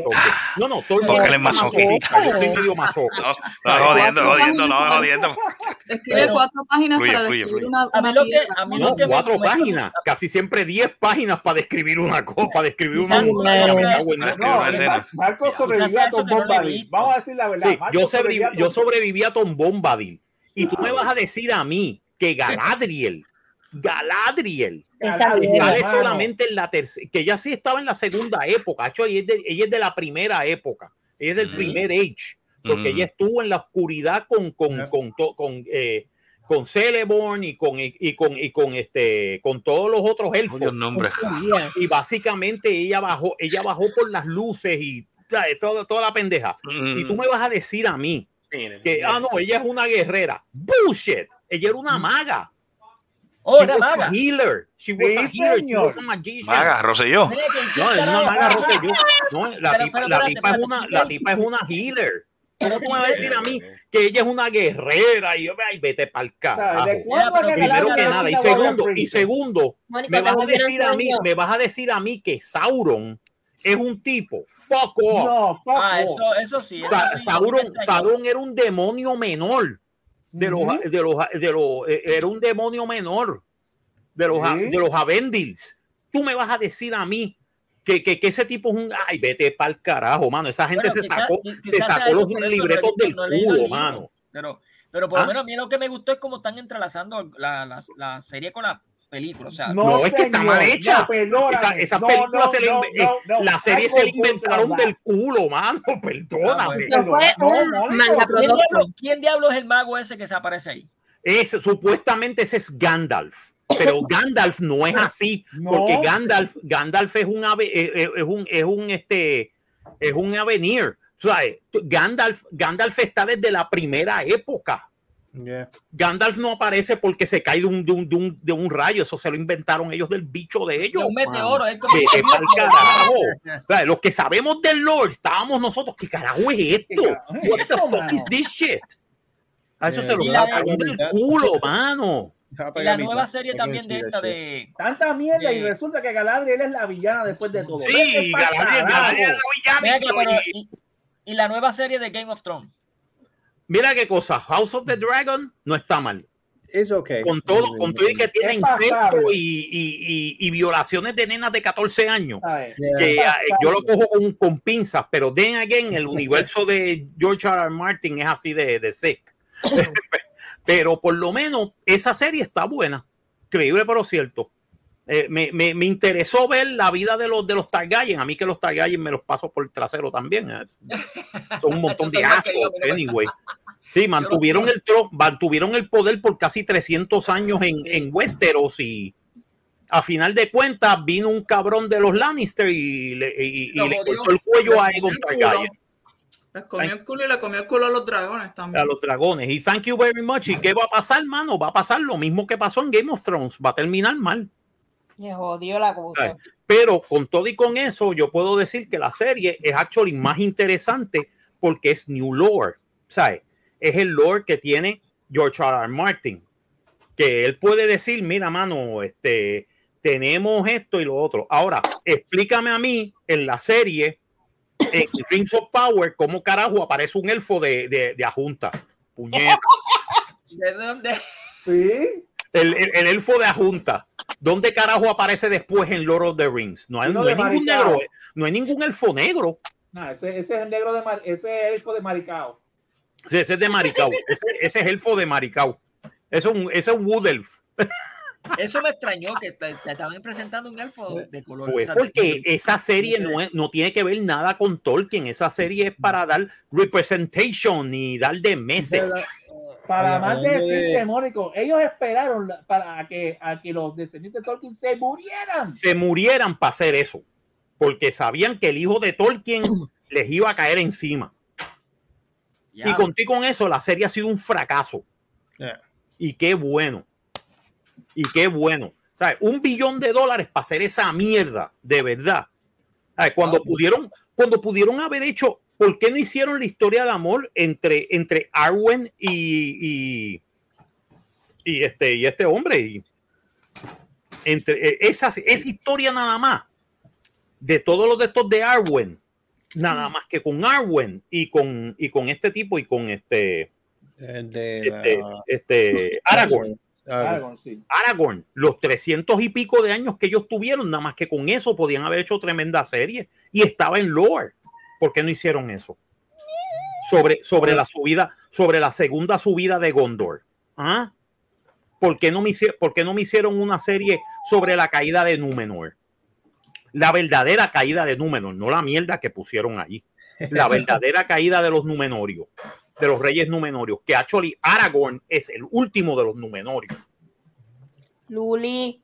E: masoquista.
B: Talk. No, no, Tolkien.
E: Porque él es
B: es
E: masoquista.
B: masoquista. Yo soy medio masoquista.
E: [LAUGHS] No, no, jodiendo, no, jodiendo, no, jodiendo.
F: Escribe
B: Pero-
F: cuatro páginas
E: Fluye,
F: para
E: fluye,
F: describir
E: fluye.
F: una,
G: A mí
F: una
G: lo que-
F: pieza.
G: a mí
B: No,
G: lo que me-
B: cuatro
G: me-
B: páginas, casi siempre 10 páginas para describir una cosa, para describir una
G: Quizás
B: montaña,
G: no,
B: me
G: no,
B: cago en
E: no,
B: Dios.
E: no, Una escena.
D: Mar- Marco
G: Quizás sea
D: sobrevivió a
G: eso
D: Tom
G: que no lo he
D: Bombadil.
G: visto.
D: Vamos a decir la verdad.
B: Sí,
D: Marco sobrevivió
B: yo,
D: a
B: sobreviví, yo
D: Tom-
B: sobreviví a Tom Bombadil. Y tú me vas a decir a mí que Galadriel, Galadriel,
H: Esa
B: que
H: vieja.
B: sale
D: hermano.
B: solamente en la tercera, que ella sí estaba en la segunda época, hecho, ella, es de, ella es de la primera época, ella es del
E: Mm.
B: primer age, porque
E: Mm.
B: ella estuvo en la oscuridad con, con, con, to- con, eh, con Celeborn y con, y, y con, y con, este, con todos los otros elfos
E: Dios, nombre.
H: Yeah.
B: y básicamente ella bajó, ella bajó por las luces y trae todo- toda la pendeja.
E: Mm.
B: [LAUGHS]
E: [LAUGHS]
B: Y tú me vas a decir a mí
E: Miren,
B: que, ah, no, ella es una guerrera. Bullshit. Ella era una maga.
G: Mm. Oh,
B: She
G: era
B: was a
G: maga.
B: healer. She was a
D: Sí,
B: healer. She
D: señor.
B: was a magician.
E: Maga, Rosselló.
G: Mira que-
B: No, es una maga Rosselló. No, la
G: Pero,
B: tipa,
G: pero,
B: la
G: espérate,
B: tipa es
G: espérate,
B: una,
G: espérate.
B: la tipa es una healer. ¿Cómo tú me vas a decir a mí que ella es una guerrera? Y yo, ay, vete para el
D: ¿Sabes?
B: carajo.
D: ¿De cuándo
G: Pero
D: a Galadriel
B: Primero que
D: le
B: nada. Y
D: gusta Warrior
B: segundo, y
D: Princess?
B: segundo,
H: Mónica,
B: me
H: te
B: vas a
H: volvieron
B: decir a mí,
H: sueño.
B: me vas a decir a mí que Sauron es un tipo. Fuck off.
D: No, fuck
G: Ah,
D: off.
G: eso, eso sí. eso
B: Sa-
G: sí,
B: Sauron,
G: no
B: Sauron era un demonio menor de los de los de los eh, era un demonio menor de los
D: Sí.
B: de los Avendils. Tú me vas a decir a mí que, que, que ese tipo es un ay vete para el carajo, mano. Esa gente
G: Bueno,
B: se
G: quizás-
B: sacó
G: qui-
B: se
G: quizás sea
B: sacó
G: eso,
B: los
G: por eso no he
B: libretos
G: leído-
B: del
G: no he leído el
B: culo,
G: libro.
B: mano.
G: Pero, pero por lo
B: ¿Ah?
G: menos a mí lo que me gustó es cómo están entrelazando la, la, la serie con la película. O sea,
B: No, es que está
D: señor.
B: mal hecha.
D: No, perdóname.
B: Esa, esa
D: No,
B: película
D: no,
B: se le
D: no,
B: inve-
D: no,
B: eh,
D: no.
B: la serie se
D: Algo
B: la inventaron
D: contra-
B: del culo, mano. Perdóname.
G: bueno.
H: No fue
D: No,
H: un
D: Mónica.
H: manga
G: ¿quién,
H: producto.
G: diablo, quién diablo es el mago ese que se aparece ahí?
B: Ese- supuestamente ese es Gandalf, pero Gandalf no es así,
D: No.
B: porque Gandalf, Gandalf es un ave- eh, eh, es un es un este es un avenir. Tú sabes, tú- Gandalf, Gandalf está desde la primera época.
L: Yeah.
B: Gandalf no aparece porque se cae de un, de un, de un, de un rayo. Eso se lo inventaron ellos del bicho de ellos.
G: De un meteoro. es como-
B: Vete pa'l carajo. O sea, Los que sabemos del Lord, estábamos nosotros. ¿Qué carajo es esto?
D: ¿Qué carajo es
B: What the
D: esto,
B: fuck
D: mano?
B: is this shit? A eso
L: Eh,
B: se lo
G: y la-
B: sacaron del culo, mano.
G: Y la nueva serie también de esta de...
D: Tanta mierda y
G: Yeah.
D: resulta que Galadriel es la villana después de todo.
B: Sí, Galadriel, Galadriel es la villana,
G: Mira que, pero,
B: y-
G: y, y la nueva serie de Game of Thrones.
B: Mira qué cosa, House of the Dragon no está mal.
L: Es okay.
B: Con todo, con todo y que tiene
D: Es pasable.
B: incesto y, y- y- y violaciones de nenas de 14 años.
D: ¿Sabes?
L: Yeah.
B: que
D: Es
B: ah, yo lo
D: pasable.
B: cojo con, con pinzas, pero then again, el universo de George R. R. Martin es así de, de sick. [LAUGHS] pero por lo menos esa serie está buena, creíble pero cierto. Eh, me, me- me interesó ver la vida de los de los Targaryen. A mí que los Targaryen me los paso por el trasero también. eh. Son un montón de
G: [LAUGHS] Yo también quería,
B: ascos,
G: pero- [LAUGHS]
B: anyway. Sí, mantuvieron el tro- mantuvieron el poder por casi 300 años en, en Westeros y a final de cuentas vino un cabrón de los Lannister y le, y- y
G: Lo
B: le
G: jodió.
B: cortó el cuello a Aegon Targaryen,
F: Les Pues comió el culo y le comió el culo a los dragones
B: a
F: también.
B: los dragones. Y thank you very much. ¿Y qué va a pasar, mano? Va a pasar lo mismo que pasó en Game of Thrones. Va a terminar mal.
H: Me jodió la cosa.
B: Pero con todo y con eso, yo puedo decir que la serie es actually más interesante porque es New Lore. ¿Sabes? Es el lore que tiene George R. R. Martin. Que él puede decir, mira, mano, este, tenemos esto y lo otro. Ahora, explícame a mí en la serie, en Rings of Power, cómo carajo aparece un elfo de, de, de Ajunta. Puñeta.
G: ¿De dónde?
D: Sí.
B: El, el- el elfo de Ajunta. ¿Dónde carajo aparece después en Lord of the Rings? No hay,
D: Uno
B: no hay
D: de
B: ningún
D: Maricao.
B: negro, eh. no hay ningún elfo negro.
D: No, ese, ese es el negro de Mar- ese es el elfo de Maricao.
B: Sí, ese es
D: [LAUGHS]
B: de Maricao. Ese, ese es elfo de Maricao. Ese es un, ese es un wood elf.
G: Eso me extrañó que te, te estaban presentando un elfo de color.
B: Pues
G: o sea,
B: porque
G: de-
B: esa serie no, es- no tiene que ver nada con Tolkien. Esa serie es para dar representation y dar de meses.
D: Para
L: Habla-
D: más de
L: hablando de-
D: decirte, Mónico, ellos esperaron la- para a que, a que los descendientes de Tolkien se murieran.
B: Se murieran para hacer eso. Porque sabían que el hijo
D: [CLEARS THROAT]
B: de Tolkien les iba a caer encima.
G: Ya.
B: Y contigo con eso, la serie ha sido un fracaso.
L: Yeah.
B: Y qué bueno. Y qué bueno. ¿Sabes? Un billón de dólares para hacer esa mierda, de verdad. Ay, Cuando pudieron, cuando pudieron haber hecho, ¿por qué no hicieron la historia de amor entre, entre Arwen y, y, y este, y este hombre? Y entre eh, esas, esa historia nada más de todos los de estos de Arwen, nada más que con Arwen y con, y con este tipo y con este,
L: De la-
B: este, este Aragorn.
L: Aragorn,
D: sí.
B: Aragorn, los 300 y pico de años que ellos tuvieron, nada más que con eso podían haber hecho tremenda serie y estaba en lore. ¿Por qué no hicieron eso? Sobre, sobre la subida, sobre la segunda subida de Gondor. ¿Ah? ¿Por, qué no me hici- por qué no me hicieron una serie sobre la caída de Númenor? La verdadera caída de Númenor, no la mierda que pusieron allí. La verdadera caída de los Númenorios, de los reyes Númenorios, que actually Aragorn es el último de los Númenorios.
H: Luli.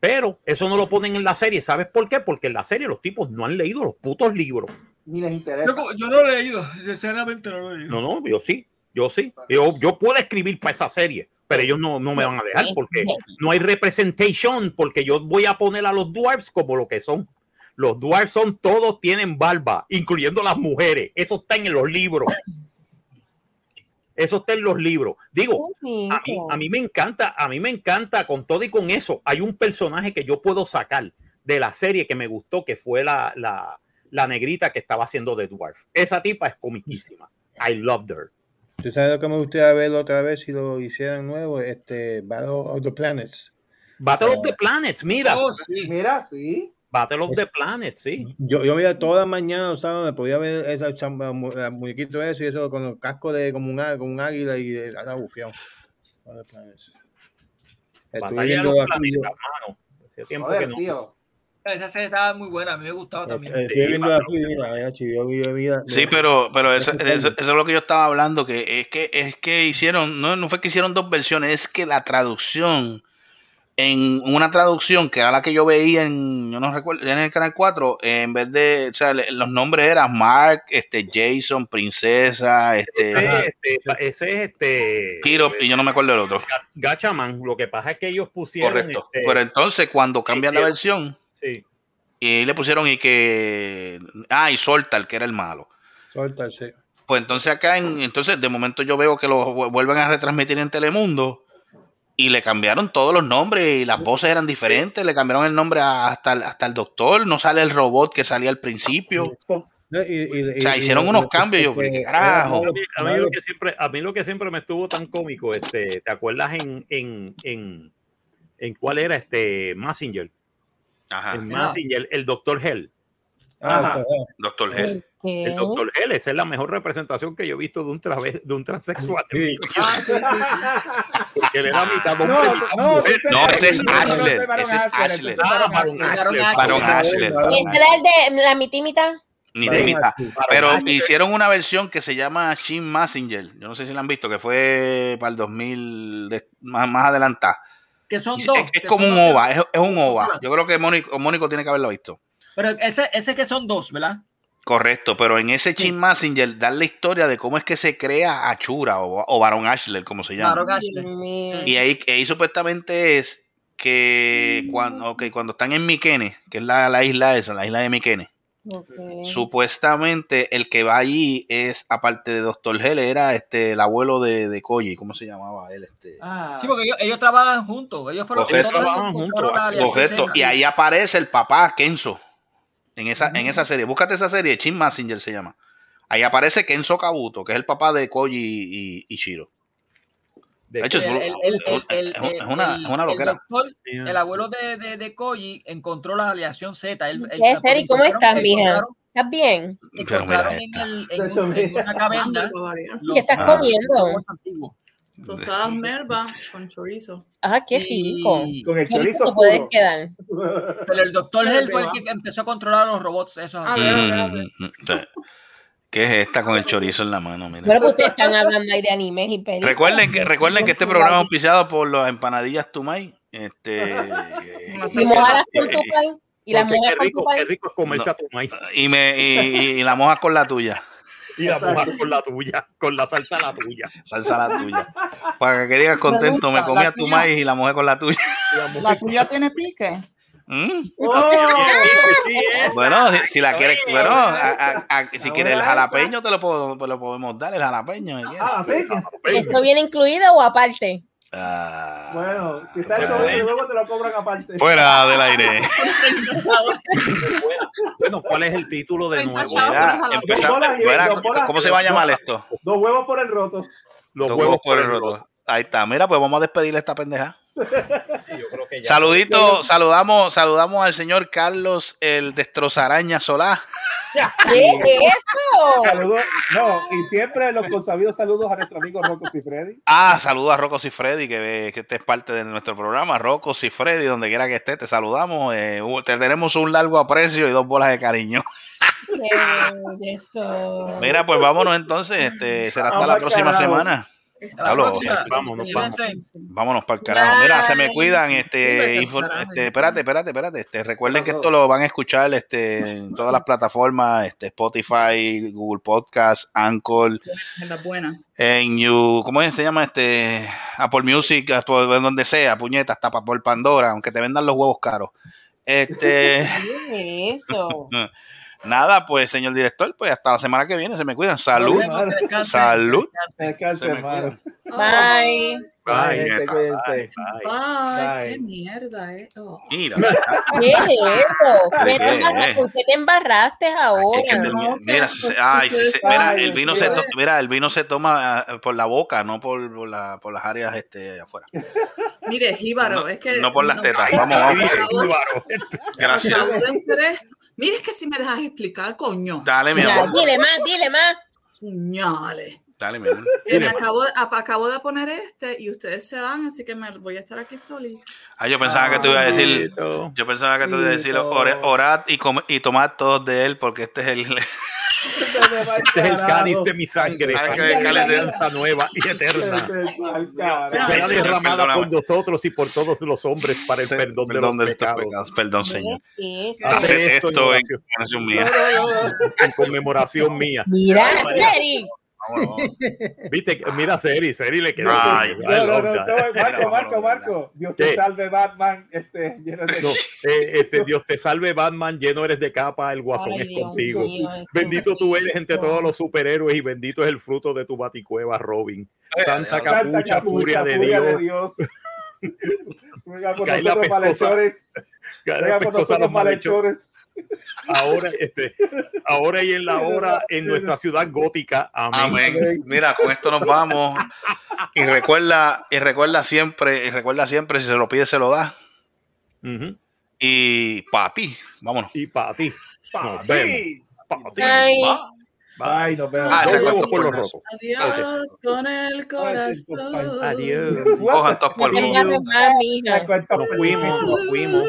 B: Pero eso no lo ponen en la serie. ¿Sabes por qué? Porque en la serie los tipos no han leído los putos libros.
D: Ni les interesa.
M: Yo, yo no lo he leído, sinceramente no lo he leído.
B: No, no, yo sí, yo sí. Yo, yo puedo escribir para esa serie, pero ellos no, no me van a dejar
H: [LAUGHS]
B: porque no hay representation, porque yo voy a poner a los dwarfs como lo que son. Los dwarfs son todos, tienen barba, incluyendo las mujeres. Eso está en los libros. Eso está en los libros. Digo, a mí, a mí me encanta, a mí me encanta con todo y con eso. Hay un personaje que yo puedo sacar de la serie que me gustó, que fue la, la, la negrita que estaba haciendo de Dwarf. Esa tipa es comiquísima. I loved her.
L: ¿Tú sabes lo que me gustaría verlo otra vez si lo hicieran nuevo? Este, Battle of the Planets.
B: Battle of the Planets, mira.
G: Oh.
D: Mira, sí.
B: Battle of the Planets, sí.
L: Yo, yo mira, toda la mañana, los sábados, me podía ver esa chamba, mu- el muñequito eso y eso con el casco de como un, á- como un águila y de, la bufión. Estuve
B: Batalla de
L: viendo
B: los
L: aquí, yo-
B: planetas, mano. Hace tiempo
G: Joder,
B: que no.
G: tío. Esa serie estaba muy buena, a mí me gustaba también.
B: eh,
L: estuve viendo aquí, mira, ya, chivo, yo- yo- mira,
E: Sí,
L: mira.
E: pero, pero eso,
L: Ese
E: eso- eso es lo que yo estaba hablando, que es que es que hicieron, no, no fue que hicieron dos versiones, es que la traducción, en una traducción que era la que yo veía en, yo no recuerdo, en el canal 4, en vez de, o sea, le- los nombres eran Mark, este, Jason, Princesa, este,
B: Este, ese es este.
E: Kiro, y yo no me acuerdo del otro.
B: Gachaman, lo que pasa es que ellos pusieron.
E: Correcto.
B: este,
E: Pero entonces cuando cambian la versión,
B: sí.
E: y le pusieron y que, ah, y Soltal, que era el malo.
L: Solta, sí.
E: Pues entonces acá, en, entonces de momento yo veo que lo vu- vuelven a retransmitir en Telemundo y le cambiaron todos los nombres y las voces eran diferentes, le cambiaron el nombre a- hasta el, hasta el doctor, no sale el robot que salía al principio.
L: No, y- y-
E: O sea,
L: y- este,
E: hicieron
L: y-
E: unos cambios, yo,
L: porque-
E: pero qué carajo.
B: A mí, a mí lo que siempre, a mí lo que siempre me estuvo tan cómico, este, ¿te acuerdas en, en, en, en cuál era este Massinger?
E: Ah.
B: En
G: Ah.
B: Massinger, el Dr. Hell.
L: Ah,
E: Doctor
B: Hell.
G: ¿Eh?
B: El Dr. Hell, esa es la mejor representación que yo he visto de un, trave- de un transexual.
D: [LAUGHS]
B: Porque él
L: [LAUGHS]
B: era mitad hombre,
K: No,
B: mitad
K: no,
B: mujer.
E: No, ese es Ashler, ese es Ashler.
B: Ah, Baron Ashler.
E: Baron Ashler.
H: ¿Y
E: Baron
H: este era el de la mitad y mitad?
E: Ni
B: Baron
E: de mitad.
B: Ashler.
E: Pero
B: Baron Ashler.
E: hicieron una versión que se llama Shin Massinger. Yo no sé si la han visto, que fue para el 2000, de- más, más adelantada.
G: Que son
E: Es,
G: dos.
E: es
G: que
E: como
G: son
E: un
G: dos.
E: OVA, es, es un OVA. Yo creo que Mónico, Mónico tiene que haberlo visto.
G: Pero ese, ese que son dos, ¿verdad?
E: Correcto, pero en ese Shin Massinger dan la historia de cómo es que se crea Achura o, o Baron Ashler, como se llama.
G: Claro, Ashley.
E: Y ahí, ahí supuestamente es que cuando, ok, cuando están en Mikene, que es la, la isla esa, la isla de Mikene, supuestamente el que va allí es, aparte de Doctor Hell, era este, el abuelo de, de Koji, ¿cómo se llamaba él? Este?
D: Ah,
G: Sí, porque ellos, ellos trabajan juntos. Ellos fueron
E: Correcto.
G: todos
E: Trabajan
G: ellos fueron a la
E: Correcto,
G: alianza.
E: y ahí aparece el papá Kenzo, en esa, en esa serie, búscate esa serie, Chin Massinger se llama. Ahí aparece Kenzo Kabuto, que es el papá de Koji y, y Shiro. De hecho, es
G: El- el- el- el- el-
E: es una- es una
G: el
E: loquera.
G: doctor, El abuelo de, de, de Koji encontró la aleación Z. Él, él-
H: ¿Qué serie? ¿Cómo estás,
G: encontraron-
H: mija?
G: encontraron-
H: ¿Estás bien?
E: Pero mira
G: encontraron en, el- en un- en una caverna.
H: ¿Qué estás
E: Ah.
H: comiendo?
F: Tostadas merva con chorizo.
H: Ah, qué rico.
F: Con el
H: Qué rico
F: chorizo
H: te puedes
F: puro.
H: quedar.
D: [LAUGHS]
G: Pero el doctor Hell fue el que empezó a controlar a los robots. Esos así.
E: Mm, sí. ¿Qué es esta con el chorizo en la mano? Mira.
H: Bueno, pues ustedes están hablando ahí de animes y películas.
E: Recuerden que, recuerden que este programa es auspiciado por las empanadillas Tumay. Este,
F: [LAUGHS]
E: eh,
H: Y mojadas con tu país. Y las
E: Porque
H: mojas
E: qué
H: con
E: rico,
H: tu país.
B: Qué rico es comerse
E: No.
B: a tu maíz.
E: y, me, y, y- y la mojas con la tuya.
B: [LAUGHS] Y la mojar con la tuya, con la salsa la tuya.
E: Salsa la tuya. Para que digas contento,
F: Me gusta,
E: me comí
F: la
E: a tu
F: tuya.
E: maíz y la mojé con la tuya.
F: ¿La tuya tiene pique?
D: [LAUGHS]
E: ¿Mm?
D: ¡Oh!
B: Sí, esa.
E: Bueno, si, si la quieres,
B: Sí,
E: bueno,
B: ahora
E: a- a- a- si quieres el
B: esa.
E: jalapeño, te lo, puedo- te lo podemos dar, el jalapeño. si quieres.
D: Ah.
H: Ah,
B: pues.
H: ¿Eso viene incluido o aparte?
D: Ah, Bueno, si está el
E: bueno.
D: sobre luego te lo cobran aparte.
E: Fuera del aire.
B: Bueno, ¿cuál es el título de nuevo?
E: Mira, empezamos- mira, ¿Cómo se va a llamar esto?
D: Dos huevos por el roto.
E: Los huevos por el roto. Ahí está, mira, pues vamos a despedirle esta pendeja. Saludito, saludamos, saludamos al señor Carlos, el destrozaraña Solá.
H: ¿Qué es eso?
D: Saludos. No, y siempre los consabidos saludos a nuestro amigo Rocco Cifredi.
E: Ah, saludos a Rocco y Freddy, que, que este es parte de nuestro programa. Rocco y Freddy, donde quiera que esté, te saludamos. eh, hubo- te tenemos un largo aprecio y dos bolas de cariño. [LAUGHS]
H: Sí, eso.
E: Mira, pues vámonos entonces. Este, será hasta
H: Vamos
E: la
H: al
E: próxima
H: carajo.
E: semana.
H: Hasta
G: la
E: Diablo,
G: próxima.
E: vámonos, vámonos.
G: Cuídense.
E: Vámonos para el carajo. Mira, se me cuidan. Este,
G: Cuídate,
E: info-
G: carajo.
E: este, espérate, espérate, espérate. Este, recuerden que
G: Carajo.
E: esto lo van a escuchar este, en todas las plataformas: este, Spotify, Google Podcast, Anchor,
F: Es la buena.
E: en You, ¿cómo es? se llama este? Apple Music, Apple- donde sea, puñetas, tapa por Pandora, aunque te vendan los huevos caros. Este, [LAUGHS]
H: ¿Qué es eso?
E: nada, pues, señor director, pues hasta la semana que viene, se me cuidan. Salud,
D: Nos vemos, que descansen.
E: salud.
D: Descanse,
E: Se me
D: hermano.
H: Bye.
D: Ay,
E: Ay,
D: gente,
E: neta.
D: cuídense.
F: Ay,
D: Bye.
F: qué mierda, eh. Oh.
E: Mira,
H: ¿Qué es eso? ¿Qué te
E: ¿Qué?
H: embarra- ¿Por qué te embarraste ahora?
E: es que te- mira, si se- ay, si se- mira, el vino se to- mira, el vino se toma ah, por la boca, no por, por la- por las áreas este, afuera.
F: Mire, Jíbaro, es que.
E: No por las tetas. Vamos, vamos. Gracias.
F: por favor, hacer esto. Mira, es que si me dejas explicar, coño.
E: Dale, mi
H: Ya,
E: amor.
H: dile más, dile más.
F: Puñales.
E: Dale, mi amor.
F: Que me acabo, ap- acabo de poner este y ustedes se van, así que me voy a estar aquí solita.
E: Ah, yo pensaba que te iba a decir.
B: Este
E: Yo pensaba que te iba a decir "Ore- orad y, come- y tomad todos de él, porque este es el.
B: Este es el cáliz de mi sangre.
E: Ah,
B: sangre
E: que-
B: de
E: que-
B: alianza nueva y eterna. Será derramada por nosotros y por todos los hombres [LAUGHS]
E: [LAUGHS]
B: para el perdón,
E: perdón de
B: de los
E: estos
B: pecados.
E: pecados. Perdón, Señor.
H: ¿Qué es
E: Haced
B: Haced esto en
E: esto en
B: oración.
E: conmemoración mía.
B: En conmemoración mía.
H: Mira,
B: Ay, María.
H: Jerry.
E: [LAUGHS]
B: Viste, mira, Seri, Seri le quedó.
E: Ay,
B: I
D: No, no,
B: love
D: no,
B: that.
D: no, Marco, Marco, Marco. Dios te
B: ¿Qué?
D: salve, Batman. Este, lleno de-
B: No, eh, este, Dios te salve, Batman, lleno eres de capa, el guasón
D: Ay,
B: es
D: Dios
B: contigo.
D: mío, Jesús
B: bendito tú eres entre
D: Cristo.
B: todos los superhéroes y bendito es el fruto de tu baticueva, Robin. Santa
D: Santa
B: capucha, furia, de, Dios.
D: [LAUGHS] Ruega por
B: Cae la
D: nosotros
B: pescosa.
D: malhechores.
B: Cae la
D: Ruega por
B: pescosa
D: nosotros
B: los
D: malhechores.
B: Ahora, este, ahora y en la hora en nuestra ciudad gótica. Amén.
E: Amén. Mira, con esto nos vamos. Y recuerda, y recuerda siempre, y recuerda siempre, si se lo pide, se lo da. Y para ti, vámonos.
B: Y para ti.
E: Pa'
B: Nos vemos.
H: Bye.
D: Bye, nos vemos.
E: Ah, ese
B: Nos vemos
E: cuento
B: por
E: por
B: los
E: los-
B: rojos.
F: Adiós con el corazón.
B: Adiós.
E: Cojan todos por
H: No te
E: el
H: embarres más, mija.
B: Nos fuimos, nos fuimos.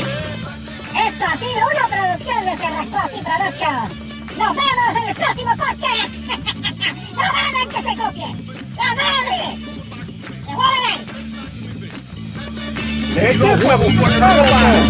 A: Esto ha sido una producción de Cerrascoas y Productions. Nos vemos en el próximo podcast. [LAUGHS] no hagan que se copien. ¡La madre! ¡Se mueven ahí!
K: Tengo huevos por el roto.